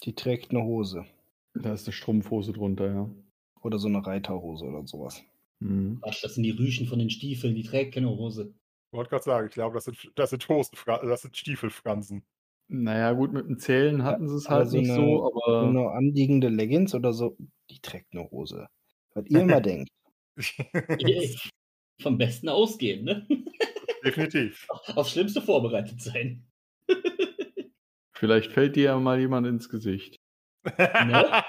S1: Die trägt eine Hose.
S6: Da ist eine Strumpfhose drunter, ja.
S1: Oder so eine Reiterhose oder sowas.
S6: Mhm.
S5: Quatsch, das sind die Rüschen von den Stiefeln, die trägt keine Hose.
S3: Wollte gerade sagen, ich glaube, das sind, das sind Hosenfra das sind Stiefelfransen.
S6: Naja, gut, mit dem Zählen hatten sie es
S1: aber
S6: halt
S1: so
S6: nicht
S1: also eine- Genau.
S6: so,
S2: Äh.
S6: aber.
S1: Nur noch anliegende Leggings oder so. Die trägt eine Hose. Was ihr immer denkt.
S5: Vom Besten ausgehen, ne?
S3: Definitiv.
S5: Aufs Schlimmste vorbereitet sein.
S6: Vielleicht fällt dir ja mal jemand ins Gesicht.
S5: Ne?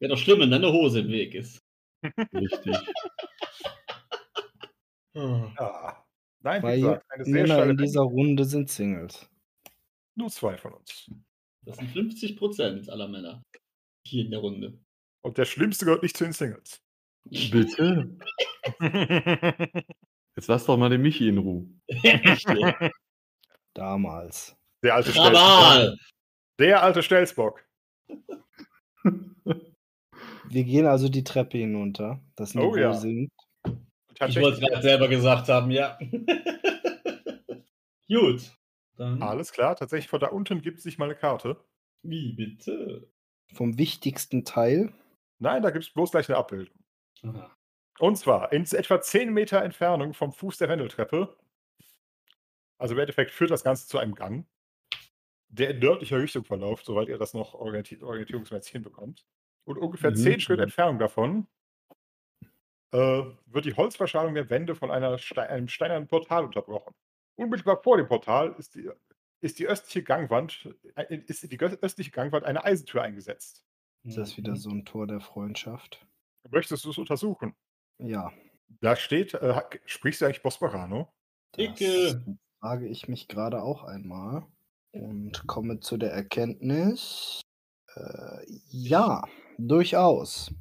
S5: Wäre doch schlimm, wenn da eine Hose im Weg ist.
S6: Richtig.
S3: Ah. Ja. Nein,
S1: Weil
S3: wie gesagt, eine sehr
S1: Männer in
S3: steile
S1: dieser Runde sind Singles.
S3: Nur zwei von uns.
S5: Das sind 50% aller Männer. Hier in der Runde.
S3: Und der Schlimmste gehört nicht zu den Singles.
S6: Bitte? Jetzt lass doch mal den Michi in Ruhe.
S5: Rabal!
S1: Damals.
S3: Der alte Stelzbock. Der alte Stelzbock.
S1: Wir gehen also die Treppe hinunter. Das
S3: Oh
S1: Niveau
S3: ja.
S1: sinkt.
S5: Ich wollte es gerade selber gesagt haben, ja. Gut. Dann.
S3: Alles klar, tatsächlich von da unten gibt es nicht mal eine Karte.
S5: Wie bitte?
S1: Vom wichtigsten Teil.
S3: Nein, da gibt es bloß gleich eine Abbildung.
S5: Aha.
S3: Und zwar in etwa 10 Meter Entfernung vom Fuß der Wendeltreppe. Also im Endeffekt führt das Ganze zu einem Gang, der in nördlicher Richtung verläuft, soweit ihr das noch orienti orientierungsmäßig hinbekommt. Und ungefähr
S6: Mhm.
S3: 10 Schritt Entfernung davon äh, wird die Holzverschalung der Wände von einer Ste einem steinernen Portal unterbrochen. Unmittelbar vor dem Portal ist die, ist die östliche Gangwand, äh, ist in die gö- östliche Gangwand eine Eisentür eingesetzt.
S1: Ist das wieder so ein Tor der Freundschaft?
S3: Möchtest du es untersuchen?
S1: Ja.
S3: Da steht, äh, ha- sprichst du eigentlich Bosparano?
S1: Das
S5: Dicke.
S1: frage ich mich gerade auch einmal und komme zu der Erkenntnis. Äh, ja, durchaus.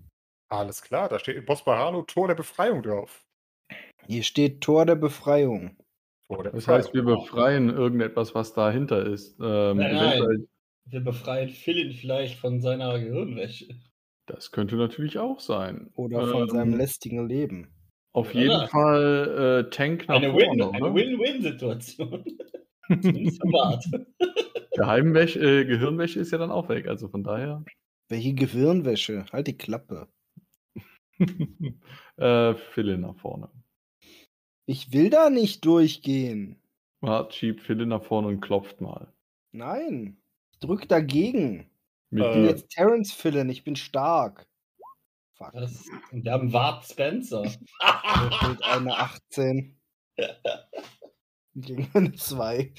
S3: Alles klar, da steht in Bosparano Tor der Befreiung drauf.
S1: Hier steht Tor der Befreiung.
S3: Tor der
S6: Das heißt, wir
S3: Befreiung.
S6: befreien irgendetwas, was dahinter ist. Ähm,
S5: Nein, nein.
S6: eventuell-
S5: Wir befreien Philin vielleicht von seiner Gehirnwäsche.
S6: Das könnte natürlich auch sein.
S1: Oder von
S6: Ähm,
S1: seinem lästigen Leben.
S6: Auf
S5: Oder
S6: jeden
S5: das.
S6: Fall äh, Tank nach
S5: Eine Win-
S6: vorne.
S2: ne?
S6: ne?
S5: eine
S6: oder?
S5: Win-Win-Situation. Zumindest für Bart.
S6: Geheimwäsche, äh, Gehirnwäsche ist ja dann auch weg. Also von daher.
S1: Welche Gehirnwäsche? Halt die Klappe.
S6: äh, Fille nach vorne.
S1: Ich will da nicht durchgehen.
S6: Hart schiebt Fille nach vorne und klopft mal.
S1: Nein. Drück dagegen.
S6: Mit
S1: Ich bin
S3: Äh.
S1: jetzt Terence Fillen. Ich bin stark. Fuck. Da
S5: Das, wir haben Wart Spencer.
S1: steht eine 18. Gegen eine 2.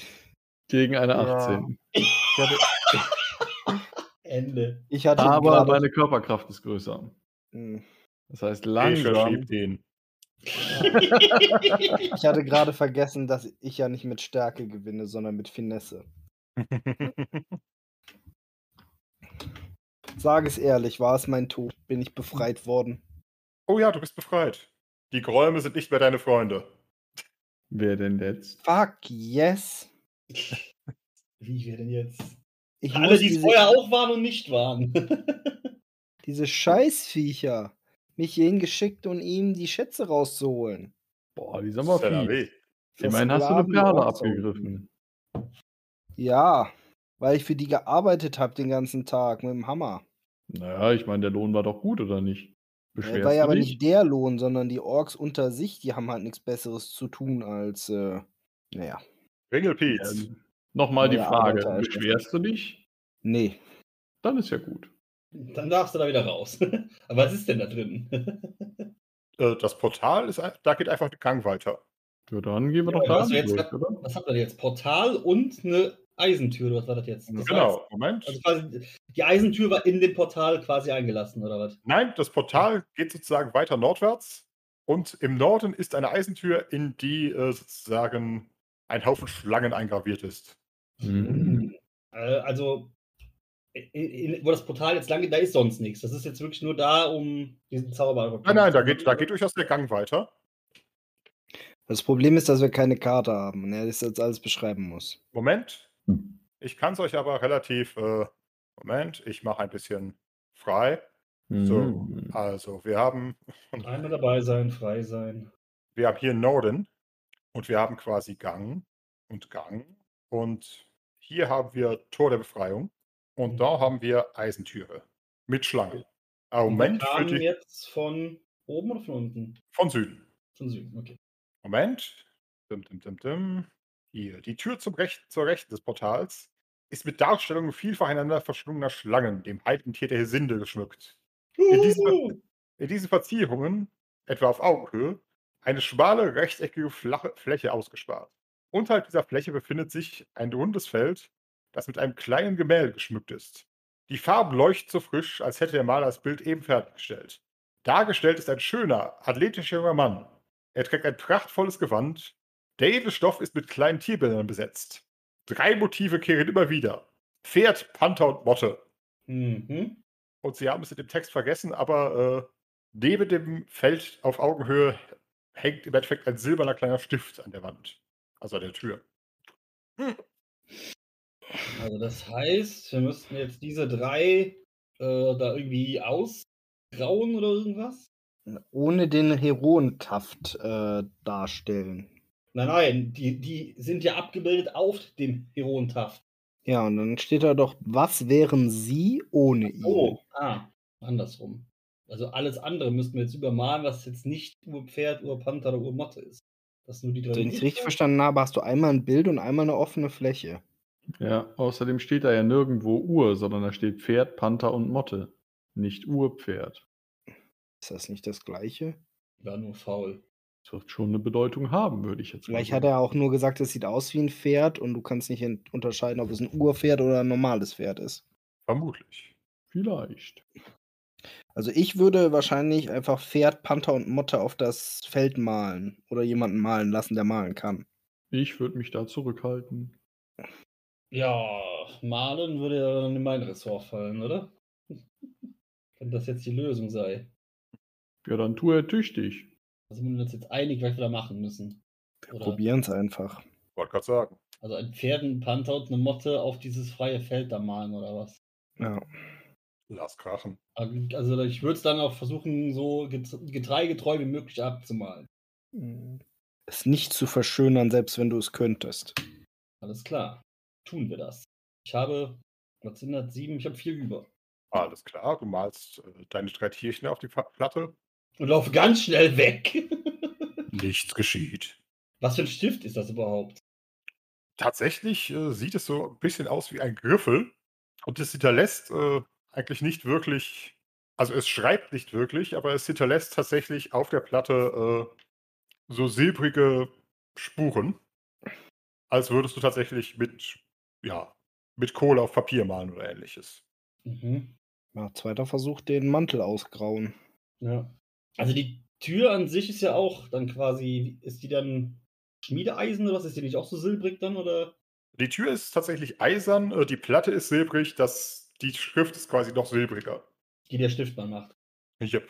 S6: gegen eine
S2: Ja.
S6: 18.
S2: Ich hatte,
S5: Ende.
S1: Ich hatte
S6: Aber
S1: gerade-
S6: meine Körperkraft ist größer.
S1: Hm.
S6: Das heißt,
S3: Escher
S6: langsam.
S3: schiebt den.
S1: Ich hatte gerade vergessen, dass ich ja nicht mit Stärke gewinne, sondern mit Finesse. Sag es ehrlich, war es mein Tod? Bin ich befreit worden?
S3: oh ja, du bist befreit. Die Gräume sind nicht mehr deine Freunde.
S6: Wer denn jetzt?
S1: Fuck, yes.
S5: Wie wir denn jetzt?
S1: Ich
S5: Alle,
S1: muss
S5: die es
S1: diese,
S5: vorher auch waren und nicht waren.
S1: diese Scheißviecher mich hierhin geschickt, um ihm die Schätze rauszuholen.
S6: Boah, die sind aber
S3: Sella
S6: viel.
S3: weh.
S6: Immerhin hast du eine
S1: Versklaven
S6: Perle
S1: aufsaugen.
S6: abgegriffen.
S1: Ja, weil ich für die gearbeitet habe den ganzen Tag mit dem Hammer.
S6: Naja, ich meine, der Lohn war doch gut, oder nicht?
S1: Äh,
S6: Beschwerst
S1: War ja
S6: du
S1: aber
S6: dich?
S1: nicht der Lohn, sondern die Orks unter sich, die haben halt nichts Besseres zu tun als, äh, naja.
S3: Ringelpiez.
S6: Ähm,
S2: Nochmal die
S1: Neue
S2: Frage,
S1: Arbeiter-
S2: beschwerst du dich?
S1: Nee.
S2: Dann ist ja gut.
S5: Dann darfst du da wieder raus. Aber was ist denn da drin?
S3: Äh, das Portal ist, ein- da geht einfach den Gang weiter.
S2: Ja, dann gehen wir doch
S5: Ja, aber
S2: da
S5: hast du
S2: durch,
S5: jetzt grad-
S2: oder?
S5: Was habt ihr denn jetzt? Portal und eine Eisentür, oder was war das jetzt? Das war's.
S3: genau, Moment.
S5: Also quasi, die Eisentür war in dem Portal quasi eingelassen, oder was?
S3: Nein, das Portal geht sozusagen weiter nordwärts und im Norden ist eine Eisentür, in die äh, sozusagen ein Haufen Schlangen eingraviert ist.
S5: Äh, Also, in, in, wo das Portal jetzt lang geht, da ist sonst nichts. Das ist jetzt wirklich nur da, um diesen Zauber.
S3: Nein, nein, da geht, da geht durchaus der Gang weiter.
S1: Das Problem ist, dass wir keine Karte haben, ne, das jetzt alles beschreiben muss.
S3: Moment. Ich kann es euch aber relativ. Äh, Moment, ich mache ein bisschen frei. So,
S5: Mhm.
S3: also wir haben,
S5: Einmal dabei sein, frei sein.
S3: wir haben hier Norden und wir haben quasi Gang und Gang. Und hier haben wir Tor der Befreiung und da haben wir Eisentüre mit Schlange. Ah, Moment,
S5: Moment. Wir
S3: für
S5: kamen
S3: die,
S5: jetzt von oben oder von unten?
S3: von Süden.
S5: Von Süden, okay.
S3: Moment. Dim, dim, dim, dim. Hier. Die Tür zum Recht, zur Rechten des Portals ist mit Darstellungen vielfach einander verschlungener Schlangen, dem heiligen Tier der Hesinde, geschmückt. In diesem-
S5: Uhuhu.
S3: In diesen Verzierungen, etwa auf Augenhöhe, eine schmale, rechteckige flache Fläche ausgespart. Unterhalb dieser Fläche befindet sich ein rundes Feld, das mit einem kleinen Gemälde geschmückt ist. Die Farben leuchten so frisch, als hätte der Maler das Bild eben fertiggestellt. Dargestellt ist ein schöner, athletischer junger Mann. Er trägt ein prachtvolles Gewand. Der edle Stoff ist mit kleinen Tierbildern besetzt. Drei Motive kehren immer wieder: Pferd, Panther und Motte.
S5: Mhm.
S3: Und sie haben es in dem Text vergessen, aber äh, neben dem Feld auf Augenhöhe hängt im Endeffekt ein silberner kleiner Stift an der Wand. Also an der Tür.
S5: Also das heißt, wir müssten jetzt diese drei äh, da irgendwie ausgrauen oder irgendwas?
S1: Ohne den Heroentaft äh, darstellen.
S5: Nein, nein, die, die sind ja abgebildet auf dem Herontaft.
S1: Ja, und dann steht da doch, was wären sie ohne ihn?
S5: Oh, ah, andersrum. Also alles andere müssten wir jetzt übermalen, was jetzt nicht Urpferd, Urpanther oder Urmotte ist. Das nur die drei.
S1: Wenn ich es richtig
S5: Motive.
S1: verstanden habe, hast du einmal ein Bild und einmal eine offene Fläche.
S2: Ja, außerdem steht da ja nirgendwo Uhr, sondern da steht Pferd, Panther und Motte. Nicht Urpferd.
S1: Ist das nicht das Gleiche?
S5: War nur faul.
S2: Das wird schon eine Bedeutung haben, würde ich jetzt
S1: Vielleicht
S2: mal
S1: hat er auch nur gesagt, es sieht aus wie ein Pferd und du kannst nicht ent- unterscheiden, ob es ein Urpferd oder ein normales Pferd ist.
S3: Vermutlich.
S2: Vielleicht.
S1: Also ich würde wahrscheinlich einfach Pferd, Panther und Motte auf das Feld malen oder jemanden malen lassen, der malen kann.
S2: Ich würde mich da zurückhalten.
S5: Ja, malen würde ja dann in mein Ressort fallen, oder? Wenn das jetzt die Lösung sei.
S2: Ja, dann tu er tüchtig.
S5: Da sind wir uns jetzt einig, was wir da machen müssen. Oder?
S1: Probieren es einfach.
S3: Wollte gerade sagen.
S5: Also ein Pferd, ein Panther und eine Motte auf dieses freie Feld da malen oder was?
S1: Ja.
S3: Lass krachen.
S5: Also ich würde es dann auch versuchen, so get- getreigetreu wie möglich abzumalen.
S1: Es nicht zu verschönern, selbst wenn du es könntest.
S5: Alles klar. Tun wir das. Ich habe, was sind das, sieben? Ich habe vier über.
S3: Alles klar, du malst äh, deine drei Tierchen auf die Fa- Platte.
S5: Und laufe ganz schnell weg.
S3: Nichts geschieht.
S5: was für ein Stift ist das überhaupt?
S3: Tatsächlich äh, sieht es so ein bisschen aus wie ein Griffel und es hinterlässt äh, eigentlich nicht wirklich, also es schreibt nicht wirklich, aber es hinterlässt tatsächlich auf der Platte äh, so silbrige Spuren, als würdest du tatsächlich mit, ja, mit Kohle auf Papier malen oder ähnliches.
S5: Mhm.
S1: Ja, zweiter Versuch, den Mantel ausgrauen.
S5: Ja. Also die Tür an sich ist ja auch dann quasi, ist die dann Schmiedeeisen oder was? Ist die nicht auch so silbrig dann oder?
S3: Die Tür ist tatsächlich eisern, äh, die Platte ist silbrig, das, die Schrift ist quasi noch silbriger.
S5: Die der Stift mal macht.
S3: Jep.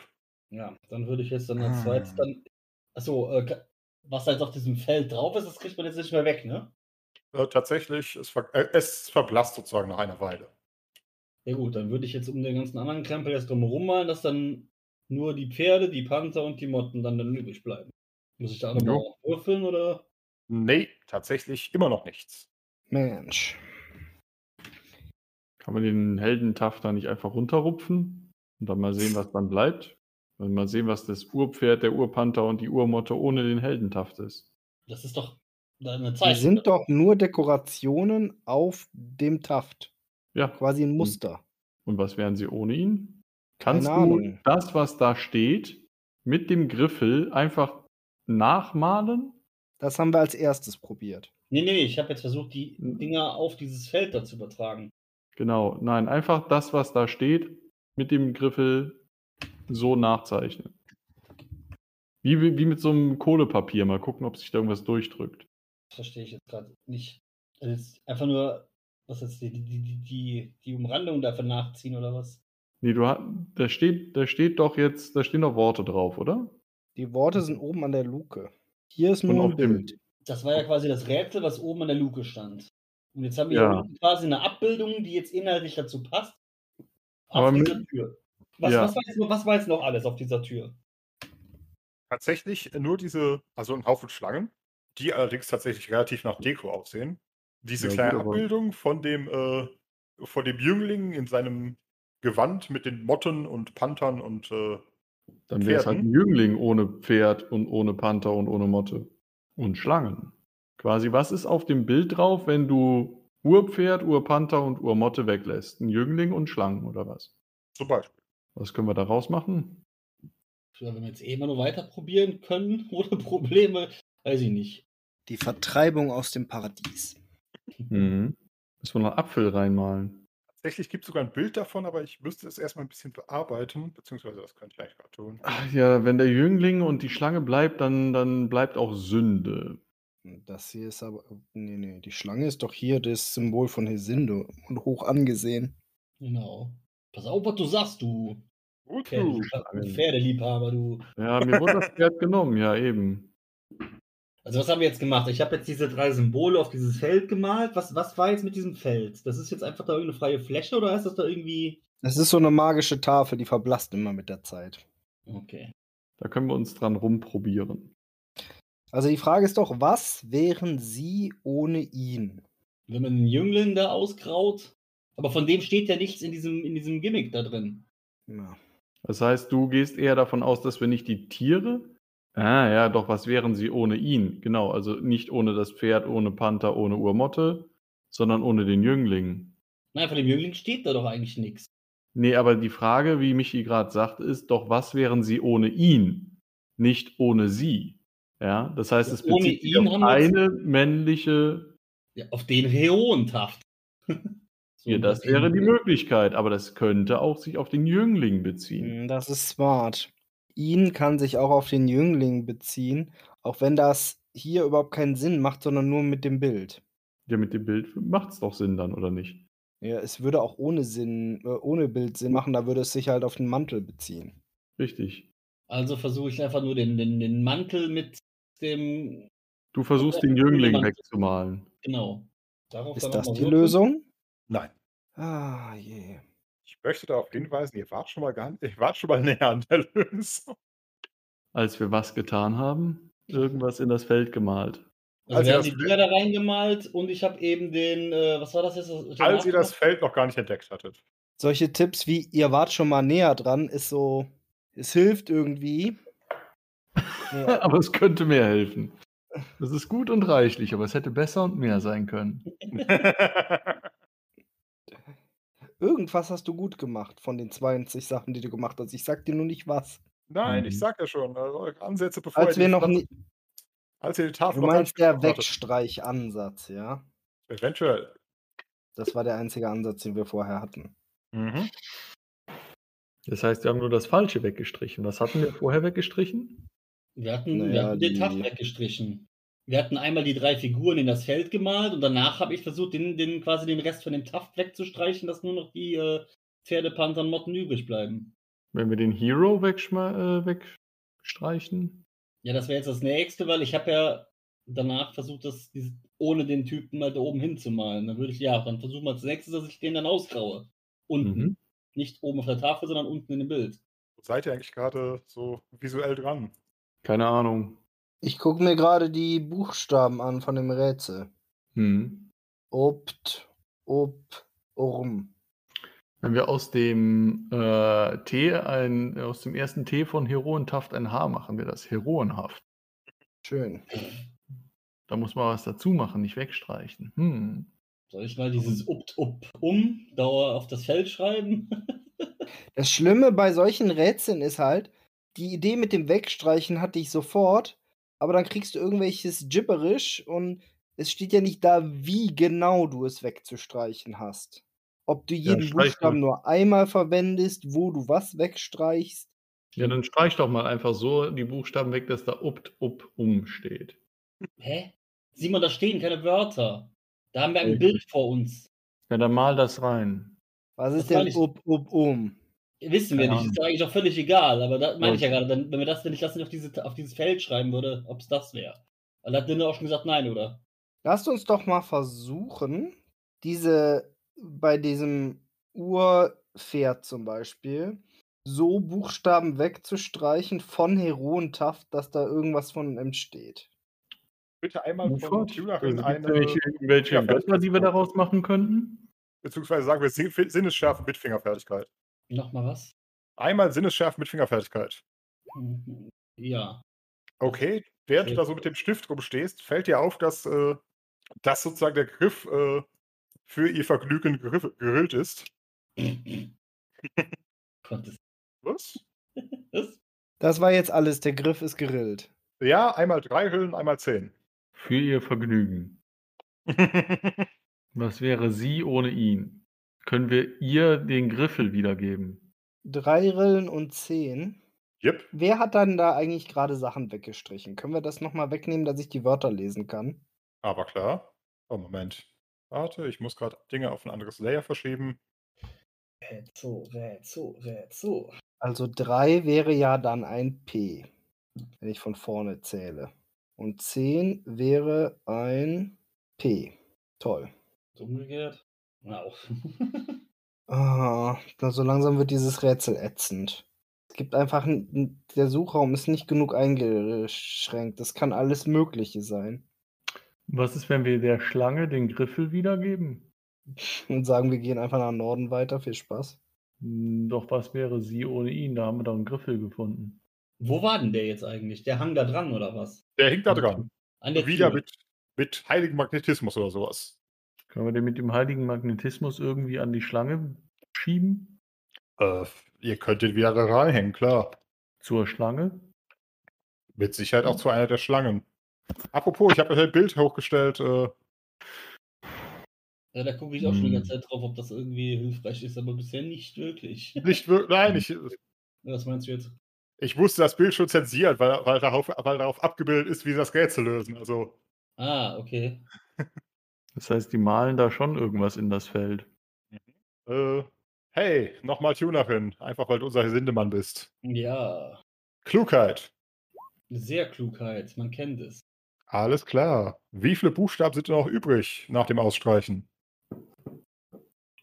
S5: Ja, dann würde ich jetzt dann als
S3: Ah.
S5: zweites dann. Achso, äh, ka- was da jetzt auf diesem Feld drauf ist, das kriegt man jetzt nicht mehr weg, ne?
S3: Äh, tatsächlich, es, ver äh, es verblasst sozusagen nach einer Weile.
S5: Ja gut, dann würde ich jetzt um den ganzen anderen Krempel erst drumherum malen, dass dann nur die Pferde, die Panther und die Motten dann, dann übrig bleiben. Muss ich da nochmal
S2: Jo.
S5: würfeln oder?
S3: Nee, Ne, tatsächlich immer noch nichts.
S1: Mensch.
S2: Kann man den Heldentafter nicht einfach runterrupfen und dann mal sehen, was dann bleibt? Und mal sehen, was das Urpferd, der Urpanther und die Urmotte ohne den Heldentaft ist.
S5: Das ist doch Eine
S1: Die
S5: Zeichnung.
S1: sind doch nur Dekorationen auf dem Taft.
S2: Ja.
S1: Quasi ein Muster.
S2: Und was wären sie ohne ihn? Kannst
S1: Keine
S2: du
S1: Ahnung.
S2: das, was da steht, mit dem Griffel einfach nachmalen?
S1: Das haben wir als erstes probiert.
S5: Nee, nee, ich habe jetzt versucht, die Dinger auf dieses Feld da zu übertragen.
S2: Genau, nein, einfach das, was da steht, mit dem Griffel so nachzeichnen. Wie, wie mit so einem Kohlepapier, mal gucken, ob sich da irgendwas durchdrückt.
S5: Das verstehe ich jetzt gerade nicht. Also jetzt einfach nur, was jetzt die, die, die, die, die Umrandung dafür nachziehen oder was?
S2: Nee, du, ha- da steht, da steht doch jetzt, da stehen doch Worte drauf, oder?
S1: Die Worte sind oben an der Luke. Hier ist
S2: Mhm. Und
S1: nur
S2: auf
S1: ein
S2: dem-
S1: Bild.
S5: Das war ja quasi das Rätsel, was oben an der Luke stand. Und jetzt haben wir
S2: Ja.
S5: hier unten quasi eine Abbildung, die jetzt inhaltlich dazu passt. Auf
S2: Aber mit-
S5: dieser Tür. Was,
S2: Ja.
S5: was, war jetzt, noch- was war jetzt noch alles auf dieser Tür?
S3: Tatsächlich äh, nur diese, also ein Haufen Schlangen, die allerdings tatsächlich relativ nach Deko aussehen. Diese
S2: Ja, gut,
S3: kleine
S2: aber-
S3: Abbildung von dem, äh, von dem Jüngling in seinem Gewand mit den Motten und Panthern und äh,
S2: Dann wäre es halt
S3: Pferden?
S2: ein Jüngling ohne Pferd und ohne Panther und ohne Motte. Und Schlangen. Quasi, was ist auf dem Bild drauf, wenn du Urpferd, Urpanther und Urmotte weglässt? Ein Jüngling und Schlangen oder was?
S3: zum Beispiel.
S2: Was können wir daraus machen?
S5: Ja, wenn wir jetzt eh immer nur weiter probieren können, ohne Probleme, weiß ich nicht.
S1: Die Vertreibung aus dem Paradies.
S2: Mhm. Müssen wir noch Apfel reinmalen?
S3: Tatsächlich gibt es sogar ein Bild davon, aber ich müsste es erstmal ein bisschen bearbeiten, beziehungsweise das könnte ich eigentlich gerade tun.
S2: Ach ja, wenn der Jüngling und die Schlange bleibt, dann, dann bleibt auch Sünde.
S1: Das hier ist aber. Nee, nee. Die Schlange ist doch hier das Symbol von Hesinde und hoch angesehen.
S5: Genau. Pass auf, was du sagst, du
S3: Gut,
S5: Pferde-
S2: Schlangen.
S5: Pferdeliebhaber, du.
S2: Ja, mir wurde das Pferd genommen, ja eben.
S5: Also was haben wir jetzt gemacht? Ich habe jetzt diese drei Symbole auf dieses Feld gemalt. Was, was war jetzt mit diesem Feld? Das ist jetzt einfach da irgendeine freie Fläche oder ist das da irgendwie...
S1: Das ist so eine magische Tafel, die verblasst immer mit der Zeit.
S5: Okay.
S2: Da können wir uns dran rumprobieren.
S1: Also die Frage ist doch, was wären sie ohne ihn?
S5: Wenn man den Jüngling da ausgraut. Aber von dem steht ja nichts in diesem, in diesem Gimmick da drin.
S1: Ja.
S2: Das heißt, du gehst eher davon aus, dass wir nicht die Tiere. Ah, ja, doch, was wären sie ohne ihn? Genau, also nicht ohne das Pferd, ohne Panther, ohne Urmotte, sondern ohne den Jüngling.
S5: Nein, von dem Jüngling steht da doch eigentlich nichts.
S2: Nee, aber die Frage, wie Michi gerade sagt, ist doch, was wären sie ohne ihn? Nicht ohne sie. Ja, das heißt, es
S5: Ohne
S2: bezieht sich
S5: ihn
S2: auf
S5: haben wir jetzt-
S2: eine männliche.
S5: Ja, auf den Heontaft. so,
S2: Hier, das wäre die Möglichkeit, aber das könnte auch sich auf den Jüngling beziehen.
S1: Hm, Das ist smart. Ihn kann sich auch auf den Jüngling beziehen, auch wenn das hier überhaupt keinen Sinn macht, sondern nur mit dem Bild.
S2: Ja, mit dem Bild macht es doch Sinn dann, oder nicht?
S1: Ja, es würde auch ohne Sinn, äh, ohne Bild Sinn machen, da würde es sich halt auf den Mantel beziehen.
S2: Richtig.
S5: Also versuche ich einfach nur den, den, den Mantel mit dem...
S2: Du versuchst
S5: Ja,
S2: den Jüngling
S5: jemand-
S2: wegzumalen.
S5: Genau. Darauf
S1: Ist
S5: dann
S1: das
S5: nochmal
S1: die
S5: würfeln.
S1: Lösung?
S3: Nein.
S1: Ah, je.
S3: Ich möchte darauf hinweisen, ihr wart schon mal gar nicht, ihr wart schon mal näher an der Lösung.
S2: als wir was getan haben, irgendwas in das Feld gemalt.
S5: Also,
S3: Als
S5: wir
S3: ihr
S5: haben
S3: das
S5: die Dinger da reingemalt und ich habe eben den, äh, was war das jetzt? das-
S3: Als ihr das Feld noch gar nicht entdeckt hattet.
S1: Solche Tipps wie, ihr wart schon mal näher dran, ist so, es hilft irgendwie. Ja.
S2: Aber es könnte mehr helfen. Das ist gut und reichlich, aber es hätte besser und mehr sein können.
S1: Irgendwas hast du gut gemacht von den 22 Sachen, die du gemacht hast. Ich sag dir nur nicht was.
S3: Nein, ich
S2: Mhm.
S3: sag ja schon, also eure Ansätze bevor
S1: Als
S3: ihr
S1: wir
S3: die
S1: noch
S3: Stadt-
S1: nie,
S3: als ihr die Tafel
S1: du
S3: noch
S1: meinst der
S3: angesprochen hattet.
S1: Wegstreichansatz, ja?
S3: Eventuell.
S1: Das war der einzige Ansatz, den wir vorher hatten.
S3: Mhm.
S2: Das heißt, wir haben nur das Falsche weggestrichen. Was hatten wir vorher weggestrichen?
S5: Wir hatten, wir
S1: Naja,
S5: hatten den
S1: die-
S5: Taft weggestrichen. Wir hatten einmal die drei Figuren in das Feld gemalt und danach habe ich versucht, den, den, quasi den Rest von dem Taft wegzustreichen, dass nur noch die äh, Pferde, Panther und Motten übrig bleiben.
S2: Wenn wir den Hero wegschma äh, wegstreichen.
S5: Ja, das wäre jetzt das nächste, weil ich habe ja danach versucht, das dieses- ohne den Typen mal da oben hinzumalen. Dann würde ich, ja, dann versuchen wir als nächstes, dass ich den dann ausgraue. Unten.
S2: Mhm.
S5: Nicht oben auf der Tafel, sondern unten in dem Bild.
S3: Wo Seid ihr eigentlich gerade so visuell dran?
S2: Keine Ahnung.
S1: Ich gucke mir gerade die Buchstaben an von dem Rätsel.
S2: Hm.
S1: Opt, ob, urm.
S2: Wenn wir aus dem äh, T ein, aus dem ersten T von Heroenhaft ein H machen wir das. Heroenhaft.
S1: Schön.
S2: Da muss man was dazu machen, nicht wegstreichen. Hm.
S5: Soll ich mal dieses upt up um Dauer auf das Feld schreiben?
S1: Das Schlimme bei solchen Rätseln ist halt, die Idee mit dem Wegstreichen hatte ich sofort, aber dann kriegst du irgendwelches Gibberisch und es steht ja nicht da, wie genau du es wegzustreichen hast. Ob du jeden
S2: streich
S1: Buchstaben
S2: doch.
S1: nur einmal verwendest, wo du was wegstreichst.
S2: Ja, dann streich doch mal einfach so die Buchstaben weg, dass da upt up um steht.
S5: Hä? Sieh mal, da stehen keine Wörter. Da haben wir ein Bild vor uns.
S2: Ja, dann mal das rein.
S1: Was ist
S5: Das war
S1: denn
S5: nicht-
S1: up, up, um?
S5: Wissen wir
S2: Keine
S5: nicht, ist doch eigentlich auch völlig egal, aber da meine ich ja
S2: Gut.
S5: gerade, dann, wenn wir das, wenn ich das nicht auf, diese, auf dieses Feld schreiben würde, ob es das wäre. Weil da hat Dinne auch schon gesagt, nein, oder?
S1: Lasst uns doch mal versuchen, diese bei diesem Urpferd zum Beispiel so Buchstaben wegzustreichen von Herontaft, dass da irgendwas von entsteht.
S3: Bitte einmal von
S2: Sofort.
S3: Tülarin
S2: Also,
S3: eine.
S2: gibt's nämlich irgendwelche
S3: Ja,
S2: Götter, die wir
S3: Fertigkeit.
S2: daraus machen könnten?
S3: Beziehungsweise sagen wir Sin- Sinnesschärfe mit Fingerfertigkeit.
S5: Nochmal was?
S3: Einmal Sinnesschärfe mit Fingerfertigkeit.
S5: Mhm. Ja.
S3: Okay, während du
S5: Okay.
S3: da so mit dem Stift rumstehst, fällt dir auf, dass, äh, dass sozusagen der Griff äh, für ihr Vergnügen geriff, gerillt ist.
S5: Konntest
S3: Was?
S5: du das?
S1: Das war jetzt alles, der Griff ist gerillt.
S3: Ja, einmal drei Hüllen, einmal zehn.
S2: Für ihr Vergnügen. Was wäre sie ohne ihn? Können wir ihr den Griffel wiedergeben?
S1: Drei Rillen und zehn.
S3: Jep.
S1: Wer hat dann da eigentlich gerade Sachen weggestrichen? Können wir das nochmal wegnehmen, dass ich die Wörter lesen kann?
S3: Aber klar. Oh, Moment. Warte, ich muss gerade Dinge auf ein anderes Layer verschieben.
S5: Rätso, Rätso, Rätso.
S1: Also 3 wäre ja dann ein P, wenn ich von vorne zähle. Und 10 wäre ein P. Toll.
S5: Umgekehrt. Na auch.
S1: Ah, da- so langsam wird dieses Rätsel ätzend. Es gibt einfach, n- n- der Suchraum ist nicht genug eingeschränkt. Das kann alles Mögliche sein.
S2: Was ist, wenn wir der Schlange den Griffel wiedergeben?
S1: Und sagen, wir gehen einfach nach Norden weiter. Viel Spaß.
S2: Hm, Doch was wäre sie ohne ihn? Da haben wir doch einen Griffel gefunden.
S5: Wo war denn der jetzt eigentlich? Der hang da dran, oder was?
S3: Der hängt da dran.
S5: An der
S3: Wieder
S5: Tür.
S3: mit, mit heiligem Magnetismus oder sowas.
S2: Können wir den mit dem heiligen Magnetismus irgendwie an die Schlange schieben?
S3: Äh, ihr könntet wieder da ranhängen, klar.
S2: Zur Schlange?
S3: Mit Sicherheit auch zu einer der Schlangen. Apropos, ich habe euch ein Bild hochgestellt. Äh,
S5: Ja, da gucke ich auch schon die
S2: Hm.
S5: ganze Zeit drauf, ob das irgendwie hilfreich ist, aber bisher nicht wirklich.
S3: nicht wirklich. Nein, ich,
S5: Was meinst du jetzt?
S3: ich musste das Bild schon zensieren, weil, weil, darauf, weil darauf abgebildet ist, wie sie das Rätsel lösen. Also,
S5: Ah, okay.
S2: Das heißt, die malen da schon irgendwas in das Feld.
S3: äh, hey, nochmal Tunerin. Einfach weil du unser Sindemann bist.
S5: Ja.
S3: Klugheit.
S5: Sehr Klugheit, man kennt es.
S3: Alles klar. Wie viele Buchstaben sind denn noch übrig nach dem Ausstreichen?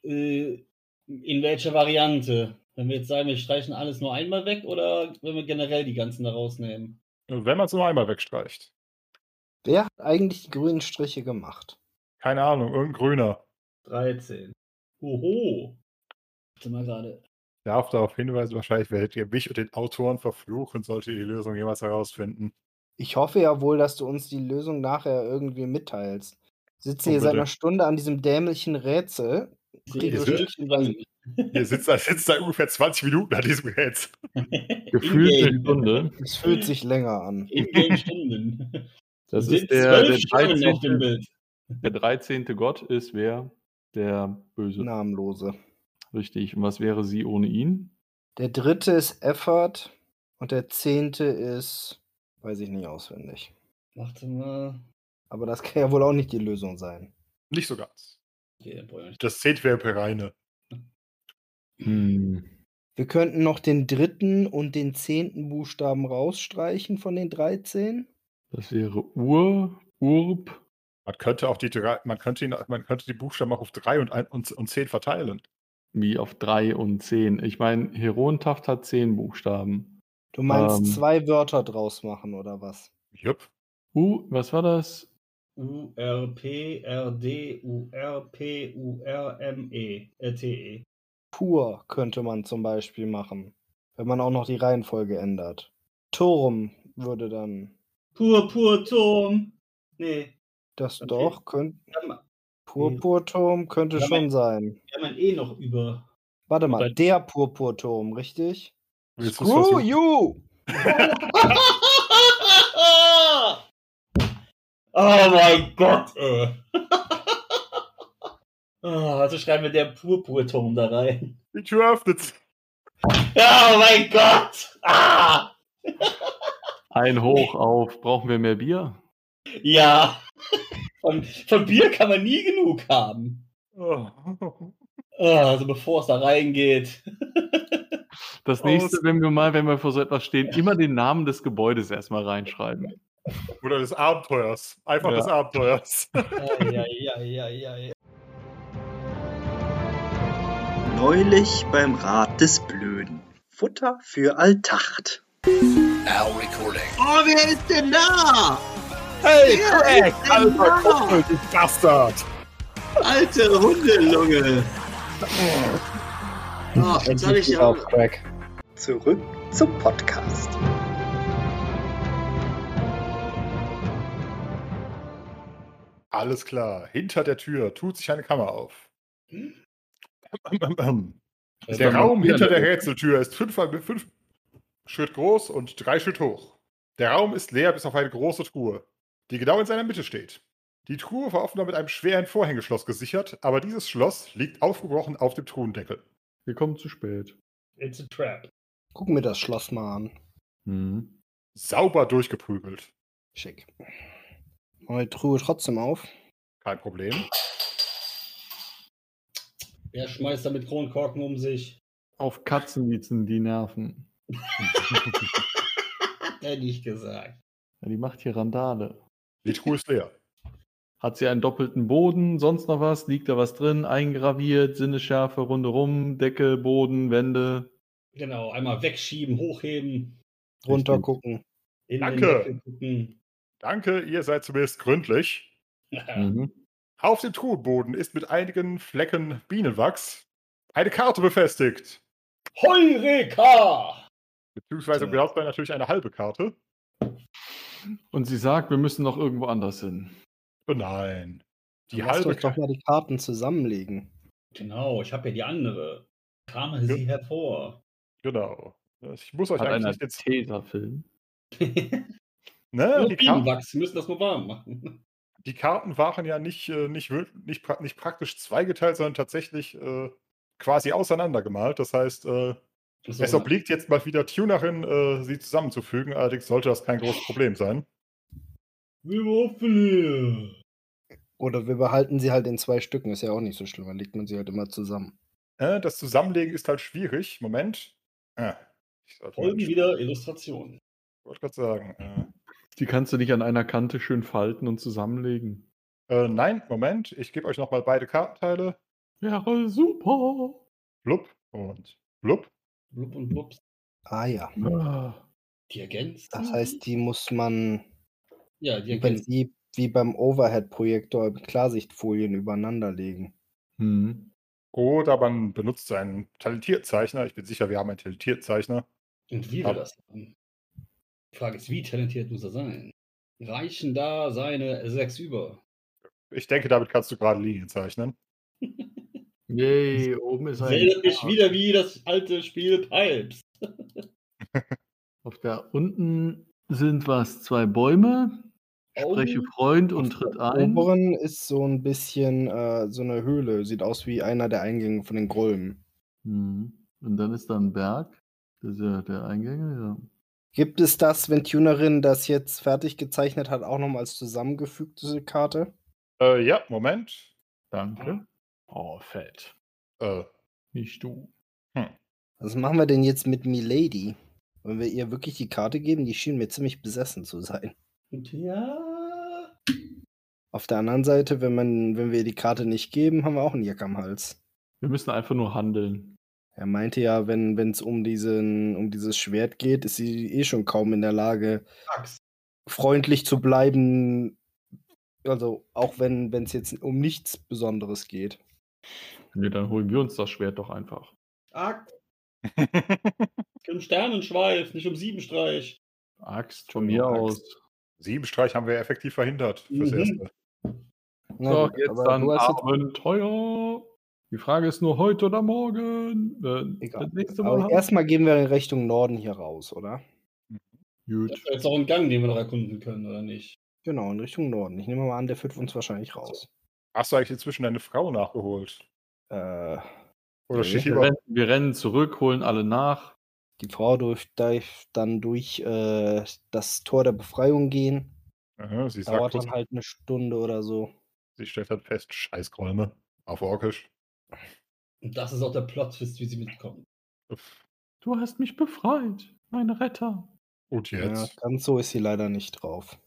S5: Äh, in welcher Variante? Wenn wir jetzt sagen, wir streichen alles nur einmal weg oder wenn wir generell die ganzen da rausnehmen?
S3: Wenn man es nur einmal wegstreicht.
S1: Wer hat eigentlich die grünen Striche gemacht?
S3: Keine Ahnung, irgendein Grüner.
S5: 13. Oho. Warte mal gerade.
S3: Darf darauf hinweisen, wahrscheinlich werdet ihr mich und den Autoren verfluchen, sollte ihr die Lösung jemals herausfinden.
S1: Ich hoffe ja wohl, dass du uns die Lösung nachher irgendwie mitteilst. Sitzen hier
S3: Oh,
S1: seit
S3: bitte.
S1: einer Stunde an diesem dämlichen Rätsel.
S5: Ich
S1: Kriegen
S5: sehe
S1: wir
S5: zwölf
S1: schon-
S5: Schlangen.
S3: Ihr sitzt, da- sitzt da ungefähr 20 Minuten an diesem Rätsel.
S2: Gefühlte
S5: In-game.
S2: Stunde.
S1: Es fühlt sich länger an.
S5: In-game Stunden.
S2: Das
S5: Sind
S2: ist der, der,
S5: zwölf Schlangen
S2: 13.
S5: auf dem Bild.
S2: der 13. Gott ist wer? Der
S5: Hm.
S2: Böse.
S1: Namenlose.
S2: Richtig. Und was wäre sie ohne ihn?
S1: Der dritte ist Effort und der zehnte ist, weiß ich nicht auswendig.
S5: Warte mal.
S1: Aber das kann ja wohl auch nicht die Lösung sein.
S3: Nicht so ganz.
S5: Okay, dann brauche ich nicht.
S3: Das zählt wäre Pereine.
S2: Hm.
S1: Wir könnten noch den dritten und den zehnten Buchstaben rausstreichen von den 13.
S2: Das wäre Ur, Urb.
S3: Man könnte auch die drei, man könnte, ihn, man könnte die Buchstaben auch auf 3 und, ein, und, und 10 verteilen.
S2: Wie auf 3 und 10. Ich meine, Herontaft hat 10 Buchstaben.
S1: Du meinst
S2: Ähm.
S1: zwei Wörter draus machen oder was?
S3: Jupp.
S2: U, was war das?
S5: U R P R D U R P U R M E äh, T E.
S1: Pur könnte man zum Beispiel machen, wenn man auch noch die Reihenfolge ändert. Turm würde dann.
S5: Pur pur Turm. Nee,
S1: Das
S5: Okay.
S1: doch, könnt,
S5: Wir haben,
S1: Purpurturm könnte
S5: Ja,
S1: schon
S5: mein-
S1: sein.
S5: wir haben ein E noch über.
S1: Warte mal,
S10: Wobei-
S1: der Purpurturm, richtig?
S3: Willst du's
S1: Screw
S3: versuchen?
S1: you!
S5: oh mein Gott, ey. Ah, also schreiben wir der Purpurturm da rein.
S3: Die Tür öffnet.
S5: Oh mein Gott! Ah!
S2: Ein Hoch auf. Brauchen wir mehr Bier?
S5: Ja. Von, von Bier kann man nie genug haben.
S3: Oh.
S5: Ah, also bevor es da reingeht.
S2: Das
S3: Aus-
S2: nächste, wenn wir mal, wenn wir vor so etwas stehen, immer den Namen des Gebäudes erstmal reinschreiben.
S3: Oder des Abenteuers. Einfach
S2: Ja.
S3: des Abenteuers.
S5: ja, ja, ja, ja, ja.
S7: Neulich beim Rat des Blöden. Futter für Alltacht.
S9: Oh, wer ist denn da?
S3: Hey,
S9: Craig, alter Kumpel,
S3: du Bastard!
S9: Alte Hundelunge. Oh, jetzt soll ich
S1: Endlich
S9: ja.
S1: auf Crack.
S7: Zurück zum Podcast.
S3: Alles klar. Hinter der Tür tut sich eine Kammer auf. Der Raum hinter der Rätseltür ist fünf, mal- fünf Schritt groß und drei Schritt hoch. Der Raum ist leer bis auf eine große Truhe, die genau in seiner Mitte steht. Die Truhe war offenbar mit einem schweren Vorhängeschloss gesichert, aber dieses Schloss liegt aufgebrochen auf dem Truhendeckel.
S2: Wir kommen zu spät.
S10: It's a trap.
S1: Guck mir das Schloss mal an.
S2: Hm.
S3: Sauber durchgeprügelt.
S1: Schick. Machen wir die Truhe trotzdem auf.
S3: Kein Problem.
S5: Er schmeißt da mit Kronkorken um sich.
S2: Auf Katzen sitzen die Nerven.
S5: Hätte ich gesagt.
S2: Ja, die macht hier Randale.
S3: Die Truhe ist leer.
S2: Hat sie einen doppelten Boden, sonst noch was? Liegt da was drin? Eingraviert, Sinneschärfe, Runde rum, Decke, Boden, Wände.
S5: Genau, einmal wegschieben, hochheben.
S1: Runter
S2: Richtig.
S1: gucken.
S5: In
S3: Danke.
S5: Den Deckel gucken.
S3: Danke, ihr seid zumindest gründlich. Hm.
S2: Mhm.
S3: Auf dem Truhenboden ist mit einigen Flecken Bienenwachs eine Karte befestigt.
S5: Heureka!
S3: Beziehungsweise im Glaubt natürlich eine halbe Karte.
S2: Und sie sagt, wir müssen noch irgendwo anders hin.
S3: Oh nein. Die
S1: Lasst
S3: halbe
S1: euch doch
S3: Karte.
S1: mal die Karten zusammenlegen.
S5: Genau, ich habe ja die andere. Krame sie hervor.
S3: Genau. Ich
S5: Oh,
S3: muss euch
S2: Hat
S3: eigentlich
S2: einer
S3: nicht jetzt.
S2: Tesafilm.
S3: Ne, die, Kar
S5: Bienenwachs, wir müssen das nur warm machen.
S3: die Karten waren ja nicht, äh, nicht, wir- nicht, pra nicht praktisch zweigeteilt, sondern tatsächlich äh, quasi auseinandergemalt. Das heißt, äh,
S5: So, ne?
S3: es obliegt jetzt mal wieder Tunerin, äh, sie zusammenzufügen. Allerdings sollte das kein großes Problem sein.
S5: Wir hoffen hier.
S1: Oder wir behalten sie halt in zwei Stücken. Ist ja auch nicht so schlimm. Dann legt man sie halt immer zusammen.
S3: Äh, das Zusammenlegen ist halt schwierig. Moment. Ah, ich sollte mal-
S5: Folgen wieder Illustrationen.
S3: wollte gerade sagen. äh,
S2: Die kannst du nicht an einer Kante schön falten und zusammenlegen.
S3: Äh, äh, nein, Moment. Ich gebe euch nochmal beide Kartenteile.
S2: Wäre super.
S3: Blub und blub.
S5: Blub und blups.
S1: Ah ja.
S2: Ah.
S5: Die ergänzen.
S9: Mhm.
S1: Das heißt, die muss man
S5: Ja, die
S1: im Prinzip
S5: ergänzen.
S1: wie, beim Overhead-Projektor Klarsichtfolien übereinander legen.
S2: Hm.
S3: Oder man benutzt seinen Talentierzeichner. Ich bin sicher, wir haben einen Talentierzeichner.
S5: Und wie wir das machen. Die Frage ist, wie talentiert muss er sein? Reichen da seine sechs über?
S3: Ich denke, damit kannst du gerade Linien zeichnen.
S2: Yay, oben ist
S5: Erinnert mich wieder wie das alte Spiel Pipes.
S2: Auf der unten sind was, zwei Bäume. Spreche Freund und tritt ein.
S1: Oberen ist so ein bisschen äh, so eine Höhle. Sieht aus wie einer der Eingänge von den Grollen.
S2: Hm. Und dann ist da ein Berg. Das ist ja der Eingang.
S1: Gibt es das, wenn Tunerin das jetzt fertig gezeichnet hat, auch nochmal als zusammengefügte Karte?
S3: Äh, ja, Moment.
S2: Ja. Danke. Oh, fett.
S3: Äh,
S2: Nicht du.
S1: Was machen wir denn jetzt mit Milady? Wenn wir ihr wirklich die Karte geben, die schien mir ziemlich besessen zu sein.
S5: Ja.
S1: Auf der anderen Seite, wenn, man, wenn wir ihr die Karte nicht geben, haben wir auch einen Jack am Hals.
S2: Wir müssen einfach nur handeln.
S1: Er meinte ja, wenn es um, diesen- um dieses Schwert geht, ist sie eh schon kaum in der Lage,
S5: Axt.
S1: freundlich zu bleiben. Also auch wenn es jetzt um nichts Besonderes geht.
S2: Nee, dann holen wir uns das Schwert doch einfach.
S5: Axt. Im Sternenschweif, nicht um Siebenstreich.
S2: Axt von mir
S1: Axt.
S2: aus.
S3: Siebenstreich haben wir effektiv verhindert. Fürs
S5: Mhm.
S3: Erste.
S1: Na
S2: so,
S1: gut,
S2: jetzt
S1: aber
S2: dann
S1: du hast jetzt-
S2: Abenteuer. Die Frage ist nur heute oder morgen. Äh,
S1: Egal.
S2: Das nächste Mal.
S1: Aber
S2: haben-
S1: erstmal gehen wir in Richtung Norden hier raus, oder?
S2: Gut.
S5: Das ist jetzt auch ein Gang, den wir noch erkunden können, oder nicht?
S1: Genau, in Richtung Norden. Ich nehme mal an, der führt uns wahrscheinlich raus.
S3: Hast du eigentlich inzwischen deine Frau nachgeholt?
S1: Äh,
S3: Oder
S1: Nee.
S3: steht die
S2: Wir
S3: überhaupt?
S2: rennen, wir rennen zurück, holen alle nach.
S1: die Frau darf dann durch äh, das Tor der Befreiung gehen.
S3: Aha, sie sagt
S1: Dauert
S3: kurz,
S1: dann halt eine Stunde oder so.
S3: sie stellt halt fest, Scheißräume. Auf Orkisch.
S5: Und das ist auch der Plot-Twist, wie sie mitkommen.
S3: Uff.
S2: Du hast mich befreit, mein Retter.
S3: Und
S1: Ja,
S3: jetzt?
S1: ganz so ist sie leider nicht drauf.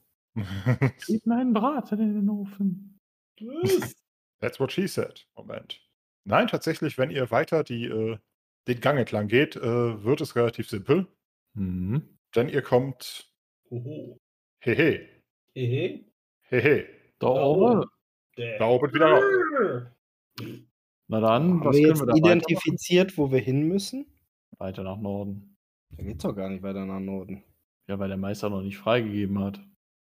S2: Gib mir einen Braten in den Ofen.
S5: Was?
S3: That's what she said. Moment. Nein, tatsächlich, wenn ihr weiter die, äh, den Gang entlang geht, äh, wird es relativ simpel.
S2: Mhm.
S3: Denn ihr kommt
S5: Hoho.
S3: hehe,
S5: Hehe.
S3: hehe,
S2: Da
S5: Da
S2: oben.
S5: oben. Der-
S3: da oben wieder raus.
S2: Na dann,
S1: Haben
S2: Hm, was
S1: wir
S2: können
S1: jetzt
S2: wir da weitermachen?
S1: identifiziert, wo wir hin müssen?
S2: Weiter nach Norden.
S1: Da geht's doch gar nicht weiter nach Norden.
S2: Ja, weil der Meister noch nicht freigegeben hat.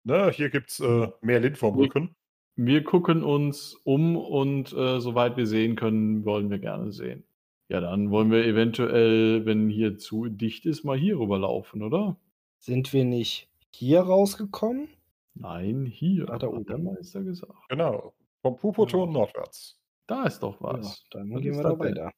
S3: Ne, hier gibt es äh, mehr Lind vom Rücken.
S2: Wir gucken uns um und äh, soweit wir sehen können, wollen wir gerne sehen. Ja, dann wollen wir eventuell, wenn hier zu dicht ist, mal hier rüberlaufen, oder?
S1: Sind wir nicht hier rausgekommen?
S2: Nein, hier.
S1: Ah, da oben.
S2: hat der Meister gesagt.
S3: Genau. Vom Pupoton nordwärts.
S2: Da ist doch
S1: Ja,
S2: was.
S1: dann
S2: Was
S1: gehen
S2: ist
S1: wir da
S2: das denn?
S1: weiter.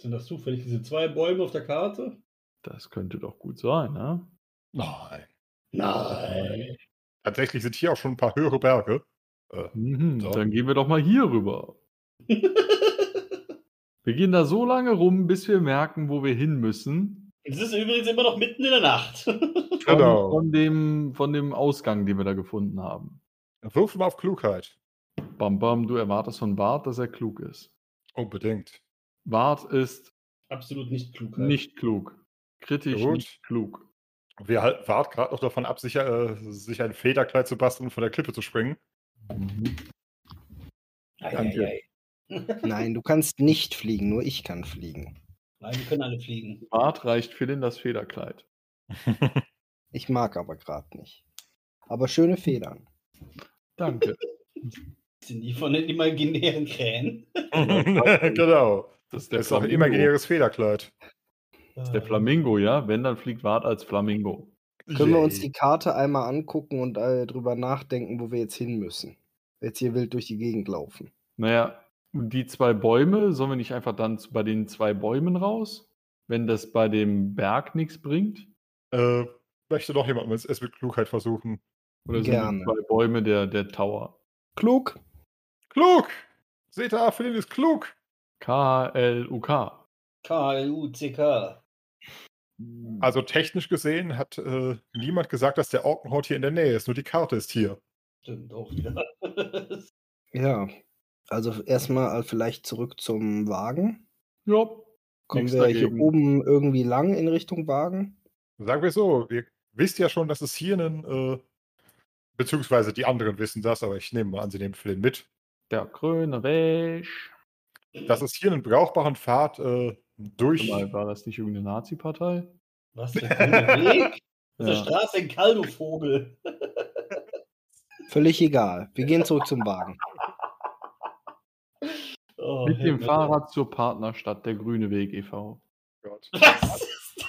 S5: Sind das zufällig diese zwei Bäume auf der Karte?
S2: Das könnte doch gut sein, ne?
S3: Nein.
S5: Nein.
S3: Tatsächlich sind hier auch schon ein paar höhere Berge. Äh,
S2: Mhm,
S3: So.
S2: Dann gehen wir doch mal hier rüber.
S5: es
S2: Wir gehen da so lange rum, bis wir merken, wo wir hin müssen.
S5: ist übrigens immer noch mitten in der Nacht.
S2: Von,
S3: Genau.
S2: von, dem, von dem Ausgang, den wir da gefunden haben.
S3: Wirf mal auf Klugheit.
S2: Bam, bam, du erwartest von Bart, dass er klug ist.
S3: Unbedingt.
S2: Bart ist
S5: Absolut nicht klug.
S2: nicht klug. Kritisch
S3: Gut.
S2: nicht klug.
S3: Wir halt, wart gerade noch davon ab, sich, äh, sich ein Federkleid zu basteln und von der Klippe zu springen.
S5: Danke.
S1: Nein, du kannst nicht fliegen, nur ich kann fliegen.
S5: Nein, wir können alle fliegen.
S2: Bart reicht Philin das Federkleid.
S1: Ich mag aber gerade nicht. Aber schöne Federn.
S2: Danke.
S5: Sind die von den imaginären Krähen?
S3: genau.
S2: Das ist der
S3: Das ist auch ein
S2: Flamingo.
S3: imaginäres Federkleid.
S2: Das ist der Flamingo, ja? Wenn, dann fliegt Bart als Flamingo.
S1: Können wir
S3: Yay.
S1: uns die Karte einmal angucken und äh, drüber nachdenken, wo wir jetzt hin müssen? Jetzt hier wild durch die Gegend laufen.
S2: Naja, die zwei Bäume, sollen wir nicht einfach dann zu- bei den zwei Bäumen raus? Wenn das bei dem Berg nichts bringt?
S3: Äh, möchte noch jemand mit- es mit Klugheit versuchen?
S2: Oder sind
S1: Gerne.
S2: die zwei Bäume der, der Tower?
S1: Klug.
S3: Klug! Seht ihr, Philin ist klug!
S2: K-L-U-K.
S5: K-U-C-K.
S1: Hm.
S3: Also technisch gesehen hat äh, niemand gesagt, dass der Orkenhort hier in der Nähe ist. Nur die Karte ist hier.
S5: Stimmt auch wieder.
S1: Ja. Also erstmal äh, vielleicht zurück zum Wagen.
S2: Ja,
S1: Kommen
S2: Nichts
S1: wir
S2: dagegen.
S1: hier oben irgendwie lang in Richtung Wagen?
S3: Sagen wir so, ihr wisst ja schon, dass es hier einen, äh, beziehungsweise die anderen wissen das, aber ich nehme mal an, sie nehmen Flynn mit,
S2: der grüne Wäsch.
S3: dass es hier einen brauchbaren Pfad äh, durch.
S2: Mal, war das nicht irgendeine Nazi-Partei?
S5: Was für ein Weg? Das ist
S2: Ja.
S5: der Straße in Kaldo Vogel.
S1: Völlig egal. Wir gehen zurück zum Wagen.
S5: Oh,
S2: Mit dem
S5: Himmel.
S2: Fahrrad zur Partnerstadt der Grüne Weg e e.V.
S3: Oh Gott.
S5: Was ist das?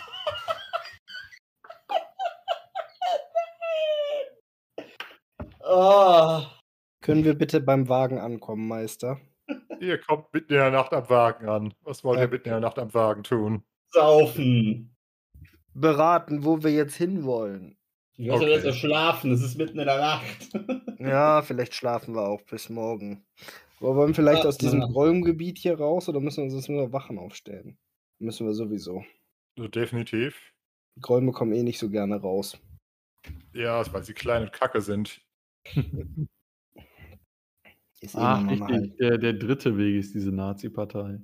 S5: Ah,
S1: Können wir bitte beim Wagen ankommen, Meister?
S3: Ihr kommt mitten in der Nacht am Wagen an. Was wollt ihr
S1: Okay.
S3: mitten in der Nacht am Wagen tun?
S5: saufen.
S1: Beraten, wo wir jetzt hinwollen.
S5: Du hast
S3: Okay.
S5: ja erst schlafen, es ist mitten in der Nacht.
S1: Ja, vielleicht schlafen wir auch bis morgen. Aber wollen wir vielleicht aus diesem
S5: Ah.
S1: Räumgebiet hier raus oder müssen wir uns jetzt nur noch Wachen aufstellen? Müssen wir sowieso.
S3: Also definitiv.
S1: Die Gräume kommen eh nicht so gerne raus.
S3: Ja, weil sie klein und kacke sind.
S1: Ist eh
S2: Ach,
S1: normal.
S2: Ah, richtig. Der, der dritte Weg ist diese Nazi-Partei.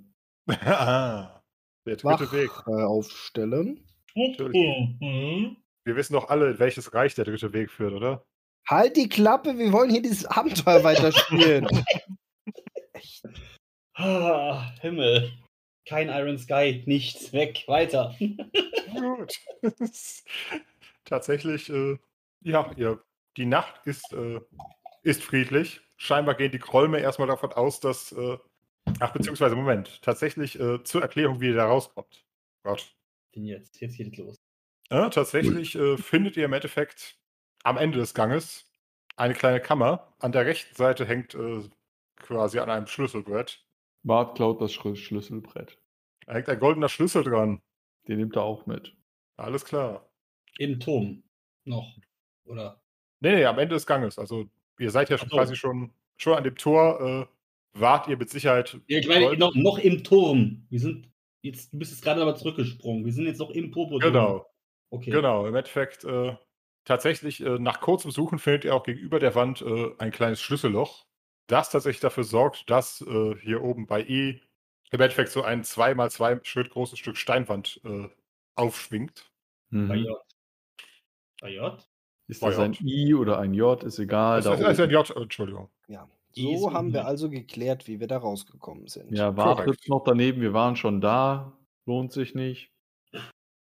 S3: ah, der dritte Weg.
S1: Wach äh, aufstellen.
S5: Mhm.
S3: Wir wissen doch alle, in welches Reich der dritte Weg führt, oder?
S1: Halt die Klappe, wir wollen hier dieses Abenteuer weiterspielen.
S5: Ah, Himmel. Kein Iron Sky, nichts, weg, weiter.
S3: Gut. Tatsächlich, äh, ja, ihr, die Nacht ist äh, ist friedlich. Scheinbar gehen die Kolme erstmal davon aus, dass. Äh, ach, beziehungsweise, Moment. Tatsächlich äh, zur Erklärung, wie ihr da rauskommt. Gott.
S5: Denn jetzt, jetzt geht's los.
S3: Ja, tatsächlich äh, findet ihr im Endeffekt am Ende des Ganges eine kleine Kammer. An der rechten Seite hängt äh, quasi an einem Schlüsselbrett.
S2: Bart klaut das Schlü- Schlüsselbrett.
S3: Da hängt ein goldener Schlüssel dran.
S2: Den nimmt er auch mit.
S3: Alles klar.
S5: Im Turm. Noch. Oder?
S3: Nee, nee, am Ende des Ganges. Also, ihr seid ja schon
S5: Ach so.
S3: quasi schon, schon an dem Tor. Äh, wart ihr mit Sicherheit.
S2: Mhm.
S5: Ja, ich meine,
S3: Gold-
S5: noch, noch im Turm. Wir sind jetzt, du bist jetzt gerade aber zurückgesprungen. Wir sind jetzt noch im Popo.
S3: Genau,
S5: Okay.
S3: genau. Im Endeffekt, äh, tatsächlich, äh, nach kurzem Suchen findet ihr auch gegenüber der Wand äh, ein kleines Schlüsselloch, das tatsächlich dafür sorgt, dass äh, hier oben bei E im Endeffekt so ein 2x2 Schritt großes Stück Steinwand äh, aufschwingt.
S5: Bei
S2: Mhm.
S5: J. Bei J.
S2: Ist das
S3: Bei
S2: ein
S3: J.
S2: I oder ein J? Ist egal.
S3: Das
S2: Da
S3: ist, ist ein
S2: oben.
S3: J, Entschuldigung.
S5: Die
S1: So
S5: ist
S1: haben wir
S5: unten.
S1: also geklärt, wie wir da rausgekommen sind.
S2: Ja, Bart
S3: Korrekt.
S2: sitzt noch daneben. Wir waren schon da. Lohnt sich nicht.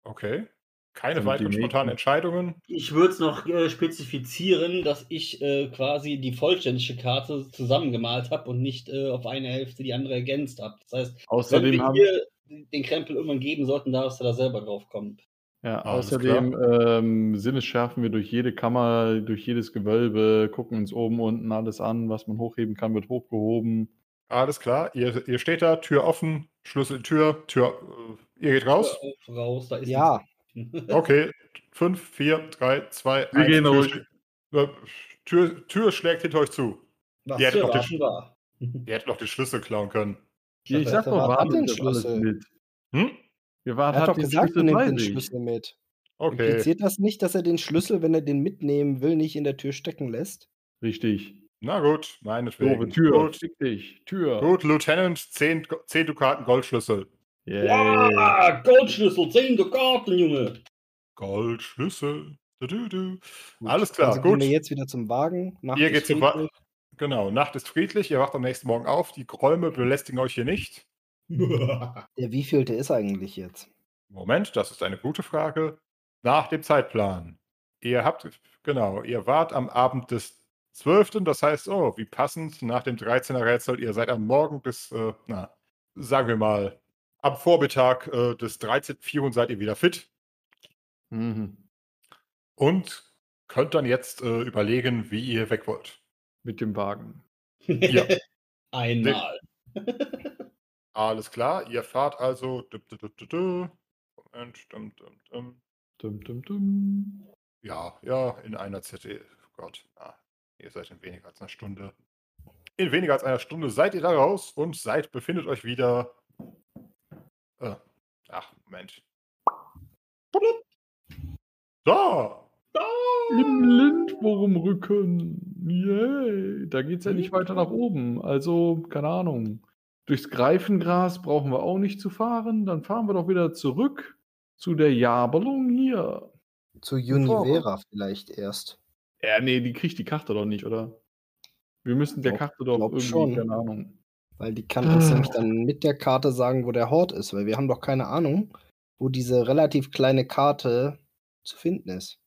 S3: Okay. Keine
S2: Sind die
S3: weiteren spontanen
S2: nächsten.
S3: Entscheidungen.
S5: Ich würde es noch äh, spezifizieren, dass ich äh, quasi die vollständige Karte zusammengemalt habe und nicht äh, auf eine Hälfte die andere ergänzt habe. Das heißt,
S2: Außerdem
S5: wenn wir
S2: haben
S5: dir den Krempel irgendwann geben sollten, darfst du da selber drauf kommen.
S2: Ja,
S3: Alles
S2: außerdem ähm, sinnesschärfen wir durch jede Kammer, durch jedes Gewölbe, gucken uns oben, unten alles an, was man hochheben kann, wird hochgehoben.
S3: Alles klar. Ihr, ihr steht da, Tür offen, Schlüssel in Tür, Tür. Äh, ihr geht raus.
S5: Auf, raus, da ist
S1: Ja,
S5: nichts.
S3: Okay, 5, 4, 3, 2,
S2: Wir
S3: 1.
S2: gehen
S3: Tür,
S2: ruhig.
S3: schl- äh, Tür, Tür schlägt hinter euch zu.
S5: Was
S3: Die hat
S5: zu
S3: doch den
S5: erwarten war.
S3: Ihr hättet noch den Schlüssel klauen können.
S2: Hier, ich
S1: Wer
S2: sag doch,
S1: verwahrt
S2: Wart
S1: den
S2: nimmt das alles
S1: Schlüssel?
S2: mit.
S3: Hm?
S2: Wir Wart
S1: Er hat doch
S2: den
S1: gesagt, er
S2: Schlüssel
S1: nimmt
S2: bei
S1: den
S2: sich.
S1: Schlüssel mit.
S3: Okay.
S1: Impliziert das nicht, dass er den Schlüssel, wenn er den mitnehmen will, nicht in der Tür stecken lässt?
S2: Richtig.
S3: Na gut,
S2: Doofe
S3: meinetwegen.
S2: Tür.
S3: Gut,
S2: Fick dich. Tür.
S3: gut Lieutenant, 10, 10 Dukaten Goldschlüssel.
S2: Yay.
S5: Ja, Goldschlüssel, 10 Dukaten, Junge.
S3: Goldschlüssel. Du, du, du.
S1: Gut,
S3: Alles klar,
S1: also
S3: gut.
S1: gehen wir jetzt wieder zum Wagen. Nacht
S3: Ihr
S1: ist
S3: geht zu
S1: friedlich.
S3: Wa- Genau, Nacht ist friedlich, ihr wacht am nächsten Morgen auf, die Räume belästigen euch hier nicht.
S1: Der wievielte ist eigentlich jetzt?
S3: Moment, das ist eine gute Frage. Nach dem Zeitplan. Ihr habt, genau, ihr wart am Abend des 12., das heißt, oh, wie passend, nach dem 13er Rätsel, ihr seid am Morgen des, äh, na, sagen wir mal, am Vormittag äh, des 13.04. seid ihr wieder fit
S2: Mhm.
S3: und könnt dann jetzt äh, überlegen, wie ihr weg wollt.
S2: Mit dem Wagen.
S3: Ja.
S5: Einmal.
S3: Alles klar, ihr fahrt also. dü- dü- dü- dü- dü. Moment, dum, dum, dum.
S2: Dum, dum, dum.
S3: Ja, ja, in einer ZD. Gott, ah, ihr seid in weniger als einer Stunde. In weniger als einer Stunde seid ihr da raus und seid, befindet euch wieder. Äh, ach, Moment. Blub. Da!
S2: Im Lindwurm rücken. Yay. Da geht's ja nicht weiter nach oben. Also, keine Ahnung. Durchs Greifengras brauchen wir auch nicht zu fahren. Dann fahren wir doch wieder zurück zu der Jabelung hier.
S1: Zu Univera vielleicht erst.
S2: Ja, nee, die kriegt die Karte doch nicht, oder? Wir müssen der
S1: Doch,
S2: Karte doch
S1: glaub
S2: irgendwie,
S1: schon.
S2: keine Ahnung.
S1: Weil die kann uns nämlich dann mit der Karte sagen, wo der Hort ist, weil wir haben doch keine Ahnung, wo diese relativ kleine Karte zu finden ist.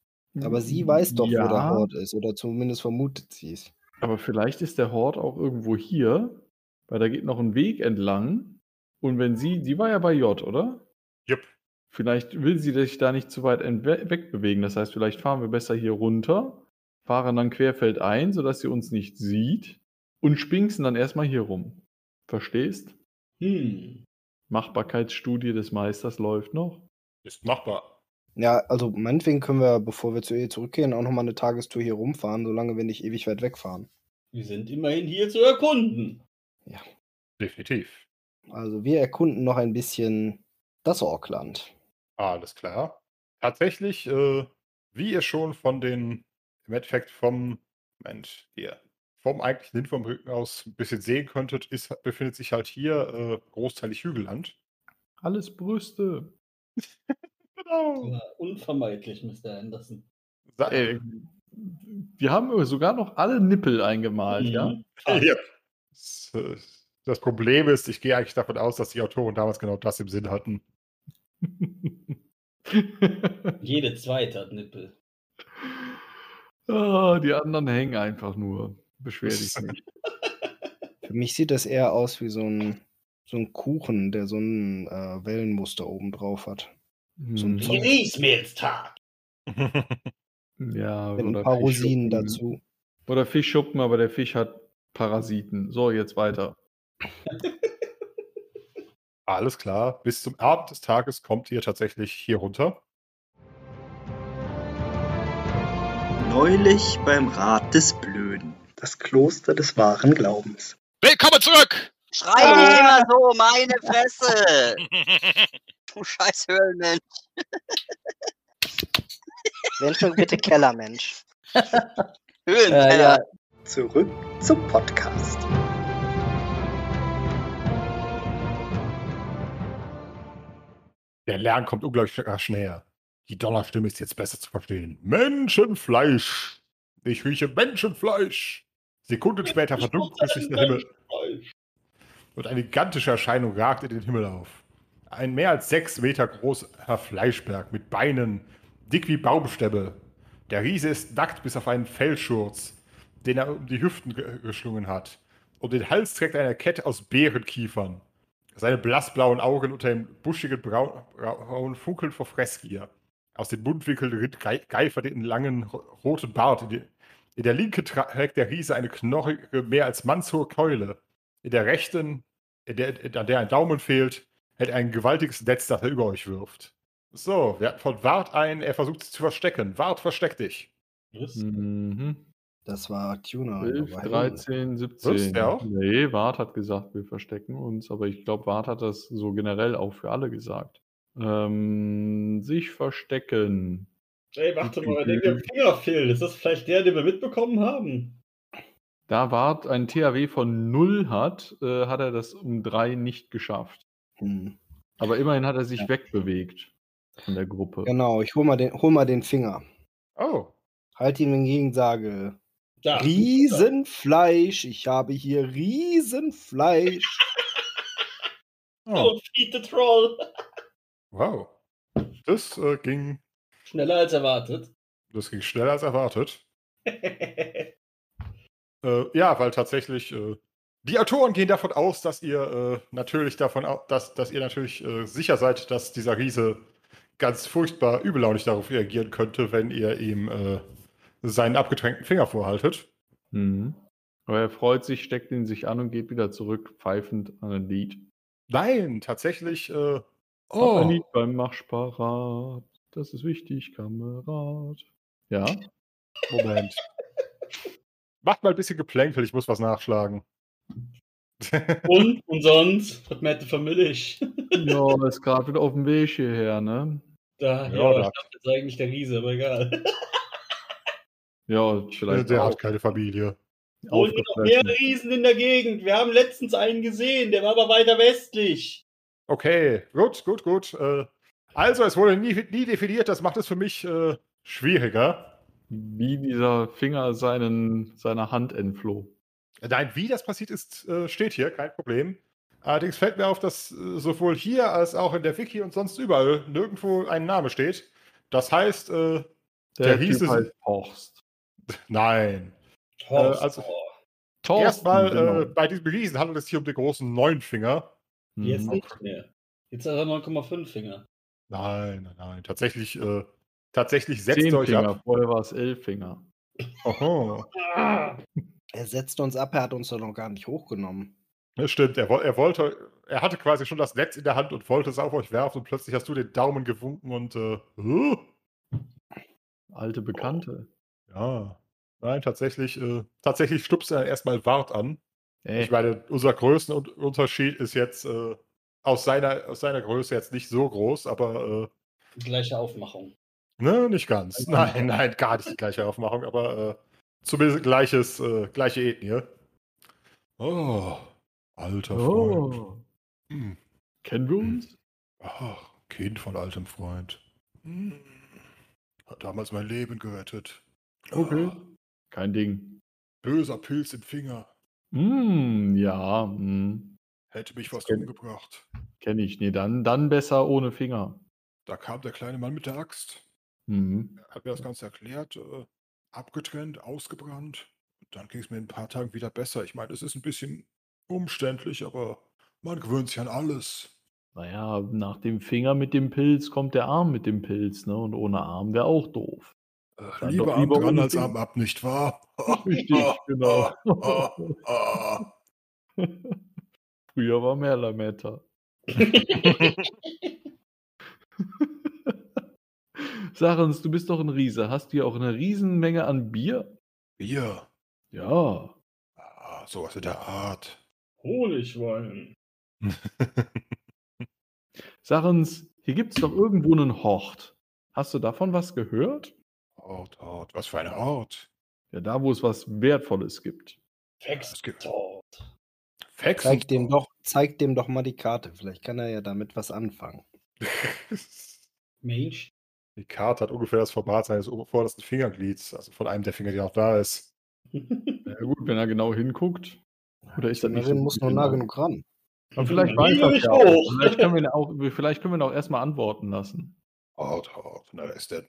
S1: Aber sie weiß doch,
S2: ja,
S1: wo der Hort ist, oder zumindest vermutet sie es.
S2: Aber vielleicht ist der Hort auch irgendwo hier, weil da geht noch ein Weg entlang. Und wenn sie, sie war ja bei J, oder?
S3: Jupp.
S2: Vielleicht will sie sich da nicht zu weit entwe- wegbewegen. Das heißt, vielleicht fahren wir besser hier runter, fahren dann querfeld ein, sodass sie uns nicht sieht und spinksen dann erstmal hier rum. Verstehst?
S5: Hm.
S2: Machbarkeitsstudie des Meisters läuft noch.
S3: Ist machbar.
S1: Ja, also meinetwegen können wir, bevor wir zu ihr zurückgehen, auch nochmal eine Tagestour hier rumfahren, solange wir nicht ewig weit wegfahren.
S5: Wir sind immerhin hier zu erkunden.
S3: Definitiv.
S1: Also wir erkunden noch ein bisschen das Orkland.
S3: Alles klar. Tatsächlich, äh, wie ihr schon von den, im Endeffekt vom, Moment, hier, vom eigentlichen Lindwurmrücken aus ein bisschen sehen könntet, ist, befindet sich halt hier äh, großteilig Hügelland.
S2: Alles Brüste.
S3: Genau.
S5: Aber unvermeidlich, Mr. Anderson.
S3: Sa
S2: Ey, wir haben sogar noch alle Nippel eingemalt, Halt,
S5: Mhm.
S2: ja?
S5: Fast.
S3: Ja. S- äh, Ah. Das Problem ist, ich gehe eigentlich davon aus, dass die Autoren damals genau das im Sinn hatten.
S5: Jede zweite hat Nippel.
S2: ah, die anderen hängen einfach nur.
S6: Beschwer dich nicht.
S1: Für mich sieht das eher aus wie so ein, so ein Kuchen, der so ein äh, Wellenmuster oben drauf hat. So ein
S6: Hm.
S1: Zoll.
S5: Genieß mir jetzt Tag.
S6: Ja,
S1: Mit ein
S6: oder
S1: paar
S6: Fischschuppen.
S1: Rosinen dazu.
S2: Oder Fischschuppen, aber der Fisch hat Parasiten. So, jetzt weiter.
S3: Alles klar. Bis zum Abend des Tages kommt ihr tatsächlich hier runter.
S7: Neulich beim Rat des Blöden. Das Kloster des wahren Glaubens.
S10: Willkommen zurück!
S11: Schrei nicht immer so, meine Fresse! Du scheiß Höhlenmensch.
S1: Wenn schon bitte Kellermensch.
S11: Höhlenkeller.
S1: ja.
S7: Zurück zum Podcast.
S3: Der Lärm kommt unglaublich sch- äh, schnell. Die Donnerstimme ist jetzt besser zu verstehen. Menschenfleisch! Ich rieche Menschenfleisch! Sekunden später verdunkt plötzlich der Himmel und eine gigantische Erscheinung ragt in den Himmel auf. Ein mehr als sechs Meter großer Fleischberg mit Beinen, dick wie Baumstämme. Der Riese ist nackt bis auf einen Fellschurz, den er um die Hüften ge geschlungen hat. Um den Hals trägt er eine Kette aus Bärenkiefern. Seine blassblauen Augen unter dem buschigen Braun, Braun funkeln vor Fressgier. Aus den Mundwinkeln ritt Gei- Geifer den langen ro- roten Bart. In, die, in der linken tra- trägt der Riese eine knorrige, mehr als mannshohe Keule. In der rechten, in der, in, an der ein Daumen fehlt, hält er ein gewaltiges Netz, das er über euch wirft. So, wir hatten von Wart ein, er versucht sich zu verstecken. Wart, versteck dich.
S1: Hm.
S5: Was?
S2: Mhm.
S1: Das war Tuner.
S2: 11,
S1: aber hey.
S2: 13, 17.
S3: Wirst du auch?
S2: Nee, Wart hat gesagt, wir verstecken uns, aber ich glaube, Wart hat das so generell auch für alle gesagt. Ähm, sich verstecken.
S5: Ey, warte mal, der mir Finger fehlt. Ist das vielleicht der, den wir mitbekommen haben?
S2: Da Wart ein THW von 0 hat, äh, hat er das um 3 nicht geschafft.
S1: Hm.
S2: Aber immerhin hat er sich
S1: Ja.
S2: wegbewegt von der Gruppe.
S1: Genau, ich hol mal, den, hol mal den Finger.
S3: Oh.
S1: Halt ihm entgegen, sage.
S5: Da.
S1: Riesenfleisch, ich habe hier Riesenfleisch.
S3: oh.
S5: Don't feed the troll.
S3: Wow. Das, äh, ging,
S5: Schneller als erwartet.
S3: das ging schneller als erwartet.
S5: Ey,
S3: Äh, ja, weil tatsächlich äh, die Autoren gehen davon aus, dass ihr äh, natürlich davon au- dass, dass ihr natürlich äh, sicher seid, dass dieser Riese ganz furchtbar übellaunig darauf reagieren könnte, wenn ihr ihm äh, seinen abgetränkten Finger vorhaltet.
S2: Mhm. Aber er freut sich, steckt ihn sich an und geht wieder zurück, pfeifend an ein Lied.
S3: Nein, tatsächlich. Äh,
S2: Oh.
S3: oh,
S2: Ein Lied beim Marschparat. Das ist wichtig, Kamerad. Ja.
S3: Moment. Macht mal ein bisschen Geplänkel, ich muss was nachschlagen. Äh,
S5: Und, und sonst? Was merkte Familich?
S2: Ja, ist gerade wieder auf dem Weg hierher, ne?
S5: Da,
S3: Ja,
S5: ja, aber
S3: da.
S5: ich dachte, das ist eigentlich der Riese, aber egal.
S2: Ja, vielleicht
S3: Der
S2: auch
S3: hat keine Familie.
S5: Holen wir noch mehr Riesen in der Gegend. Wir haben letztens einen gesehen, der war aber weiter westlich.
S3: Okay, gut, gut, gut. Äh, also, es wurde nie, nie definiert, das macht es für mich äh, schwieriger.
S2: wie dieser Finger seinen, seiner Hand entfloh.
S3: Nein, wie das passiert ist, äh, steht hier, kein Problem. Allerdings fällt mir auf, dass äh, sowohl hier als auch in der Wiki und sonst überall nirgendwo ein Name steht. Das heißt, äh, Der
S2: Typ
S3: hieß es-
S2: heißt Horst.
S3: nein.
S5: Horst,
S3: also-
S5: oh,
S2: Thorsten,
S3: Erstmal äh,
S2: genau.
S3: bei diesem Riesen handelt es sich um den großen Neunfinger.
S2: Mhm.
S5: jetzt nicht mehr. Jetzt hat er 9,5 Finger.
S3: Nein, nein, nein. Tatsächlich, äh, tatsächlich setzt
S2: Zehn
S3: ihr euch
S2: Finger,
S3: ab.
S2: vorher war es elf Finger.
S3: Oho.
S1: Er setzt uns ab, er hat uns doch noch gar nicht hochgenommen.
S3: Das stimmt, er, woll- er wollte, er hatte quasi schon das Netz in der Hand und wollte es auf euch werfen und plötzlich hast du den Daumen gewunken und äh, huh?
S2: Alte Bekannte.
S3: ja. Nein, tatsächlich, äh, tatsächlich stupst er erstmal Wart an.
S2: Ey,
S3: Ich meine, unser Größenunterschied ist jetzt äh, aus, seiner, aus seiner Größe jetzt nicht so groß, aber
S5: Gleiche Aufmachung.
S3: äh, ne, nicht ganz. Nein, nein, gar nicht die gleiche Aufmachung, aber äh, zumindest gleiches, äh, gleiche Ethnie. Oh, alter Freund.
S2: oh,
S3: Hm.
S2: kennen wir uns?
S3: Ach, Kind von altem Freund. Hm. Hat damals mein Leben gerettet.
S2: Okay.
S3: Ah,
S2: Kein Ding.
S3: böser Pilz im Finger.
S2: Mm, ja, mm,
S3: Hätte mich
S2: Das
S3: was
S2: kenn-
S3: umgebracht.
S2: kenne ich. Nee, dann, dann besser ohne Finger.
S3: Da kam der kleine Mann mit der Axt.
S2: Mhm.
S3: hat mir das Ganze erklärt, äh, abgetrennt, ausgebrannt. dann ging es mir in ein paar Tagen wieder besser. Ich meine, es ist ein bisschen umständlich, aber man gewöhnt sich an alles.
S2: Naja, nach dem Finger mit dem Pilz kommt der Arm mit dem Pilz, ne? Und ohne Arm wäre auch doof.
S3: Äh,
S2: Dann
S3: lieber
S2: doch
S3: am
S2: lieber
S3: dran
S2: ohne
S3: als
S2: Ding.
S3: am ab, nicht wahr?
S2: Richtig, genau.
S3: Ah, ah.
S2: Früher war mehr Lametta. Sag uns, du bist doch ein Riese. Hast du hier auch eine Riesenmenge an Bier?
S3: Bier.
S2: Ja.
S3: Ah, sowas in der Art.
S5: Honigwein.
S2: Sag uns, hier gibt's doch irgendwo einen Hort. Hast du davon was gehört?
S3: Ort, Ort. Was für eine Ort.
S2: Ja, da, wo es was Wertvolles gibt.
S3: Es gibt
S5: Fextort.
S3: Faxen.
S1: Zeig dem, doch, zeig dem doch mal die Karte. Vielleicht kann er ja damit was anfangen.
S5: Mensch.
S3: Die Karte hat ungefähr das Format seines ober- vordersten Fingerglieds, also von einem der Finger, der noch da ist.
S2: Ja, gut, wenn er genau hinguckt. Oder ist
S1: Die
S2: das nicht so
S1: Fingerin muss
S2: gut
S1: nur
S2: genau?
S1: nah genug ran.
S2: Aber vielleicht
S5: Ja,
S2: weiß
S5: liebe
S2: er's
S5: ich
S2: ja auch.
S5: auch.
S2: Vielleicht können wir ihn auch, vielleicht können wir ihn auch erstmal antworten lassen.
S3: Ort, Ort. Na, da ist der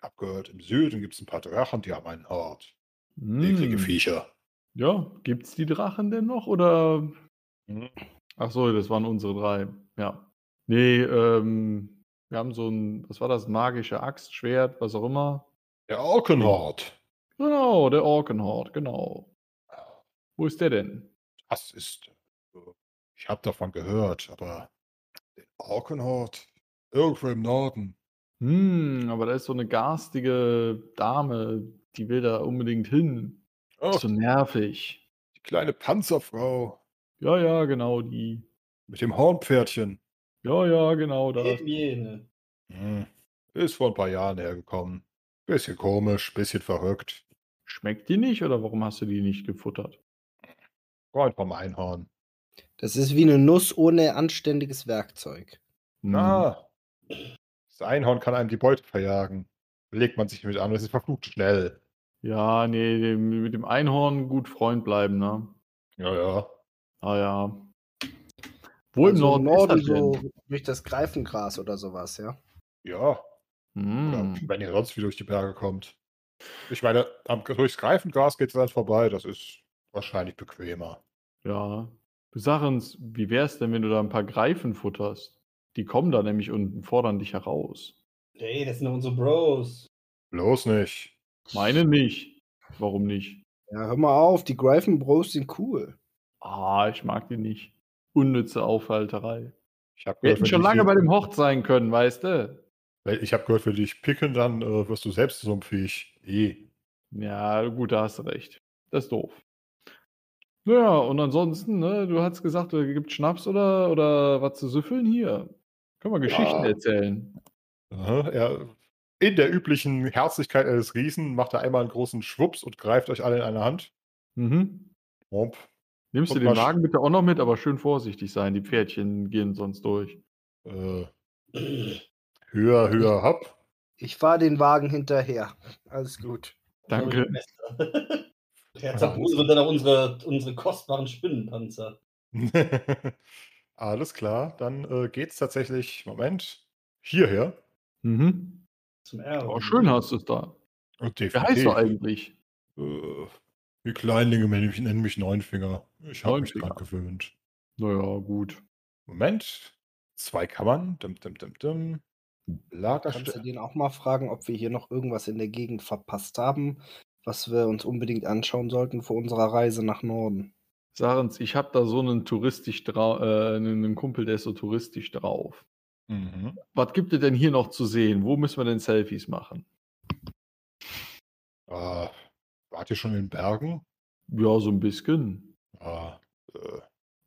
S3: abgehört. Im Süden gibt es ein paar Drachen, die haben einen Ort. Eklige
S2: Hm.
S3: Viecher.
S2: Ja, gibt's die Drachen denn noch? Oder.
S3: Mhm.
S2: Ach so, das waren unsere drei. Ja. Nee, ähm, wir haben so ein, was war das? Magische Axt, Schwert, was auch immer.
S3: Der Orkenhort.
S2: Genau, der Orkenhort, genau. Wo ist der denn?
S3: Das ist. äh, Ich habe davon gehört, aber den Orkenhort irgendwo im Norden.
S2: Hm, aber da ist so eine garstige Dame, die will da unbedingt hin.
S3: Oh,
S2: Ist so nervig.
S3: die kleine Panzerfrau
S2: Ja, ja, genau die.
S3: mit dem Hornpferdchen.
S2: Ja, ja, genau das.
S5: Eben jene.
S3: Hm. Ist vor ein paar Jahren hergekommen. Bisschen komisch, bisschen verrückt.
S2: Schmeckt die nicht oder warum hast du die nicht gefuttert?
S3: Freund vom Einhorn.
S1: Das ist wie eine Nuss ohne anständiges Werkzeug.
S2: Hm.
S3: Ah. Das Einhorn kann einem die Beute verjagen. Legt man sich mit an, das ist verflucht schnell.
S2: Ja, nee, dem, mit dem Einhorn gut Freund bleiben, ne?
S3: Ja, ja.
S2: Ah ja. Wo im
S1: Also
S2: Norden,
S1: im
S2: ist das
S1: so
S2: denn?
S1: durch das Greifengras oder sowas, ja.
S3: Ja.
S2: Hm.
S3: Oder wenn ihr sonst wie durch die Berge kommt. Ich meine, am, durchs Greifengras geht es dann vorbei. Das ist wahrscheinlich bequemer.
S2: Ja. Du sag uns, wie wär's denn, wenn du da ein paar Greifen futterst? Die kommen da nämlich und fordern dich heraus.
S5: Ey, das sind doch unsere Bros.
S3: Bloß nicht.
S2: Meine nicht. Warum nicht?
S1: Ja, hör mal auf, die Greifen Bros sind cool.
S2: Ah, ich mag die nicht. Unnütze Aufhalterei.
S3: Ich habe
S2: Wir
S3: gehört,
S2: hätten
S3: wenn
S2: schon
S3: die
S2: lange
S3: sich-
S2: bei dem Hort sein können, weißt du?
S3: Weil Ich habe gehört, wenn die dich picken, dann äh, wirst du selbst so ein Viech. Eh.
S2: Ja, gut, da hast du recht. Das ist doof. Ja, und ansonsten, ne, du hast gesagt, da gibt Schnaps oder, oder was zu süffeln hier. Können wir Geschichten
S3: Ja.
S2: erzählen.
S3: Aha, er, in der üblichen Herzlichkeit eines Riesen macht er einmal einen großen Schwups und greift euch alle in eine Hand.
S2: Mhm.
S3: Womp.
S2: Nimmst du
S3: Und
S2: den
S3: mal sch-
S2: Wagen bitte auch noch mit, aber schön vorsichtig sein. Die Pferdchen gehen sonst durch.
S3: Äh, höher,
S2: Hm.
S3: höher, hopp.
S1: Ich fahre den Wagen hinterher. Alles gut.
S2: Danke.
S5: Der hat auch unsere, dann auch unsere, unsere kostbaren Spinnenpanzer.
S3: Alles klar, dann äh, geht's tatsächlich, Moment, hierher.
S2: Mhm.
S5: Zum Erben.
S3: Oh,
S2: Aber schön hast du es da.
S3: Und
S2: Wer heißt du
S3: definitiv.
S2: eigentlich?
S3: Äh, die Kleinlinge nennen mich- nennen mich Neunfinger. Ich habe mich
S2: Neunfinger.
S3: dran gewöhnt.
S2: Naja, gut.
S3: Moment, zwei Kammern. Dim, dim, dim, dim.
S1: Kannst du
S3: Lagerstätte.
S1: den auch mal fragen, ob wir hier noch irgendwas in der Gegend verpasst haben, was wir uns unbedingt anschauen sollten vor unserer Reise nach Norden?
S2: Sag uns, ich habe da so einen touristisch drauf, äh, einen einen Kumpel, der ist so touristisch drauf.
S3: Mhm.
S2: Was gibt es denn hier noch zu sehen? Wo müssen wir denn Selfies machen?
S3: Ah, wart ihr schon in den Bergen?
S2: Ja, so ein bisschen.
S3: Ah, äh,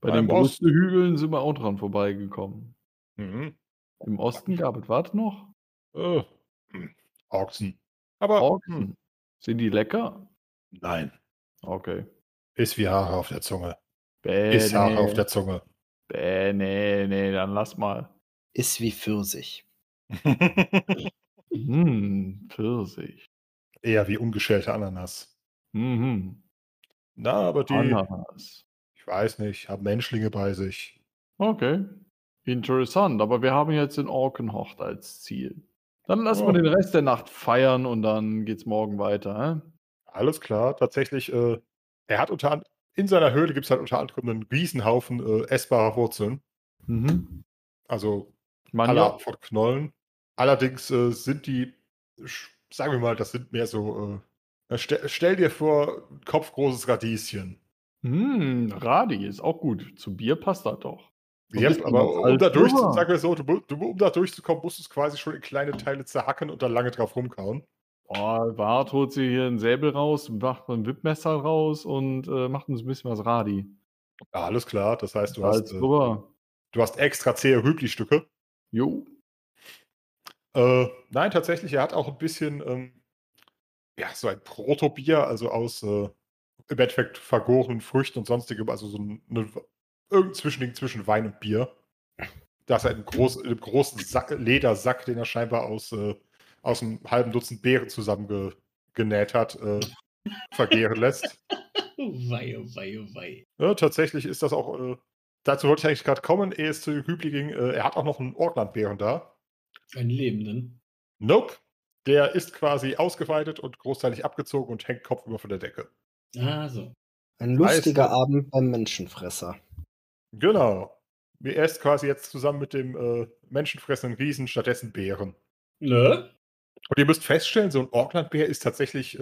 S2: Bei
S3: Beim
S2: den
S3: Osten.
S2: Brustehügeln sind wir auch dran vorbeigekommen.
S3: mhm.
S2: Im Osten gab es was noch?
S3: äh, hm, Ochsen. Aber hm,
S2: Orken. Sind die lecker?
S3: nein,
S2: Okay.
S3: ist wie Haare auf der Zunge.
S2: Bäh,
S3: Ist Haare
S2: nee.
S3: auf der Zunge.
S2: Bäh, nee, nee, dann lass mal.
S1: Ist wie Pfirsich.
S2: Hm, Pfirsich.
S3: Eher wie ungeschälte Ananas.
S2: Mhm.
S3: Na, aber die,
S2: Ananas.
S3: ich weiß nicht, haben Menschlinge bei sich.
S2: Okay. Interessant, aber wir haben jetzt den Orkenhocht als Ziel. Dann lassen wir
S3: Ja.
S2: den Rest der Nacht feiern und dann geht's morgen weiter. hä?
S3: Alles klar, tatsächlich, äh, er hat unter an- in seiner Höhle gibt es halt unter anderem einen Riesenhaufen äh, essbarer Wurzeln.
S2: Mhm.
S3: Also
S2: Man
S3: alle
S2: ja.
S3: Arten von Knollen. Allerdings äh, sind die, sch- sagen wir mal, das sind mehr so, äh, stell, stell dir vor, ein kopfgroßes Radieschen.
S2: Mm, Radi ist auch gut. Zu Bier passt das doch. So ein
S3: Yep,
S2: bisschen
S3: aber
S2: was
S3: um
S2: als
S3: da, durch,
S2: Pulver.
S3: sagen wir so, du, mu- du, um da durchzukommen, musst du es quasi schon in kleine Teile zerhacken und dann lange drauf rumkauen.
S2: Boah, Wart holt sie hier einen Säbel raus, macht ein Wippmesser raus und äh, macht uns ein bisschen was Radi.
S3: Ja, alles klar, das heißt, du hast,
S2: Als
S3: äh, du
S2: drüber.
S3: hast extra zähe Rübli-Stücke.
S2: Jo.
S3: Äh, nein, tatsächlich, er hat auch ein bisschen, ähm, ja, so ein Protobier, also aus äh, im Endeffekt vergorenen Früchten und sonstigem, also so ein, eine, irgendein Zwischending zwischen Wein und Bier. Das ist ein groß, in einem großen Sack, Ledersack, den er scheinbar aus, äh, aus einem halben Dutzend Beeren zusammengenäht hat, äh, vergehren lässt.
S5: Wei, oh wei, oh wei.
S3: Ja, tatsächlich ist das auch, äh, dazu wollte ich eigentlich gerade kommen, ehe es zu Hübli ging, äh, er hat auch noch einen Orklandbären da.
S5: Einen Lebenden.
S3: Nope. Der ist quasi ausgeweitet und großteilig abgezogen und hängt kopfüber von der Decke.
S5: Ah, so.
S1: Ein lustiger
S3: Weiße-
S1: Abend beim Menschenfresser.
S3: Genau. Er ist quasi jetzt zusammen mit dem äh, menschenfressenden Riesen stattdessen Bären.
S5: Ne?
S3: Und ihr müsst feststellen, so ein Orklandbär ist tatsächlich äh,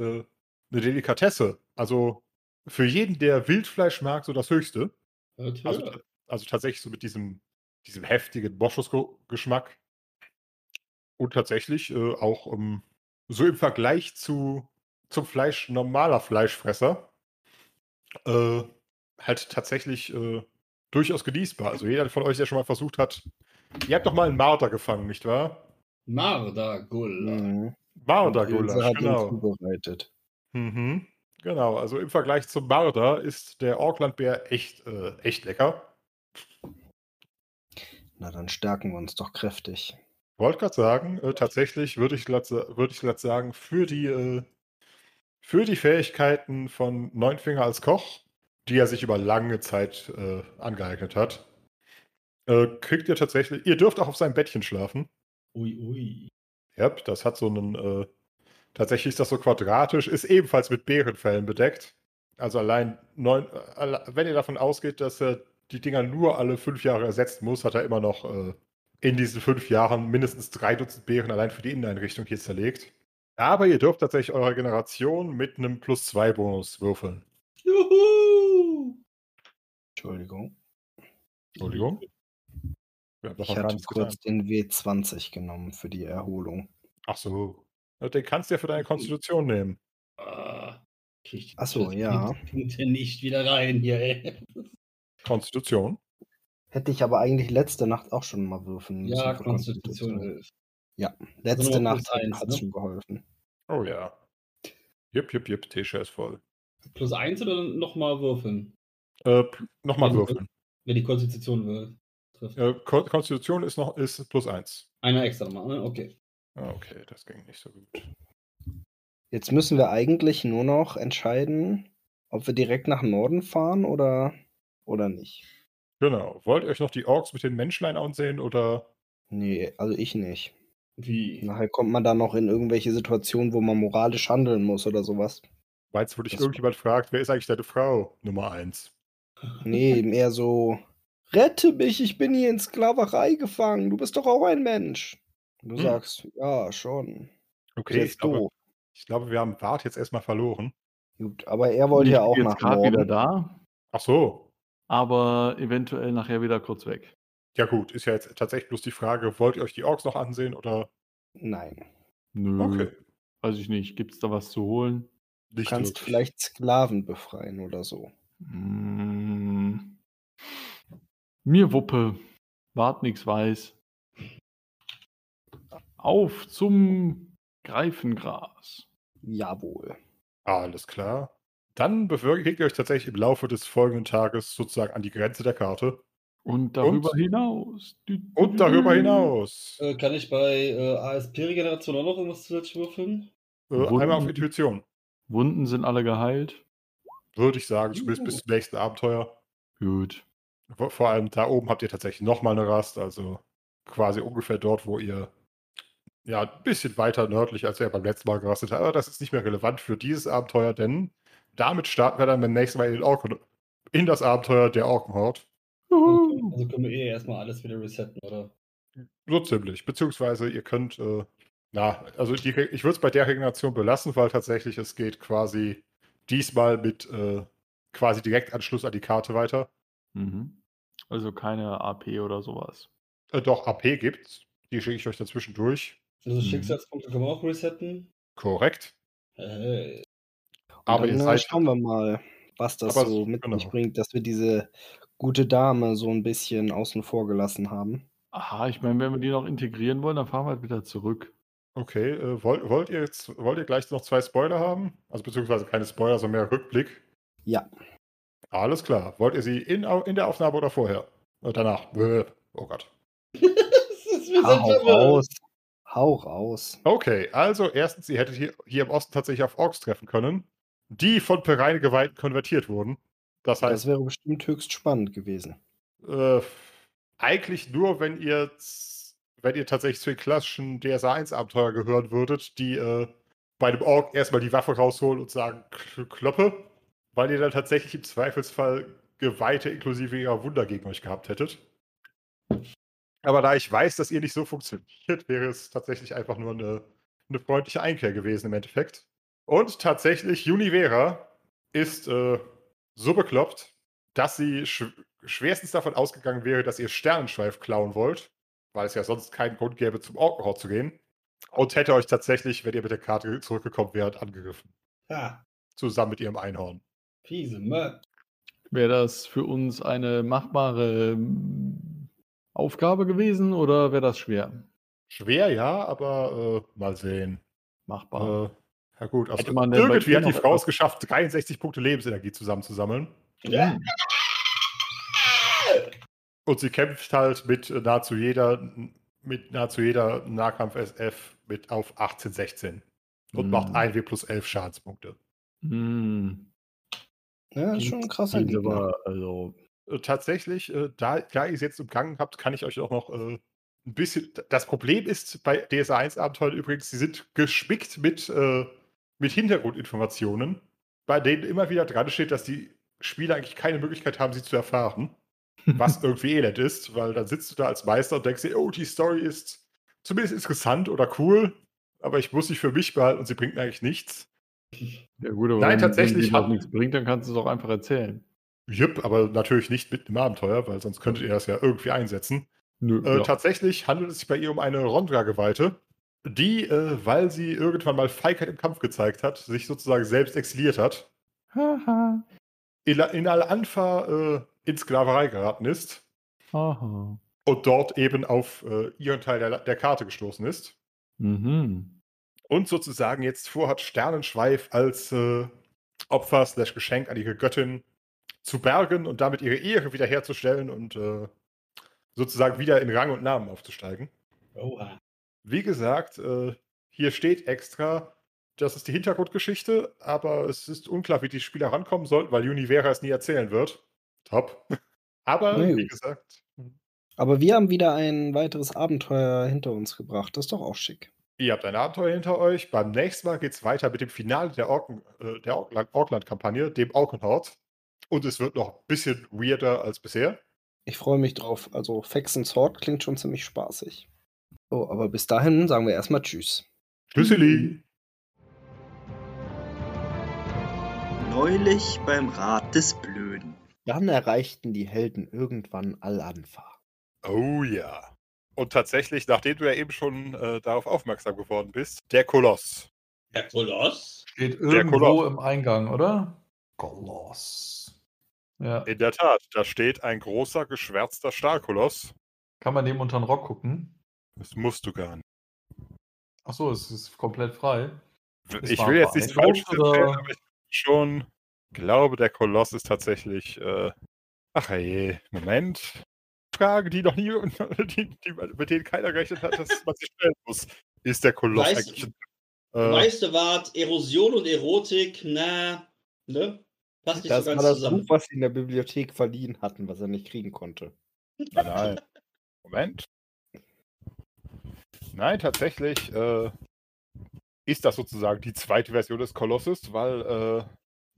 S3: eine Delikatesse. Also für jeden, der Wildfleisch mag, so das Höchste.
S5: Hört,
S3: Also,
S5: hört.
S3: also tatsächlich so mit diesem, diesem heftigen Boschus-Geschmack. Und tatsächlich äh, auch ähm, so im Vergleich zu, zum Fleisch normaler Fleischfresser äh, halt tatsächlich äh, durchaus genießbar. Also jeder von euch, der schon mal versucht hat, ihr habt doch mal einen Marder gefangen, nicht wahr?
S5: Mardagulla.
S3: hm. Marder
S1: Und Ilse
S3: Gulasch,
S1: hat ihn
S3: genau.
S1: zubereitet.
S3: Mhm. Genau, also im Vergleich zum Marder ist der Orklandbär echt, äh, echt lecker.
S1: Na, dann stärken wir uns doch kräftig.
S3: Wollte gerade sagen, äh, tatsächlich würde ich glatt, sa- würde ich glatt sagen, für die, äh, für die Fähigkeiten von Neunfinger als Koch, die er sich über lange Zeit äh, angeeignet hat, äh, kriegt ihr tatsächlich, ihr dürft auch auf seinem Bettchen schlafen.
S5: Ui, ui.
S3: Ja, das hat so einen, äh, tatsächlich ist das so quadratisch, ist ebenfalls mit Bärenfellen bedeckt. Also allein neun, äh, alle- wenn ihr davon ausgeht, dass er die Dinger nur alle fünf Jahre ersetzen muss, hat er immer noch äh, in diesen fünf Jahren mindestens drei Dutzend Bären allein für die Inneneinrichtung hier zerlegt. Aber ihr dürft tatsächlich eure Generation mit einem plus zwei Bonus würfeln.
S5: Juhu!
S1: Entschuldigung.
S3: Entschuldigung. Wir haben
S1: Ich
S3: noch gar
S1: hatte
S3: nichts
S1: kurz
S3: getan.
S1: den W20 genommen für die Erholung.
S3: Ach so. Ja, Den kannst du ja für deine Konstitution nehmen.
S5: Ah, krieg ich
S1: Ach so,
S5: das
S1: ja.
S5: Punkte nicht wieder rein hier, ey.
S3: Konstitution.
S1: Hätte ich aber eigentlich letzte Nacht auch schon mal würfeln müssen.
S5: Ja,
S1: für
S5: Konstitution
S1: Konstitution.
S5: hilft.
S1: Letzte
S5: Also nur
S1: Nacht
S5: plus eins,
S1: hat es
S5: ne?
S1: schon geholfen.
S3: Oh ja. Jupp, jupp, jupp, T-Shirt ist voll.
S5: Plus eins oder nochmal würfeln?
S3: Äh, pl- Nochmal
S5: Also-
S3: würfeln.
S5: Wenn die Konstitution wür- trifft.
S3: Äh, Ko Konstitution ist noch ist plus eins.
S5: Einer extra nochmal, ne? Okay.
S3: Ah, Okay, das ging nicht so gut.
S1: Jetzt müssen wir eigentlich nur noch entscheiden, ob wir direkt nach Norden fahren oder, oder nicht.
S3: Genau. Wollt ihr euch noch die Orks mit den Menschlein ansehen oder?
S1: Nee, also ich nicht.
S5: Wie?
S1: Nachher kommt man dann noch in irgendwelche Situationen, wo man moralisch handeln muss oder sowas.
S3: Weil jetzt würde ich
S1: Das-
S3: irgendjemand fragt, wer ist eigentlich deine Frau? Nummer eins.
S1: Nee, eben eher so, rette mich, ich bin hier in Sklaverei gefangen, du bist doch auch ein Mensch. Du
S3: Hm.
S1: sagst, ja, schon.
S3: Okay,
S1: Okay,
S3: ich
S1: ist
S3: glaube,
S1: doof.
S3: ich glaube, wir haben Bart jetzt erstmal verloren.
S1: Gut, aber er wollte ja auch
S2: bin
S1: nach
S2: jetzt gerade wieder
S1: Norden.
S2: da,
S3: Ach so.
S2: aber eventuell nachher wieder kurz weg.
S3: Ja gut, ist ja jetzt tatsächlich bloß die Frage, wollt ihr euch die Orks noch ansehen oder?
S1: Nein,
S2: Nö.
S3: Okay.
S2: Weiß ich nicht. Gibt es da was zu holen?
S1: du
S3: Nicht
S1: kannst
S3: wirklich.
S1: vielleicht Sklaven befreien oder so.
S3: Hm.
S2: Mm. Mir Wuppe. Wart nix weiß. Auf zum Greifengras.
S1: Jawohl.
S3: Alles klar. Dann bewegt ihr euch tatsächlich im Laufe des folgenden Tages sozusagen an die Grenze der Karte.
S2: Und darüber
S3: Und?
S2: hinaus. Dü- dü-
S3: Und darüber
S2: dü.
S3: hinaus.
S5: Äh, kann ich bei äh, ASP-Regeneration auch noch irgendwas zusätzlich würfeln?
S3: Äh,
S2: Wunden-
S3: einmal auf Intuition.
S2: Wunden sind alle geheilt.
S3: Würde ich sagen, zumindest
S5: Juhu.
S3: bis zum nächsten Abenteuer.
S2: Gut.
S3: Vor vor allem da oben habt ihr tatsächlich nochmal eine Rast, also quasi ungefähr dort, wo ihr ja, ein bisschen weiter nördlich, als wir beim letzten Mal gerastet haben. Aber das ist nicht mehr relevant für dieses Abenteuer, denn damit starten wir dann beim nächsten Mal in, den Orken, in das Abenteuer der Orkenhort.
S5: Also können wir eh erstmal alles wieder resetten, oder?
S3: So ziemlich. Beziehungsweise ihr könnt, äh, na, also die, ich würde es bei der Regeneration belassen, weil tatsächlich es geht quasi diesmal mit äh, quasi direkt Anschluss an die Karte weiter.
S2: Mhm. Also keine AP oder sowas.
S3: Äh, doch, AP gibt's. Die schicke ich euch dazwischen durch.
S5: Also
S2: Mhm.
S5: Schicksalspunkte können wir auch resetten.
S3: Korrekt.
S5: Äh,
S3: Aber
S1: dann,
S3: ihr
S1: äh,
S3: seid
S1: schauen wir mal, was das
S3: Aber
S1: so
S3: es-
S1: mit sich
S3: genau.
S1: bringt, dass wir diese gute Dame so ein bisschen außen vor gelassen haben.
S2: Aha, ich meine, wenn wir die noch integrieren wollen, dann fahren wir halt wieder zurück.
S3: Okay, äh, wollt, wollt, ihr jetzt, wollt ihr gleich noch zwei Spoiler haben? Also beziehungsweise keine Spoiler, sondern mehr Rückblick.
S1: Ja.
S3: Alles klar. Wollt ihr sie in, au- in der Aufnahme oder vorher? Oder danach? Bäh. Oh Gott.
S5: das ist mir
S1: Hau
S5: so
S1: raus. Hau raus.
S3: Okay, also erstens, ihr hättet hier, hier im Osten tatsächlich auf Orks treffen können, die von Pereine Geweihten konvertiert wurden. Das
S1: Das
S3: heißt,
S1: wäre bestimmt höchst spannend gewesen.
S3: äh, eigentlich nur, wenn ihr, z- wenn ihr tatsächlich zu den klassischen DSA 1-Abenteuer gehören würdet, die äh, bei einem Ork erstmal die Waffe rausholen und sagen, "K- kloppe, weil ihr dann tatsächlich im Zweifelsfall Geweihte inklusive ihrer Wunder gegen euch gehabt hättet. Aber da ich weiß, dass ihr nicht so funktioniert, wäre es tatsächlich einfach nur eine, eine freundliche Einkehr gewesen im Endeffekt. Und tatsächlich, Univera ist äh, so bekloppt, dass sie sch schwerstens davon ausgegangen wäre, dass ihr Sternenschweif klauen wollt, weil es ja sonst keinen Grund gäbe, zum Orkenhort zu gehen. Und hätte euch tatsächlich, wenn ihr mit der Karte zurückgekommen wärt, angegriffen.
S5: Ha,
S3: Zusammen mit ihrem Einhorn.
S5: fiese Mö.
S2: Wäre das für uns eine machbare ähm, Aufgabe gewesen oder wäre das schwer?
S3: Schwer, ja, aber äh, mal sehen.
S2: Machbar.
S3: Äh, ja gut, also
S2: Hätte man denn bei
S3: irgendwie
S2: dir
S3: hat die
S2: noch
S3: Frau es
S2: etwas-
S3: geschafft, 63 Punkte Lebensenergie zusammenzusammeln.
S2: Ja.
S3: Und sie kämpft halt mit äh, nahezu jeder, mit nahezu jeder Nahkampf-SF mit auf 18, 16. Und
S2: Mhm.
S3: macht 1W plus 11 Schadenspunkte.
S2: Hm.
S1: Ja, ist schon ein krasser
S2: Also,
S1: Gegner.
S2: aber, also,
S3: Äh, tatsächlich, äh, da, da ihr es jetzt umgangen habt, kann ich euch auch noch äh, ein bisschen. Das Problem ist bei DSA 1-Abenteuern übrigens, sie sind gespickt mit, äh, mit Hintergrundinformationen, bei denen immer wieder dran steht, dass die Spieler eigentlich keine Möglichkeit haben, sie zu erfahren. Was irgendwie elend ist, weil dann sitzt du da als Meister und denkst dir, oh, die Story ist zumindest interessant oder cool, aber ich muss sie für mich behalten und sie bringt mir eigentlich nichts.
S2: ja gut, aber
S3: Nein,
S2: wenn,
S3: tatsächlich
S2: wenn dir das
S3: hat-
S2: nichts bringt, dann kannst du es auch einfach erzählen.
S3: Jüpp, aber natürlich nicht mit einem Abenteuer, weil sonst könntet ihr das ja irgendwie einsetzen.
S2: Nö,
S3: Äh,
S2: ja.
S3: Tatsächlich handelt es sich bei ihr um eine Rondra-Geweihte, die, äh, weil sie irgendwann mal Feigheit im Kampf gezeigt hat, sich sozusagen selbst exiliert hat,
S2: Haha.
S3: in, in Al-Anfa äh, in Sklaverei geraten ist
S2: Aha.
S3: und dort eben auf äh, ihren Teil der, der Karte gestoßen ist
S2: Mhm.
S3: und sozusagen jetzt vorhat, Sternenschweif als äh, Opfer slash Geschenk an ihre Göttin zu bergen und damit ihre Ehre wiederherzustellen und äh, sozusagen wieder in Rang und Namen aufzusteigen.
S5: Oha.
S3: Wie gesagt, äh, hier steht extra, das ist die Hintergrundgeschichte, aber es ist unklar, wie die Spieler rankommen sollten, weil Univera es nie erzählen wird. Top. Aber
S1: Na
S3: wie
S1: gut.
S3: gesagt,
S1: Aber wir haben wieder ein weiteres Abenteuer hinter uns gebracht. Das ist doch auch schick.
S3: ihr habt ein Abenteuer hinter euch. Beim nächsten Mal geht es weiter mit dem Finale der, Orken, äh, der Orkland- Orkland-Kampagne, dem Orkenhort. Und es wird noch ein bisschen weirder als bisher.
S1: Ich freue mich drauf. Also Fax and Sword klingt schon ziemlich spaßig. So, aber bis dahin sagen wir erstmal Tschüss.
S3: Tschüsseli!
S1: Mhm.
S7: Neulich beim Rat des Blöden.
S1: Dann erreichten die Helden irgendwann Al-Anfa.
S3: Oh ja. Und tatsächlich, nachdem du ja eben schon äh, darauf aufmerksam geworden bist, der Koloss.
S5: Der Koloss?
S2: Steht
S3: Koloss.
S2: irgendwo im Eingang, oder?
S1: Koloss.
S2: Ja.
S3: In der Tat, da steht ein großer, geschwärzter Stahlkoloss.
S2: Kann man dem unter den Rock gucken?
S3: Das musst du gar nicht.
S2: Achso, es ist komplett frei. Ist
S3: ich
S2: mal
S3: will jetzt nichts
S2: vereinfacht,
S3: Falsches erzählen,
S2: oder?
S3: aber ich schon glaube, der Koloss ist tatsächlich. Äh, ach je, Moment. Frage, die noch nie, die, die, mit denen keiner gerechnet hat, dass man sie stellen muss. Ist der Koloss
S5: Weiß-
S3: eigentlich.
S5: Äh.
S3: Äh,
S5: Meiste wart Erosion und Erotik, na, ne? Passt nicht
S1: Das
S5: so
S1: war
S5: ganz
S1: das
S5: zusammen.
S1: Buch, was sie in der Bibliothek verliehen hatten, was er nicht kriegen konnte.
S3: nein, nein. Moment. Nein, tatsächlich äh, ist das sozusagen die zweite Version des Kolosses, weil äh,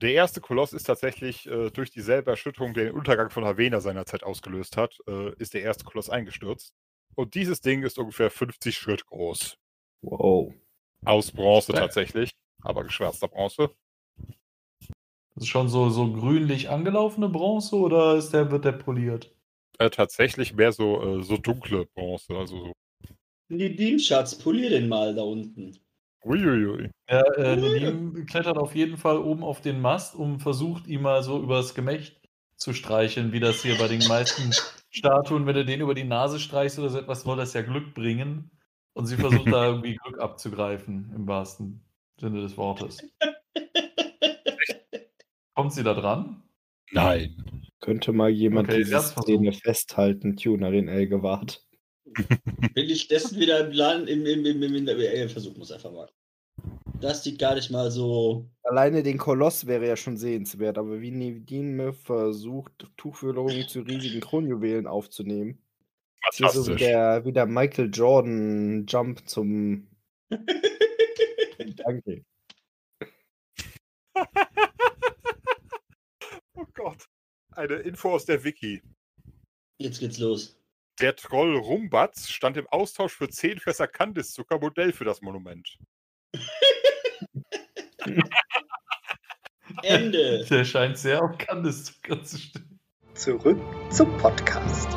S3: der erste Koloss ist tatsächlich äh, durch dieselbe Erschütterung, die den Untergang von Havena seinerzeit ausgelöst hat, äh, ist der erste Koloss eingestürzt. Und dieses Ding ist ungefähr 50 Schritt groß.
S1: Wow.
S3: Aus Bronze
S2: Stark.
S3: tatsächlich, aber geschwärzter Bronze.
S2: Das ist schon so, so grünlich angelaufene Bronze oder ist der, wird der poliert?
S3: Äh, tatsächlich mehr so, äh, so dunkle Bronze, also so.
S5: Nedim, Schatz, polier den mal da unten.
S3: Uiuiui.
S2: Ja, äh, Nedim klettert auf jeden Fall oben auf den Mast und versucht ihm mal so übers Gemächt zu streicheln, wie das hier bei den meisten Statuen, wenn du den über die Nase streichst oder so etwas, soll das ja Glück bringen. Und sie versucht da irgendwie Glück abzugreifen, im wahrsten Sinne des Wortes. Kommt sie da dran?
S3: Nein.
S1: Könnte mal jemand
S2: Okay,
S1: diese
S2: das versucht.
S1: Szene festhalten, Tunerin L gewahrt.
S5: Bin ich dessen wieder im Plan, im, im, im, im, im, im Versuch muss einfach mal. Das sieht gar nicht mal so.
S1: Alleine den Koloss wäre ja schon sehenswert, aber wie Nedime versucht, Tuchfühlungen zu riesigen Kronjuwelen aufzunehmen. Das ist so wie
S3: Fantastisch.
S1: der, wie der Michael Jordan Jump zum Danke.
S3: Oh Gott. Eine Info aus der Wiki.
S5: Jetzt geht's los.
S3: Der Troll Rumbatz stand im Austausch für 10 Fässer Kandiszucker Modell für das Monument.
S5: Ende.
S2: Der scheint sehr auf Candice zu stehen.
S7: Zurück zum Podcast.